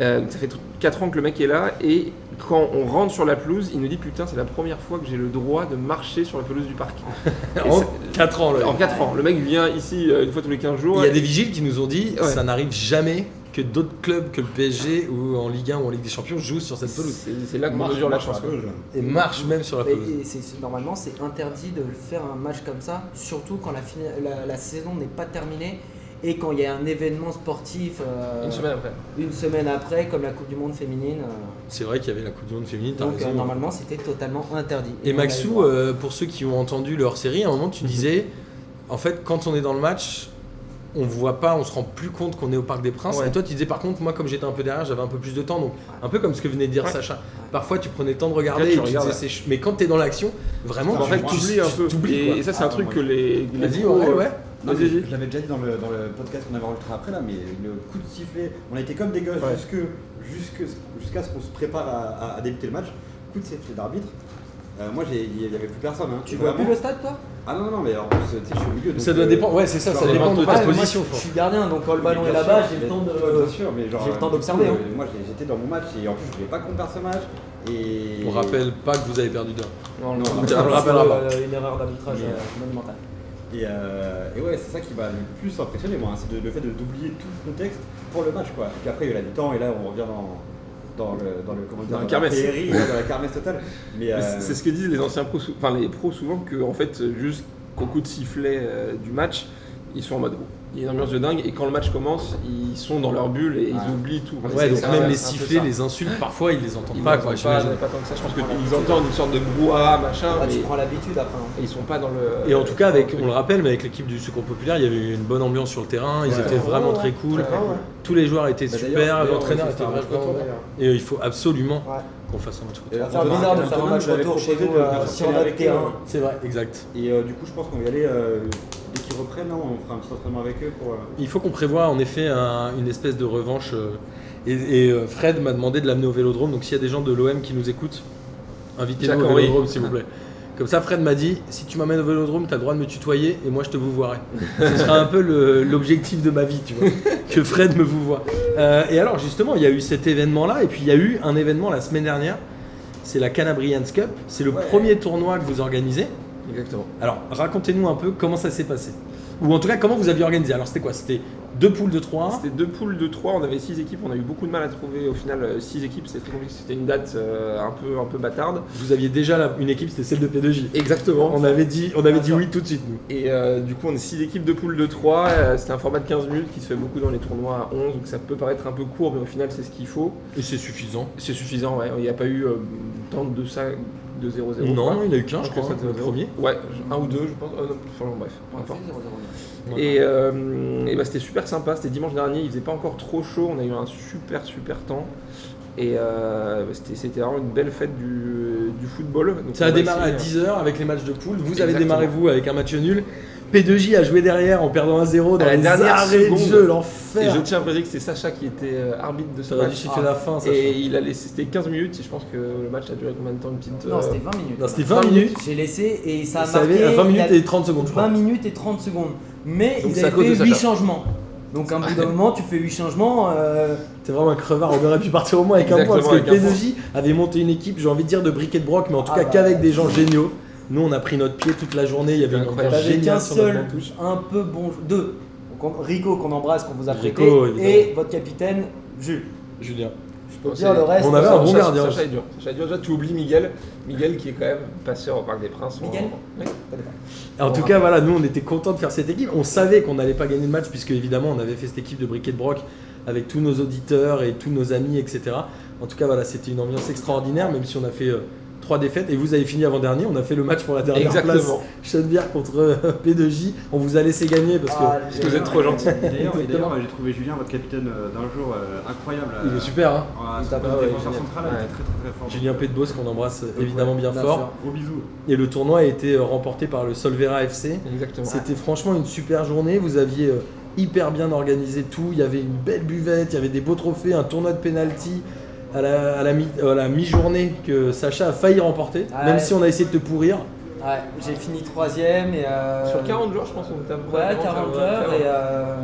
[SPEAKER 5] Euh, donc ça fait 4 ans que le mec est là, et quand on rentre sur la pelouse, il nous dit Putain, c'est la première fois que j'ai le droit de marcher sur la pelouse
[SPEAKER 1] *laughs*
[SPEAKER 5] du parc. Et
[SPEAKER 1] En
[SPEAKER 5] c'est-
[SPEAKER 1] 4 ans, là.
[SPEAKER 5] en 4 ans. Le mec vient ici euh, une fois tous les 15 jours.
[SPEAKER 1] Il y a
[SPEAKER 5] et-
[SPEAKER 1] des vigiles qui nous ont dit
[SPEAKER 5] Ouais.
[SPEAKER 1] ça n'arrive jamais que d'autres clubs que le PSG ou en Ligue 1 ou en Ligue des Champions jouent sur cette pelouse.
[SPEAKER 5] C'est c'est là qu'on mesure la chance. quoi.
[SPEAKER 1] Et marchent même sur la
[SPEAKER 3] Mais-
[SPEAKER 1] pelouse.
[SPEAKER 3] et c'est- c'est- normalement, c'est interdit de faire un match comme ça, surtout quand la, fina- la, la saison n'est pas terminée et quand il y a un événement sportif euh,
[SPEAKER 5] Une semaine après.
[SPEAKER 3] une semaine après, comme la Coupe du Monde féminine. euh.
[SPEAKER 1] C'est vrai qu'il y avait la Coupe du Monde féminine, t'as
[SPEAKER 3] donc, euh,
[SPEAKER 1] raison.
[SPEAKER 3] normalement, c'était totalement interdit.
[SPEAKER 1] Et
[SPEAKER 3] on a eu
[SPEAKER 1] Maxou,
[SPEAKER 3] droit.
[SPEAKER 1] euh, pour ceux qui ont entendu leur série, à un
[SPEAKER 5] *laughs*
[SPEAKER 1] moment tu disais, en fait, quand on est dans le match, on voit pas, on se rend plus compte qu'on est au Parc des Princes.
[SPEAKER 5] Ouais.
[SPEAKER 1] Et toi, tu disais par contre, moi, comme j'étais un peu derrière, j'avais un peu plus de temps, donc un peu comme ce que venait de dire
[SPEAKER 5] Ouais.
[SPEAKER 1] Sacha. Parfois, tu prenais le temps de regarder,
[SPEAKER 5] Là, tu
[SPEAKER 1] et tu
[SPEAKER 5] regardes,
[SPEAKER 1] disais, c'est ch- mais quand t'es dans l'action, vraiment,
[SPEAKER 5] En fait,
[SPEAKER 1] tu-
[SPEAKER 5] t'oublies
[SPEAKER 1] tu-
[SPEAKER 5] un
[SPEAKER 1] tu
[SPEAKER 5] peu.
[SPEAKER 1] t'oublies,
[SPEAKER 5] Et,
[SPEAKER 1] quoi.
[SPEAKER 5] et ça, c'est un
[SPEAKER 4] Attends,
[SPEAKER 5] truc
[SPEAKER 4] moi,
[SPEAKER 5] que les. les
[SPEAKER 1] Vas-y,
[SPEAKER 5] pros,
[SPEAKER 1] ouais,
[SPEAKER 5] euh,
[SPEAKER 1] ouais.
[SPEAKER 4] Non,
[SPEAKER 5] Vas-y,
[SPEAKER 4] mais
[SPEAKER 5] vas-y.
[SPEAKER 4] je l'avais déjà dit dans le, dans le podcast qu'on avait ultra après là, mais le coup de sifflet, on a été comme des gosses
[SPEAKER 5] Ouais.
[SPEAKER 4] jusque, jusque- jusqu'à ce qu'on se prépare à, à- à débuter le match. Coup de sifflet d'arbitre. Euh, moi, j'ai- il n'y avait plus personne. hein.
[SPEAKER 3] tu vois
[SPEAKER 4] Vraiment.
[SPEAKER 3] plus le stade, toi
[SPEAKER 4] Ah non, non, non, mais alors, tu sais, je suis au milieu. donc,
[SPEAKER 1] Ça doit
[SPEAKER 4] euh,
[SPEAKER 1] dépendre, ouais, c'est ça,
[SPEAKER 4] tu
[SPEAKER 1] ça
[SPEAKER 4] vois,
[SPEAKER 1] dépend
[SPEAKER 4] vraiment,
[SPEAKER 1] de
[SPEAKER 4] ouais,
[SPEAKER 1] ta
[SPEAKER 3] moi,
[SPEAKER 1] position.
[SPEAKER 3] Je
[SPEAKER 1] je
[SPEAKER 3] suis gardien, donc quand le
[SPEAKER 4] Mais
[SPEAKER 3] ballon
[SPEAKER 4] bien
[SPEAKER 3] est là-bas,
[SPEAKER 4] sûr,
[SPEAKER 3] j'ai
[SPEAKER 4] mais-
[SPEAKER 3] le temps de.
[SPEAKER 4] Bien sûr, mais genre.
[SPEAKER 3] j'ai le temps
[SPEAKER 4] euh,
[SPEAKER 3] d'observer, hein.
[SPEAKER 4] euh, Moi, j'ai- j'étais dans mon match et en plus, je voulais pas qu'on perde ce match. Et...
[SPEAKER 1] crois. On rappelle pas que vous avez perdu d'un.
[SPEAKER 5] Non, non,
[SPEAKER 4] Non,
[SPEAKER 5] non.
[SPEAKER 1] on le rappellera pas.
[SPEAKER 3] Euh, Une erreur d'arbitrage
[SPEAKER 4] Mais-
[SPEAKER 3] euh, monumentale.
[SPEAKER 4] Et, euh, et ouais, c'est ça qui m'a le plus impressionné, moi, hein, c'est de- le fait de- d'oublier tout le contexte pour le match, quoi. Et puis après, il y a eu la mi-temps, et là, on revient dans, dans le, dans le, comment dire,
[SPEAKER 5] Dans la
[SPEAKER 4] la
[SPEAKER 5] kermesse.
[SPEAKER 4] féerie, dans la carmesse totale. Mais,
[SPEAKER 5] Mais
[SPEAKER 4] euh,
[SPEAKER 5] c'est- C'est ce que disent les anciens pros, sou- enfin les pros souvent, que en fait, juste qu'au coup de sifflet euh, du match, ils sont en mode. oh, Il y a une ambiance de dingue, et quand le match commence, ils sont dans leur bulle et
[SPEAKER 4] Ouais.
[SPEAKER 5] ils oublient tout.
[SPEAKER 1] Ouais, donc
[SPEAKER 5] C'est-
[SPEAKER 1] même les
[SPEAKER 5] c'est un peu
[SPEAKER 1] sifflets,
[SPEAKER 5] ça.
[SPEAKER 1] les insultes, parfois ils les entendent
[SPEAKER 5] Ils
[SPEAKER 1] pas,
[SPEAKER 5] n'entendent
[SPEAKER 1] quoi,
[SPEAKER 5] pas,
[SPEAKER 1] j'imagine.
[SPEAKER 5] pas tant que ça. Je pense qu'ils entendent une sorte de brouhaha, machin,
[SPEAKER 3] Bah, tu
[SPEAKER 5] mais
[SPEAKER 3] prends l'habitude après. hein.
[SPEAKER 5] ils sont pas dans le. euh,
[SPEAKER 1] Et en tout cas, avec,
[SPEAKER 5] dans le
[SPEAKER 1] on le rappelle, mais avec l'équipe du Secours Populaire, il y avait eu une bonne ambiance sur le terrain, ils
[SPEAKER 4] Ouais.
[SPEAKER 1] étaient vraiment très cool,
[SPEAKER 5] Ouais, ouais.
[SPEAKER 1] tous les joueurs étaient
[SPEAKER 4] bah, d'ailleurs-
[SPEAKER 1] super,
[SPEAKER 4] d'ailleurs,
[SPEAKER 1] l'entraîneur
[SPEAKER 4] ouais,
[SPEAKER 1] était
[SPEAKER 4] c'était un match
[SPEAKER 1] vraiment...
[SPEAKER 4] retour, d'ailleurs.
[SPEAKER 1] Et euh, il faut absolument
[SPEAKER 3] Ouais.
[SPEAKER 1] qu'on fasse un match
[SPEAKER 4] Et
[SPEAKER 1] retour.
[SPEAKER 3] Ça va
[SPEAKER 4] là,
[SPEAKER 3] faire
[SPEAKER 4] Antonin-
[SPEAKER 3] bizarre de faire un
[SPEAKER 4] Antonin
[SPEAKER 3] match
[SPEAKER 4] nous avait
[SPEAKER 3] retour
[SPEAKER 4] proposé
[SPEAKER 3] chez nous,
[SPEAKER 4] de
[SPEAKER 3] euh,
[SPEAKER 4] faire
[SPEAKER 3] sur
[SPEAKER 4] tourner
[SPEAKER 3] notre
[SPEAKER 4] avec eux.
[SPEAKER 5] hein.
[SPEAKER 3] terrain.
[SPEAKER 1] C'est vrai, exact.
[SPEAKER 4] Et euh, du coup, je pense qu'on va y aller euh, dès qu'ils reprennent, hein, on fera un petit entraînement avec eux pour. euh,
[SPEAKER 1] Il faut qu'on prévoie en effet un- une espèce de revanche. euh, et, et, euh, Fred m'a demandé de l'amener au vélodrome, donc s'il y a des gens de l'OM qui nous écoutent, invitez-nous
[SPEAKER 5] Jacques
[SPEAKER 1] au
[SPEAKER 5] Henry.
[SPEAKER 1] vélodrome s'il vous plaît. Comme ça, Fred m'a dit si tu m'amènes au vélodrome, tu as le droit de me tutoyer et moi je te vous voirai. Ce sera un peu le- l'objectif de ma vie, tu vois, que Fred me vous voit. et alors, justement, il y a eu cet événement-là, et puis il y a eu un événement la semaine dernière c'est la Calabrians Cup. C'est le
[SPEAKER 4] Ouais.
[SPEAKER 1] premier tournoi que vous organisez.
[SPEAKER 5] Exactement.
[SPEAKER 1] Alors, racontez-nous un peu comment ça s'est passé. Ou en tout cas, comment vous aviez organisé. Alors, c'était quoi C'était deux poules de 3
[SPEAKER 5] C'était deux poules de 3, on avait 6 équipes, on a eu beaucoup de mal à trouver au final 6 équipes, c'était très compliqué, c'était une date euh, un, peu, un peu bâtarde.
[SPEAKER 1] Vous aviez déjà la- une équipe, c'était celle de P2J.
[SPEAKER 5] Exactement.
[SPEAKER 1] On avait dit, on avait dit
[SPEAKER 3] Bien
[SPEAKER 1] oui tout de suite, nous.
[SPEAKER 5] Et euh, du coup, on est 6 équipes de poule de 3. C'était un format de 15 minutes qui se fait beaucoup dans les tournois à 11, donc ça peut paraître un peu court, mais au final, c'est ce qu'il faut.
[SPEAKER 1] Et c'est suffisant.
[SPEAKER 5] C'est suffisant, ouais. Il n'y a pas eu euh, tant de ça de 0-0.
[SPEAKER 1] Non,
[SPEAKER 5] quoi.
[SPEAKER 1] il y en a eu qu'un, je
[SPEAKER 5] Parce que
[SPEAKER 1] crois,
[SPEAKER 5] c'était
[SPEAKER 1] le
[SPEAKER 5] 0-0.
[SPEAKER 1] premier.
[SPEAKER 5] Ouais, un ou deux, je pense. Euh, non, enfin, bref, peu importe.
[SPEAKER 1] Voilà.
[SPEAKER 5] Et, euh, et bah, c'était super sympa, c'était dimanche dernier, il faisait pas encore trop chaud, on a eu un super super temps. Et euh, bah, c'était c'était vraiment une belle fête du, du football. Donc,
[SPEAKER 1] Ça
[SPEAKER 5] on
[SPEAKER 1] a
[SPEAKER 5] va
[SPEAKER 1] démarré à
[SPEAKER 5] essayer- hein.
[SPEAKER 1] 10h avec les matchs de poule. Vous avez
[SPEAKER 5] Exactement.
[SPEAKER 1] démarré, vous, avec un match nul. P2J a joué derrière en perdant 1-0 dans
[SPEAKER 5] À la
[SPEAKER 1] les
[SPEAKER 5] dernière
[SPEAKER 1] arrêts
[SPEAKER 5] seconde.
[SPEAKER 1] de jeu,
[SPEAKER 5] Et je
[SPEAKER 1] l'enfer. Ah.
[SPEAKER 5] tiens à préciser que c'est Sacha qui était euh, arbitre de ce
[SPEAKER 1] Ça aurait
[SPEAKER 5] match.
[SPEAKER 1] dû siffler la fin, ça.
[SPEAKER 5] Et il a laissé, c'était 15 minutes, et je pense que le match a duré combien de temps Une petite.
[SPEAKER 3] Non,
[SPEAKER 5] euh,
[SPEAKER 3] c'était 20 minutes.
[SPEAKER 1] Non, c'était 20 minutes.
[SPEAKER 3] J'ai laissé et ça a
[SPEAKER 1] Ça
[SPEAKER 3] marqué.
[SPEAKER 1] avait à 20
[SPEAKER 3] il
[SPEAKER 1] minutes
[SPEAKER 3] a-
[SPEAKER 1] et 30 secondes, je crois.
[SPEAKER 3] 20 minutes et 30 secondes. Mais
[SPEAKER 5] Donc,
[SPEAKER 3] ils
[SPEAKER 5] c'est à
[SPEAKER 3] avaient
[SPEAKER 5] cause de
[SPEAKER 3] fait
[SPEAKER 5] Sacha.
[SPEAKER 3] 8 changements. Donc à un bout d'un moment, tu fais 8 changements. euh,
[SPEAKER 1] T'es vraiment un crevard, on aurait pu partir au moins avec un point parce
[SPEAKER 5] Exactement,
[SPEAKER 1] que
[SPEAKER 5] avec un
[SPEAKER 1] P2J avait monté une équipe, j'ai envie de dire de briquet de broc, mais en tout
[SPEAKER 3] Ah
[SPEAKER 1] cas
[SPEAKER 3] bah.
[SPEAKER 1] qu'avec des gens géniaux. Nous, on a pris notre pied toute la journée, il y avait une
[SPEAKER 5] Incroyable.
[SPEAKER 1] ambiance
[SPEAKER 3] T'avais qu'un
[SPEAKER 1] géniale sur notre
[SPEAKER 3] seul,
[SPEAKER 1] touche.
[SPEAKER 3] un peu bon. Deux. Donc, on- Rico qu'on embrasse, qu'on vous a prêté.
[SPEAKER 1] Rico, évidemment.
[SPEAKER 3] et votre capitaine, Jules.
[SPEAKER 1] Julien.
[SPEAKER 3] Je peux
[SPEAKER 5] Non,
[SPEAKER 3] dire
[SPEAKER 5] c'est-
[SPEAKER 3] le reste.
[SPEAKER 1] on avait un bon
[SPEAKER 5] Sacha-
[SPEAKER 1] gardien
[SPEAKER 5] Sacha est dur. Sacha est dur. Déjà, tu oublies Miguel. Miguel qui est quand même passeur au Parc des Princes.
[SPEAKER 3] Miguel
[SPEAKER 5] Oui.
[SPEAKER 1] En
[SPEAKER 5] Bon,
[SPEAKER 1] tout
[SPEAKER 5] hein.
[SPEAKER 1] cas, voilà, nous, on était contents de faire cette équipe. On savait qu'on n'allait pas gagner le match puisque évidemment, on avait fait cette équipe de briquet de broc avec tous nos auditeurs et tous nos amis, etc. En tout cas, voilà, c'était une ambiance extraordinaire, même si on a fait euh, trois défaites et vous avez fini avant dernier. On a fait le match pour la dernière place.
[SPEAKER 5] Exactement.
[SPEAKER 1] Schoenberg contre euh, P2J. On vous a laissé gagner parce que
[SPEAKER 3] Ah.
[SPEAKER 5] parce que vous êtes trop gentil.
[SPEAKER 4] Et *laughs* d'ailleurs, et d'ailleurs, j'ai trouvé Julien, votre capitaine euh, d'un jour, euh, incroyable.
[SPEAKER 1] il est super. Hein.
[SPEAKER 4] Ah,
[SPEAKER 3] Il
[SPEAKER 4] son
[SPEAKER 3] tape-
[SPEAKER 4] poste
[SPEAKER 5] ouais,
[SPEAKER 4] défenseur
[SPEAKER 5] génial.
[SPEAKER 4] central, il
[SPEAKER 5] Ouais.
[SPEAKER 4] était très très très fort.
[SPEAKER 1] Julien
[SPEAKER 4] Donc, euh,
[SPEAKER 1] Pédebos qu'on embrasse évidemment bien
[SPEAKER 3] bien
[SPEAKER 1] fort.
[SPEAKER 3] sûr.
[SPEAKER 4] Gros bisous.
[SPEAKER 1] Et le tournoi a été euh, remporté par le Solvera FC.
[SPEAKER 5] Exactement.
[SPEAKER 1] C'était franchement une super journée. Vous aviez euh, hyper bien organisé tout. Il y avait une belle buvette, il y avait des beaux trophées, un tournoi de penalty. à la, à la mi- euh, à la mi-journée que Sacha a failli remporter,
[SPEAKER 3] Ah
[SPEAKER 1] même
[SPEAKER 3] ouais.
[SPEAKER 1] si on a essayé de te pourrir.
[SPEAKER 3] Ouais, j'ai fini troisième et.
[SPEAKER 5] Ah,
[SPEAKER 3] euh,
[SPEAKER 2] Sur 40 jours, je pense qu'on était à peu près à
[SPEAKER 3] Ouais, 40
[SPEAKER 2] 40,
[SPEAKER 3] heures et.
[SPEAKER 2] 40.
[SPEAKER 3] euh,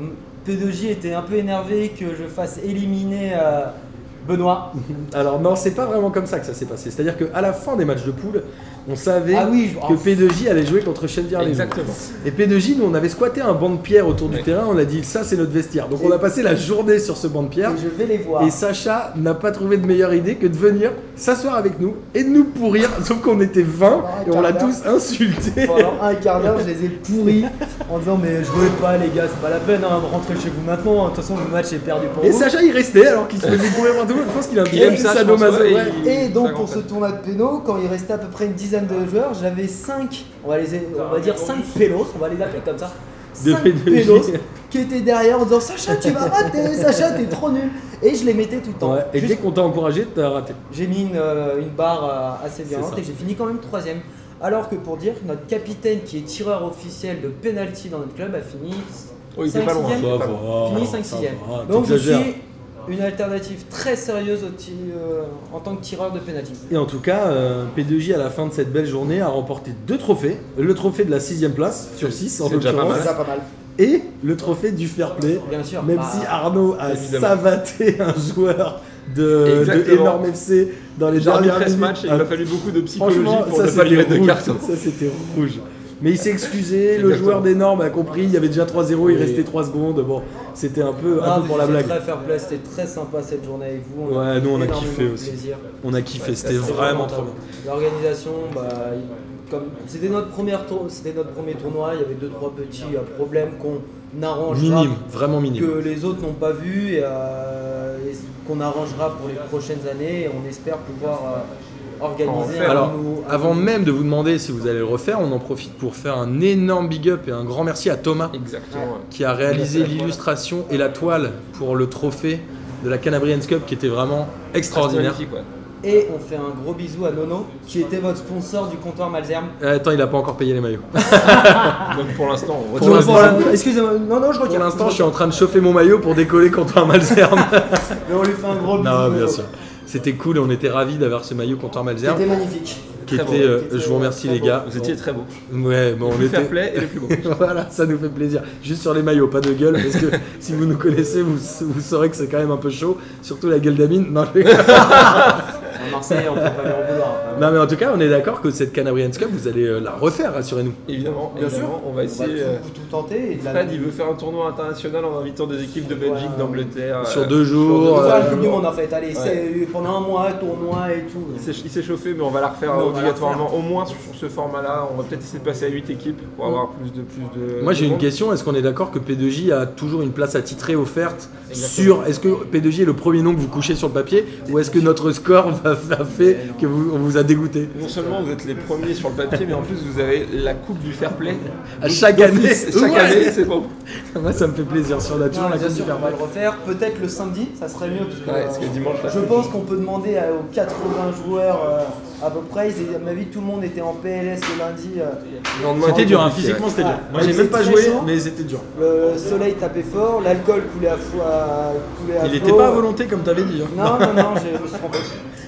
[SPEAKER 3] m- P2J était un peu énervé que je fasse éliminer euh, Benoît.
[SPEAKER 1] Alors non, c'est pas vraiment comme ça que ça s'est passé. C'est-à-dire qu'à la fin des matchs de poule, on savait
[SPEAKER 3] Ah oui, je-
[SPEAKER 1] que P2J allait jouer contre Chenvière les
[SPEAKER 2] Exactement.
[SPEAKER 1] Et P2J, nous, on avait squatté un banc de pierre autour du
[SPEAKER 2] Ouais.
[SPEAKER 1] terrain. On a dit, ça, c'est notre vestiaire. Donc on a passé la journée sur ce banc de pierre.
[SPEAKER 3] Et je vais les voir.
[SPEAKER 1] Et Sacha n'a pas trouvé de meilleure idée que de venir s'asseoir avec nous et de nous pourrir, *laughs* sauf qu'on était 20 et on l'a tous insulté.
[SPEAKER 3] Pendant un quart d'heure, je les ai pourris en disant Mais jouez pas, les gars, c'est pas la peine, hein, rentrez chez vous maintenant. De toute façon, le match est perdu
[SPEAKER 1] *laughs*
[SPEAKER 3] pour
[SPEAKER 1] Et
[SPEAKER 3] vous.
[SPEAKER 1] Sacha, il restait alors qu'il se faisait courir par tout le monde. Je pense qu'il a un
[SPEAKER 2] Il aime
[SPEAKER 1] problème
[SPEAKER 2] ça, je pense,
[SPEAKER 1] sadomaso.
[SPEAKER 2] ouais,
[SPEAKER 1] ouais.
[SPEAKER 2] il-
[SPEAKER 3] Et
[SPEAKER 2] ça
[SPEAKER 3] donc pour
[SPEAKER 2] grand
[SPEAKER 3] ce tournoi de péno, quand il restait à peu près une dizaine de joueurs, j'avais 5, on va, les, on va dire 5 pélos, on va les appeler comme ça.
[SPEAKER 1] De
[SPEAKER 3] 5
[SPEAKER 1] P2J.
[SPEAKER 3] pélos qui étaient derrière en disant Sacha tu vas rater, Sacha t'es trop nul. Et je les mettais tout le temps.
[SPEAKER 1] Ouais, Et
[SPEAKER 3] Juste-
[SPEAKER 1] dès qu'on t'a encouragé, t'as raté.
[SPEAKER 3] J'ai mis une, euh, une barre euh, assez
[SPEAKER 1] C'est
[SPEAKER 3] violente
[SPEAKER 1] ça.
[SPEAKER 3] et j'ai fini quand même troisième. Alors que pour dire, notre capitaine qui est tireur officiel de penalty dans notre club a fini
[SPEAKER 2] Oh, il était pas loin.
[SPEAKER 3] 5-6e.
[SPEAKER 2] Ça va,
[SPEAKER 1] Oh,
[SPEAKER 3] Fini 5 6
[SPEAKER 1] Ah,
[SPEAKER 3] Donc je
[SPEAKER 1] j'exagères.
[SPEAKER 3] suis une alternative très sérieuse au ti- euh, en tant que tireur de penalty.
[SPEAKER 1] Et en tout cas, euh, P2J, à la fin de cette belle journée, a remporté deux trophées. Le trophée de la sixième place sur 6 en
[SPEAKER 2] c'est déjà pas
[SPEAKER 1] l'occurrence.
[SPEAKER 2] mal.
[SPEAKER 6] Ça, pas mal.
[SPEAKER 1] Et le trophée du fair play.
[SPEAKER 3] Bien sûr.
[SPEAKER 1] Même
[SPEAKER 3] bah,
[SPEAKER 1] si ah, Arnaud a
[SPEAKER 2] Ah, évidemment.
[SPEAKER 1] savaté un joueur de, de
[SPEAKER 2] Exactement.
[SPEAKER 1] énorme FC dans les
[SPEAKER 2] J'ai dormi
[SPEAKER 1] dernières
[SPEAKER 2] 13
[SPEAKER 1] minutes.
[SPEAKER 2] matchs et il
[SPEAKER 1] Ah,
[SPEAKER 2] m'a fallu beaucoup de psychologie
[SPEAKER 1] Franchement,
[SPEAKER 2] pour
[SPEAKER 1] ça
[SPEAKER 2] ne pas lui mettre
[SPEAKER 1] c'était
[SPEAKER 2] de
[SPEAKER 1] rouge.
[SPEAKER 2] carton.
[SPEAKER 1] Ça c'était rouge. Mais il s'est excusé, le
[SPEAKER 2] Exactement.
[SPEAKER 1] joueur d'énorme a compris, il y avait déjà 3-0, il
[SPEAKER 2] Oui. Ah,
[SPEAKER 1] restait 3 secondes. Bon, c'était un peu, un
[SPEAKER 3] non,
[SPEAKER 1] peu pour la
[SPEAKER 3] c'était
[SPEAKER 1] blague.
[SPEAKER 3] Très fair play, c'était très sympa cette journée avec vous.
[SPEAKER 1] Ouais, nous, on a
[SPEAKER 3] énormément
[SPEAKER 1] kiffé
[SPEAKER 3] de
[SPEAKER 1] aussi.
[SPEAKER 3] plaisir.
[SPEAKER 1] On a kiffé, c'était
[SPEAKER 3] C'était
[SPEAKER 1] vraiment trop bien.
[SPEAKER 3] top. L'organisation, bah, il- comme c'était notre première tour- c'était notre premier tournoi, il y avait deux trois petits euh, problèmes qu'on arrangera,
[SPEAKER 1] Minime, vraiment minime.
[SPEAKER 3] que les autres n'ont pas vu et, euh, et qu'on arrangera pour les prochaines années. Et on espère pouvoir euh, organiser.
[SPEAKER 2] faire.
[SPEAKER 3] un
[SPEAKER 1] Alors,
[SPEAKER 3] nouveau- un
[SPEAKER 1] Avant
[SPEAKER 3] nouveau-
[SPEAKER 1] même de vous demander si vous allez le refaire, on en profite pour faire un énorme big up et un grand merci à Thomas
[SPEAKER 2] Exactement. ouais.
[SPEAKER 1] qui a réalisé l'illustration et la toile pour le trophée de la Canabrians Cup qui était vraiment extraordinaire.
[SPEAKER 2] Magnifique, ouais.
[SPEAKER 3] Et on fait un gros bisou à Nono, qui était votre sponsor du comptoir Malzerme.
[SPEAKER 1] Euh, Attends, il a pas encore payé les maillots.
[SPEAKER 2] Donc pour l'instant, on
[SPEAKER 1] Pour
[SPEAKER 2] retire.
[SPEAKER 3] Donc,
[SPEAKER 1] l'instant-
[SPEAKER 3] voilà, Excusez-moi, non, non, je
[SPEAKER 1] Pour
[SPEAKER 3] retire.
[SPEAKER 1] l'instant, je suis en train de chauffer mon maillot pour décoller contre un
[SPEAKER 2] *laughs*
[SPEAKER 1] Malzerme.
[SPEAKER 3] Mais on lui fait un gros bisou.
[SPEAKER 1] non, bien
[SPEAKER 3] Nono.
[SPEAKER 1] sûr. C'était cool et on était ravis d'avoir ce maillot contre un Malzerbe
[SPEAKER 3] C'était magnifique.
[SPEAKER 1] qui
[SPEAKER 2] très
[SPEAKER 1] était,
[SPEAKER 2] beau.
[SPEAKER 1] euh,
[SPEAKER 3] Qui était,
[SPEAKER 1] je vous remercie
[SPEAKER 3] très
[SPEAKER 1] les
[SPEAKER 3] beau.
[SPEAKER 1] gars.
[SPEAKER 2] Vous étiez très beau.
[SPEAKER 1] Ouais, bon,
[SPEAKER 2] le
[SPEAKER 1] on
[SPEAKER 2] plus
[SPEAKER 1] était.
[SPEAKER 2] fair play et le plus beau.
[SPEAKER 1] *laughs* voilà, ça nous fait plaisir. Juste sur les maillots, pas de gueule, parce que si vous nous connaissez, vous, vous saurez que c'est quand même un peu chaud, surtout la gueule d'Amine. Non, je-
[SPEAKER 3] En Marseille, on peut pas lui en vouloir.
[SPEAKER 1] non, mais en hein. tout cas, on est d'accord que cette Canabrians Cup, vous allez euh, la refaire, rassurez-nous.
[SPEAKER 2] Évidemment,
[SPEAKER 3] Bien
[SPEAKER 2] évidemment,
[SPEAKER 3] sûr.
[SPEAKER 2] on va essayer. euh,
[SPEAKER 3] tout, tout tenter et de la
[SPEAKER 2] Fred, il veut faire un tournoi international en invitant des équipes de Belgique,
[SPEAKER 3] Ouais.
[SPEAKER 2] d'Angleterre.
[SPEAKER 1] Sur
[SPEAKER 2] euh,
[SPEAKER 1] deux
[SPEAKER 3] On
[SPEAKER 1] jours.
[SPEAKER 3] va faire la
[SPEAKER 1] euh,
[SPEAKER 3] Coupe du Monde en fait. Allez,
[SPEAKER 2] Ouais.
[SPEAKER 3] c'est pendant un mois, tournoi et tout.
[SPEAKER 2] Il s'est- il s'est chauffé, mais on va la
[SPEAKER 3] Mais
[SPEAKER 2] refaire
[SPEAKER 3] on va la
[SPEAKER 2] obligatoirement, au moins sur sur ce format-là. On va peut-être essayer de passer à 8 équipes pour avoir plus de. Plus de
[SPEAKER 1] Moi j'ai
[SPEAKER 2] de
[SPEAKER 1] une
[SPEAKER 2] monde.
[SPEAKER 1] question, est-ce qu'on est d'accord que P2J a toujours une place attitrée offerte
[SPEAKER 2] Exactement.
[SPEAKER 1] sur est-ce que P2J est le premier nom que vous couchez sur le papier ou est-ce que notre score va, va fait que vous, on vous a dégoûté
[SPEAKER 2] Non seulement vous êtes les premiers sur le papier, mais en plus vous avez la coupe du fair play.
[SPEAKER 1] à Ah, chaque année
[SPEAKER 2] Chaque
[SPEAKER 1] ouais.
[SPEAKER 2] année, c'est bon.
[SPEAKER 1] Moi ça me fait plaisir si on a toujours
[SPEAKER 3] Non,
[SPEAKER 1] la
[SPEAKER 3] mais bien
[SPEAKER 1] coupe du
[SPEAKER 3] sûr, on
[SPEAKER 1] Fair
[SPEAKER 3] va
[SPEAKER 1] Play.
[SPEAKER 3] le refaire. Peut-être le samedi, ça serait mieux. Parce que,
[SPEAKER 2] Ouais, parce que
[SPEAKER 3] euh,
[SPEAKER 2] dimanche, là,
[SPEAKER 3] je pense qu'on peut demander à- aux 80 joueurs euh, à peu près. Ils- À ma vie, tout le monde était en PLS le lundi. euh,
[SPEAKER 2] Le lendemain,
[SPEAKER 1] C'était dur, hein,
[SPEAKER 2] compliqué,
[SPEAKER 1] physiquement c'était dur.
[SPEAKER 3] Ouais.
[SPEAKER 1] Moi
[SPEAKER 3] Ouais,
[SPEAKER 1] j'ai même pas
[SPEAKER 3] c'est
[SPEAKER 1] joué
[SPEAKER 3] très chaud.
[SPEAKER 1] mais c'était dur.
[SPEAKER 3] Le soleil tapait fort, l'alcool coulait à fou. à- coulait à
[SPEAKER 1] Il
[SPEAKER 3] flot.
[SPEAKER 1] était pas à volonté comme t'avais dit. hein.
[SPEAKER 3] Non, non, non, je me
[SPEAKER 1] *laughs*
[SPEAKER 3] suis trompé.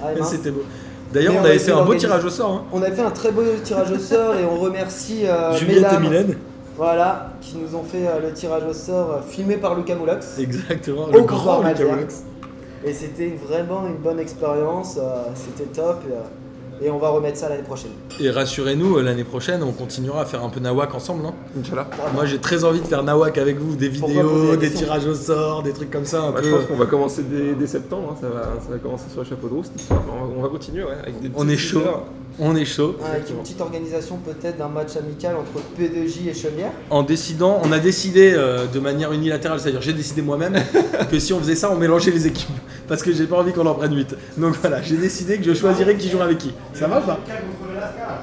[SPEAKER 3] Ah,
[SPEAKER 1] Mais
[SPEAKER 3] mince.
[SPEAKER 1] C'était beau. D'ailleurs
[SPEAKER 3] Mais
[SPEAKER 1] on
[SPEAKER 3] on
[SPEAKER 1] avait
[SPEAKER 3] a
[SPEAKER 1] fait
[SPEAKER 3] été
[SPEAKER 1] un beau
[SPEAKER 3] organisé.
[SPEAKER 1] tirage au sort. hein.
[SPEAKER 3] On a fait un très beau tirage au sort et on remercie euh,
[SPEAKER 1] Juliette et
[SPEAKER 3] mesdames,
[SPEAKER 1] Mylène. *laughs*
[SPEAKER 3] voilà, qui nous ont fait euh, le tirage au sort euh, filmé par Lucas Moulox.
[SPEAKER 1] Exactement.
[SPEAKER 3] Au
[SPEAKER 1] Oh, Le
[SPEAKER 3] comptoir
[SPEAKER 1] grand Lucas
[SPEAKER 3] Malzerbe.
[SPEAKER 1] Wilks.
[SPEAKER 3] Et c'était une- vraiment une bonne expérience, euh, c'était top. et, euh, Et, on va remettre ça l'année prochaine.
[SPEAKER 1] Et rassurez-nous, euh, l'année prochaine on continuera à faire un peu nawak ensemble. hein.
[SPEAKER 2] Inch'Allah.
[SPEAKER 1] Moi j'ai très envie de faire Nawak avec vous, des
[SPEAKER 3] Pourquoi poser
[SPEAKER 1] vidéos,
[SPEAKER 3] la
[SPEAKER 1] des
[SPEAKER 3] question
[SPEAKER 1] tirages au sort, des trucs comme ça un
[SPEAKER 2] Bah, je
[SPEAKER 1] peu.
[SPEAKER 2] pense qu'on va commencer dès, dès septembre, hein, ça, va, ça va commencer sur le chapeau de roue cette histoire. On va, on va continuer ouais, avec des
[SPEAKER 1] On
[SPEAKER 2] petits
[SPEAKER 1] est chaud.
[SPEAKER 2] teasers.
[SPEAKER 1] On est chaud.
[SPEAKER 3] Ah, Avec une petite organisation peut-être d'un match amical entre P2J et Chaumière.
[SPEAKER 1] En décidant, on a décidé euh, de manière unilatérale, c'est-à-dire j'ai décidé
[SPEAKER 3] *laughs*
[SPEAKER 1] moi-même que si on faisait ça, on mélangeait les équipes parce que j'ai pas envie qu'on en prenne 8. Donc voilà, j'ai décidé que je choisirais qui jouerait avec qui. Ça va ou pas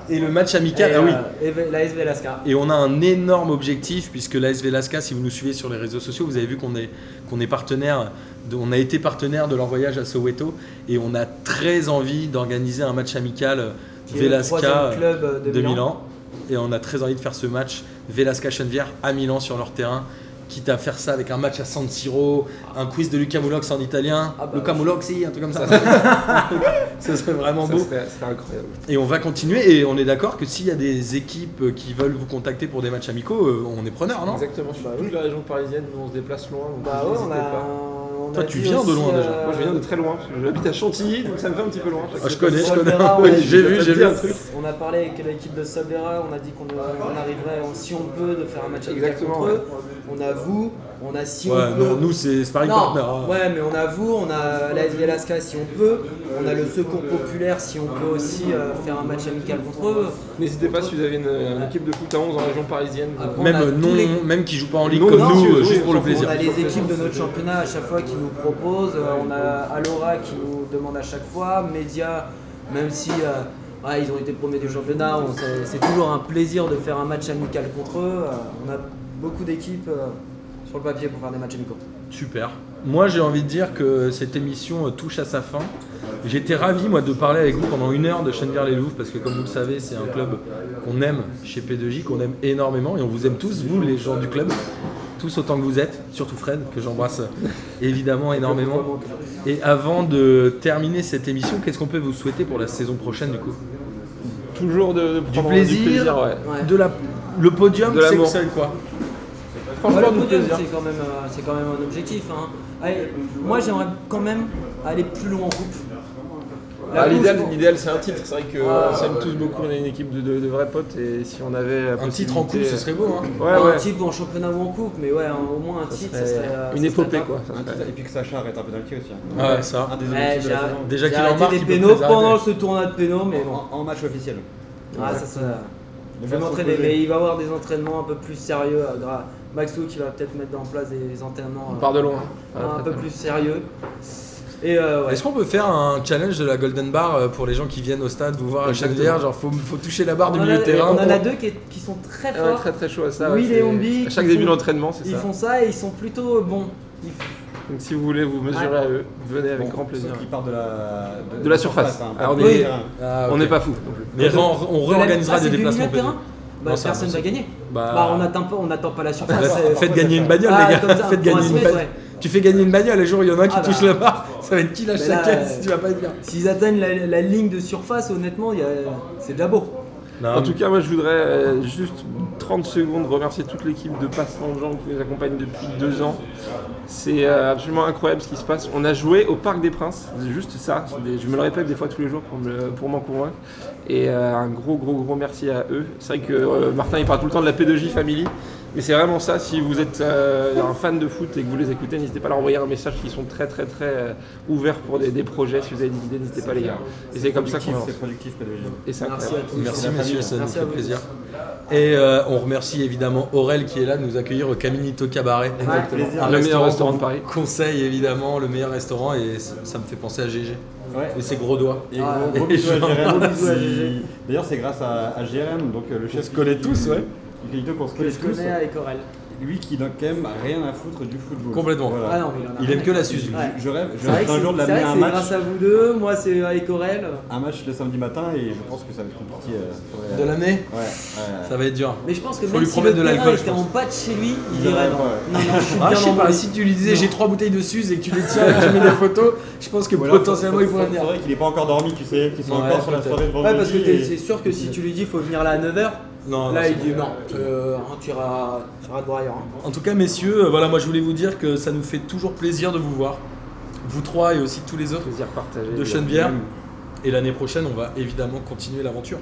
[SPEAKER 1] Et le match amical,
[SPEAKER 3] euh,
[SPEAKER 1] ah oui.
[SPEAKER 3] la SV Alaska.
[SPEAKER 1] Et on a un énorme objectif puisque l'ASV Lasca, si vous nous suivez sur les réseaux sociaux, vous avez vu qu'on est, qu'on est partenaire, de- on a été partenaire de leur voyage à Soweto et on a très envie d'organiser un match amical euh,
[SPEAKER 3] Qui est le
[SPEAKER 1] Velasca
[SPEAKER 3] troisième club euh,
[SPEAKER 1] de Milan. Et on a très envie de faire ce match Velasca Chenvière à Milan sur leur terrain quitte à faire ça avec un match à San Siro, un quiz de Lucas Moulox en italien,
[SPEAKER 3] Ah bah
[SPEAKER 1] Lucas
[SPEAKER 3] oui.
[SPEAKER 1] Mouloxi, un truc comme
[SPEAKER 3] *laughs*
[SPEAKER 1] ça. ça serait vraiment
[SPEAKER 5] Ça
[SPEAKER 1] beau.
[SPEAKER 5] serait, serait incroyable.
[SPEAKER 1] Et on va continuer et on est d'accord que s'il y a des équipes euh, qui veulent vous contacter pour des matchs amicaux, euh, on est preneur, non
[SPEAKER 5] Exactement, je suis
[SPEAKER 3] Bah
[SPEAKER 5] toute
[SPEAKER 3] oui.
[SPEAKER 5] la région parisienne, nous on se déplace loin, donc
[SPEAKER 3] Bah ouais,
[SPEAKER 5] n'hésitez
[SPEAKER 3] on a.
[SPEAKER 5] pas.
[SPEAKER 3] on
[SPEAKER 1] Toi,
[SPEAKER 3] a
[SPEAKER 1] tu
[SPEAKER 3] dit
[SPEAKER 1] viens de
[SPEAKER 3] aussi,
[SPEAKER 1] loin, déjà.
[SPEAKER 3] euh,
[SPEAKER 5] Moi je viens de très loin, parce que j'habite à Chantilly, donc ça me fait un petit peu loin.
[SPEAKER 1] Ah, Je connais, je connais.
[SPEAKER 3] Solera,
[SPEAKER 1] Oui,
[SPEAKER 3] ouais,
[SPEAKER 1] j'ai
[SPEAKER 3] je
[SPEAKER 1] vu,
[SPEAKER 3] t'ai
[SPEAKER 1] j'ai
[SPEAKER 3] dit
[SPEAKER 1] vu.
[SPEAKER 3] un truc. On a parlé avec l'équipe de Sablera, on a dit qu'on euh, on arriverait, en- si on peut, de faire un match amical
[SPEAKER 5] Exactement,
[SPEAKER 3] contre
[SPEAKER 5] ouais.
[SPEAKER 3] eux. On a vous, on a si
[SPEAKER 1] Ouais,
[SPEAKER 3] on peut.
[SPEAKER 1] non, nous c'est Sparring
[SPEAKER 3] Non,
[SPEAKER 1] Partner. hein.
[SPEAKER 3] ouais, mais on a vous, on a la Alaska si on peut, on a le Secours Populaire si on peut aussi euh, faire un match amical contre eux.
[SPEAKER 5] N'hésitez pas si vous avez une, une équipe de foot à 11 en région parisienne.
[SPEAKER 3] Ah,
[SPEAKER 5] vous-
[SPEAKER 3] on a
[SPEAKER 1] Même
[SPEAKER 3] tous
[SPEAKER 1] non,
[SPEAKER 3] les-
[SPEAKER 1] même qui joue pas en ligue
[SPEAKER 5] Non,
[SPEAKER 1] comme
[SPEAKER 5] non,
[SPEAKER 1] nous,
[SPEAKER 5] si,
[SPEAKER 1] euh,
[SPEAKER 5] oui,
[SPEAKER 1] juste pour le
[SPEAKER 5] on
[SPEAKER 1] plaisir.
[SPEAKER 3] On a les équipes de notre championnat à chaque fois qui nous proposent, euh, on a Alora qui nous demande à chaque fois, Média, même si euh, ouais, ils ont été premiers du championnat, on- c'est- c'est toujours un plaisir de faire un match amical contre eux. Euh, on a beaucoup d'équipes euh, sur le papier pour faire des matchs amicaux.
[SPEAKER 1] Super. Moi, j'ai envie de dire que cette émission euh, touche à sa fin. J'étais ravi, moi, de parler avec vous pendant une heure de Chennevières-les-Louvres, parce que, comme vous le savez, c'est un club qu'on aime chez P2J, qu'on aime énormément, et on vous aime tous, vous, les gens du club, tous autant que vous êtes, surtout Fred, que j'embrasse euh, évidemment énormément. Et avant de terminer cette émission, qu'est-ce qu'on peut vous souhaiter pour la saison prochaine, du coup
[SPEAKER 5] Toujours de, de prendre
[SPEAKER 1] plaisir.
[SPEAKER 5] ouais.
[SPEAKER 3] Ouais.
[SPEAKER 1] De la... Le podium,
[SPEAKER 5] De
[SPEAKER 1] c'est
[SPEAKER 5] l'amour.
[SPEAKER 1] que ça, quoi
[SPEAKER 3] Ouais,
[SPEAKER 5] Franchement,
[SPEAKER 3] le
[SPEAKER 5] du
[SPEAKER 3] podium,
[SPEAKER 5] plaisir.
[SPEAKER 3] c'est quand même, euh, c'est quand même un objectif. hein. Allez, moi, j'aimerais quand même aller plus loin en groupe. La
[SPEAKER 5] Ah,
[SPEAKER 3] coupe,
[SPEAKER 5] L'idéal,
[SPEAKER 3] je-
[SPEAKER 5] l'idéal, c'est un titre. C'est vrai que
[SPEAKER 3] Ah,
[SPEAKER 5] on s'aime tous beaucoup, on est une équipe de, de- de vrais potes et si on avait la
[SPEAKER 1] Un titre en coupe,
[SPEAKER 5] possibilité-
[SPEAKER 1] ce serait beau, hein
[SPEAKER 5] Ouais,
[SPEAKER 3] un
[SPEAKER 5] ouais.
[SPEAKER 3] titre en championnat ou en coupe, mais ouais, un- au moins un titre, ça serait. euh, ça
[SPEAKER 5] une
[SPEAKER 3] serait
[SPEAKER 5] épopée
[SPEAKER 3] pas-
[SPEAKER 5] quoi.
[SPEAKER 4] Et puis que Sacha arrête un pénalty aussi. hein.
[SPEAKER 1] Ah Ouais, ça.
[SPEAKER 4] Un des
[SPEAKER 3] Ouais,
[SPEAKER 4] objectifs de
[SPEAKER 3] j'ai
[SPEAKER 4] la saison.
[SPEAKER 3] arrêté-
[SPEAKER 1] Déjà
[SPEAKER 3] j'ai
[SPEAKER 1] qu'il en
[SPEAKER 3] arrêté
[SPEAKER 1] marque,
[SPEAKER 3] des
[SPEAKER 1] il peut
[SPEAKER 3] pénaux
[SPEAKER 1] les arrêter.
[SPEAKER 3] pendant ce tournoi de pénaux, mais bon.
[SPEAKER 4] En, en match officiel.
[SPEAKER 3] Ah, ça, ça.
[SPEAKER 4] Le
[SPEAKER 3] Je vais m'entraîner, mais il va y avoir des entraînements un peu plus sérieux. euh, gra- Maxou qui va peut-être mettre en place des entraînements
[SPEAKER 5] On
[SPEAKER 3] euh,
[SPEAKER 5] part de loin.
[SPEAKER 3] un peu plus sérieux. Et euh, ouais.
[SPEAKER 1] Est-ce qu'on peut faire un challenge de la Golden Bar euh, pour les gens qui viennent au stade vous voir à
[SPEAKER 5] Exactement.
[SPEAKER 1] Chennevières Genre, faut, faut toucher la barre
[SPEAKER 3] On
[SPEAKER 1] du
[SPEAKER 3] en
[SPEAKER 1] milieu
[SPEAKER 3] a-
[SPEAKER 1] de terrain.
[SPEAKER 3] on en a
[SPEAKER 1] pour-
[SPEAKER 3] deux qui, est- qui sont très
[SPEAKER 5] Ah ouais,
[SPEAKER 3] forts.
[SPEAKER 5] très très chaud à ça.
[SPEAKER 3] Oui,
[SPEAKER 5] ouais,
[SPEAKER 3] les
[SPEAKER 5] c'est-
[SPEAKER 3] Hombi
[SPEAKER 5] À chaque
[SPEAKER 3] qui
[SPEAKER 5] début
[SPEAKER 3] font-
[SPEAKER 5] d'entraînement, c'est
[SPEAKER 3] Ils
[SPEAKER 5] ça.
[SPEAKER 3] font ça et ils sont plutôt bons. Ils-
[SPEAKER 5] Donc si vous voulez vous mesurer à eux, venez avec grand plaisir.
[SPEAKER 4] Il part de la,
[SPEAKER 5] De la surface.
[SPEAKER 4] hein,
[SPEAKER 5] Ah, on
[SPEAKER 4] pas
[SPEAKER 5] est-
[SPEAKER 4] du terrain.
[SPEAKER 1] Ah, ok.
[SPEAKER 5] On n'est pas fous non plus.
[SPEAKER 1] Mais on, on réorganisera
[SPEAKER 3] Ah,
[SPEAKER 1] des
[SPEAKER 3] c'est du milieu de
[SPEAKER 1] déplacements.
[SPEAKER 3] terrain
[SPEAKER 1] peut-être.
[SPEAKER 3] Bah,
[SPEAKER 1] Non, c'est
[SPEAKER 3] Personne va
[SPEAKER 1] impossible.
[SPEAKER 3] gagner.
[SPEAKER 1] Bah,
[SPEAKER 3] Bah, on n'attend pas, on n'attend pas la surface.
[SPEAKER 1] bah,
[SPEAKER 3] euh,
[SPEAKER 1] faites gagner une bagnole,
[SPEAKER 3] Ah,
[SPEAKER 1] les
[SPEAKER 3] comme
[SPEAKER 1] gars.
[SPEAKER 3] ça,
[SPEAKER 1] Faites
[SPEAKER 3] on
[SPEAKER 1] gagner
[SPEAKER 3] va se
[SPEAKER 1] une
[SPEAKER 3] mettre,
[SPEAKER 1] ba-
[SPEAKER 3] ouais.
[SPEAKER 1] Tu fais gagner une bagnole, les jours il y en a un qui
[SPEAKER 3] Ah,
[SPEAKER 1] touche
[SPEAKER 3] bah.
[SPEAKER 1] la barre. Ça va être qui lâche
[SPEAKER 3] Mais
[SPEAKER 1] la
[SPEAKER 3] là,
[SPEAKER 1] caisse
[SPEAKER 3] euh,
[SPEAKER 1] Tu vas pas être bien.
[SPEAKER 3] S'ils atteignent la, la ligne de surface, honnêtement, il y a- c'est déjà beau.
[SPEAKER 5] En tout cas, moi je voudrais euh, juste 30 secondes remercier toute l'équipe de Passement de gens qui nous accompagne depuis deux ans. C'est euh, absolument incroyable ce qui se passe. On a joué au Parc des Princes, c'est juste ça. C'est des- je me le répète des fois tous les jours pour me- pour m'en convaincre. Et euh, un gros, gros, gros merci à eux. C'est vrai que euh, Martin il parle tout le temps de la P2J Family, mais c'est vraiment ça. Si vous êtes euh, un fan de foot et que vous les écoutez, n'hésitez pas à leur envoyer un message qui sont très, très, très euh, ouverts pour des, des projets. Si vous avez des idées, n'hésitez pas les gars. Et c'est comme ça
[SPEAKER 4] Productif,
[SPEAKER 5] qu'on avance.
[SPEAKER 4] C'est productif, pédagogique.
[SPEAKER 5] Et c'est
[SPEAKER 3] Merci
[SPEAKER 5] incroyable.
[SPEAKER 3] à tous.
[SPEAKER 1] Merci
[SPEAKER 4] la famille.
[SPEAKER 1] messieurs, ça
[SPEAKER 3] Merci à
[SPEAKER 1] nous fait
[SPEAKER 3] vous
[SPEAKER 1] plaisir. Et euh, on remercie évidemment Aurel qui est là de nous accueillir au Caminito Cabaret.
[SPEAKER 4] Exactement. plaisir.
[SPEAKER 1] Un
[SPEAKER 5] Le meilleur restaurant
[SPEAKER 1] qu'on
[SPEAKER 5] de Paris.
[SPEAKER 1] Conseil évidemment, le meilleur restaurant et ça ça me fait penser à GG.
[SPEAKER 4] Ouais.
[SPEAKER 1] Et ses gros doigts.
[SPEAKER 4] Et gros, gros
[SPEAKER 1] et
[SPEAKER 4] bisous à
[SPEAKER 1] Jean-
[SPEAKER 4] Jérém.
[SPEAKER 3] Gros bisous à
[SPEAKER 4] Si-
[SPEAKER 3] Gégé.
[SPEAKER 4] D'ailleurs, c'est grâce à, à Jérém, donc euh, le chef.
[SPEAKER 1] se connaît tous, ouais.
[SPEAKER 4] Iquelito qu'on se
[SPEAKER 3] Que
[SPEAKER 4] connaît
[SPEAKER 3] je connais
[SPEAKER 4] tous.
[SPEAKER 3] avec Aurel.
[SPEAKER 4] Lui qui n'a quand même rien à foutre du football.
[SPEAKER 1] Complètement.
[SPEAKER 4] Voilà.
[SPEAKER 3] Ah non, mais il en a
[SPEAKER 1] Il
[SPEAKER 3] rien
[SPEAKER 1] aime que
[SPEAKER 3] à
[SPEAKER 1] la
[SPEAKER 3] faire.
[SPEAKER 1] Suze, lui.
[SPEAKER 3] Ouais.
[SPEAKER 4] Je rêve, je
[SPEAKER 3] C'est vrai
[SPEAKER 4] rêve
[SPEAKER 3] que
[SPEAKER 4] un
[SPEAKER 3] c'est
[SPEAKER 4] jour de
[SPEAKER 3] c'est vrai
[SPEAKER 4] l'amener
[SPEAKER 3] que
[SPEAKER 4] à un
[SPEAKER 3] c'est
[SPEAKER 4] match,
[SPEAKER 3] grâce à vous deux, moi c'est avec Aurel.
[SPEAKER 4] un match le samedi matin et je pense que ça va être compliqué. euh, faudrait-
[SPEAKER 1] De l'année
[SPEAKER 4] Ouais, ouais.
[SPEAKER 1] Ça va être dur.
[SPEAKER 3] Mais je pense que
[SPEAKER 1] Faut
[SPEAKER 3] même
[SPEAKER 1] lui
[SPEAKER 3] si le
[SPEAKER 1] promettre de
[SPEAKER 3] terrain
[SPEAKER 1] l'alcool, je
[SPEAKER 3] était en
[SPEAKER 1] pense.
[SPEAKER 3] bas de chez lui, il
[SPEAKER 4] Il
[SPEAKER 3] dirait
[SPEAKER 4] dirait
[SPEAKER 3] non.
[SPEAKER 4] ouais.
[SPEAKER 3] Non, non, je suis
[SPEAKER 1] Ah, je
[SPEAKER 3] bien
[SPEAKER 1] sais pas,
[SPEAKER 3] emballé.
[SPEAKER 1] si tu lui disais j'ai trois bouteilles de Suze et que tu les tiens et que tu mets des photos, je pense que
[SPEAKER 4] Ou alors,
[SPEAKER 1] potentiellement
[SPEAKER 4] faut-
[SPEAKER 1] il pourrait
[SPEAKER 4] faut-
[SPEAKER 1] venir.
[SPEAKER 4] faudrait qu'il n'est pas encore dormi, tu sais, qu'ils sont
[SPEAKER 1] Ouais,
[SPEAKER 4] encore sur la
[SPEAKER 1] peut-être.
[SPEAKER 4] soirée de vendredi.
[SPEAKER 3] Ouais, parce que
[SPEAKER 4] et-
[SPEAKER 3] t'es- c'est sûr que si tu lui dis faut venir là à 9h,
[SPEAKER 1] Non, non,
[SPEAKER 3] là
[SPEAKER 1] c'est
[SPEAKER 3] il
[SPEAKER 1] bon.
[SPEAKER 3] dit non, euh, hein, tu iras tu iras te voir ailleurs. hein.
[SPEAKER 1] En tout cas, messieurs, euh, voilà, moi je voulais vous dire que ça nous fait toujours plaisir de vous voir. Vous trois et aussi tous les autres
[SPEAKER 5] Plaisir partagé.
[SPEAKER 1] de Chenevière. Et l'année prochaine, on va évidemment continuer l'aventure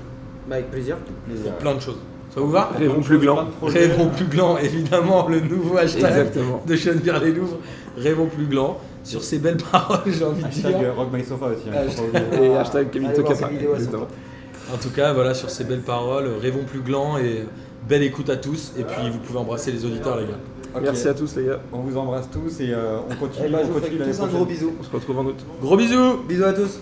[SPEAKER 3] Bah, avec plaisir.
[SPEAKER 4] Plaisir.
[SPEAKER 1] pour plein de choses. Ça vous va
[SPEAKER 5] Rêvons plus gland.
[SPEAKER 1] Rêvons plus gland, évidemment, le nouveau hashtag
[SPEAKER 5] Exactement.
[SPEAKER 1] de Chenevière-les-Louvres. Rêvons plus gland. Sur ces belles *laughs* paroles, j'ai envie de dire.
[SPEAKER 4] Hashtag euh, Rock My Sofa aussi. hein, faut pas oublier.
[SPEAKER 5] Et hashtag Kevin
[SPEAKER 3] Allez voir
[SPEAKER 5] Tokapa.
[SPEAKER 3] ces vidéos, elles sont
[SPEAKER 5] Exactement.
[SPEAKER 1] En tout cas, voilà, sur ces belles paroles, euh, rêvons plus gland et belle écoute à tous. Et puis, vous pouvez embrasser les auditeurs, les gars.
[SPEAKER 4] Ok.
[SPEAKER 5] Merci à tous les gars.
[SPEAKER 4] On vous embrasse tous et euh,
[SPEAKER 3] euh,
[SPEAKER 4] on
[SPEAKER 3] Eh
[SPEAKER 4] continue.
[SPEAKER 3] bah, je
[SPEAKER 4] on
[SPEAKER 3] vous fais
[SPEAKER 4] continue l'année
[SPEAKER 3] tous un
[SPEAKER 4] prochaine.
[SPEAKER 3] gros bisou.
[SPEAKER 5] On se retrouve en août.
[SPEAKER 1] Gros bisous
[SPEAKER 3] Bisous à tous.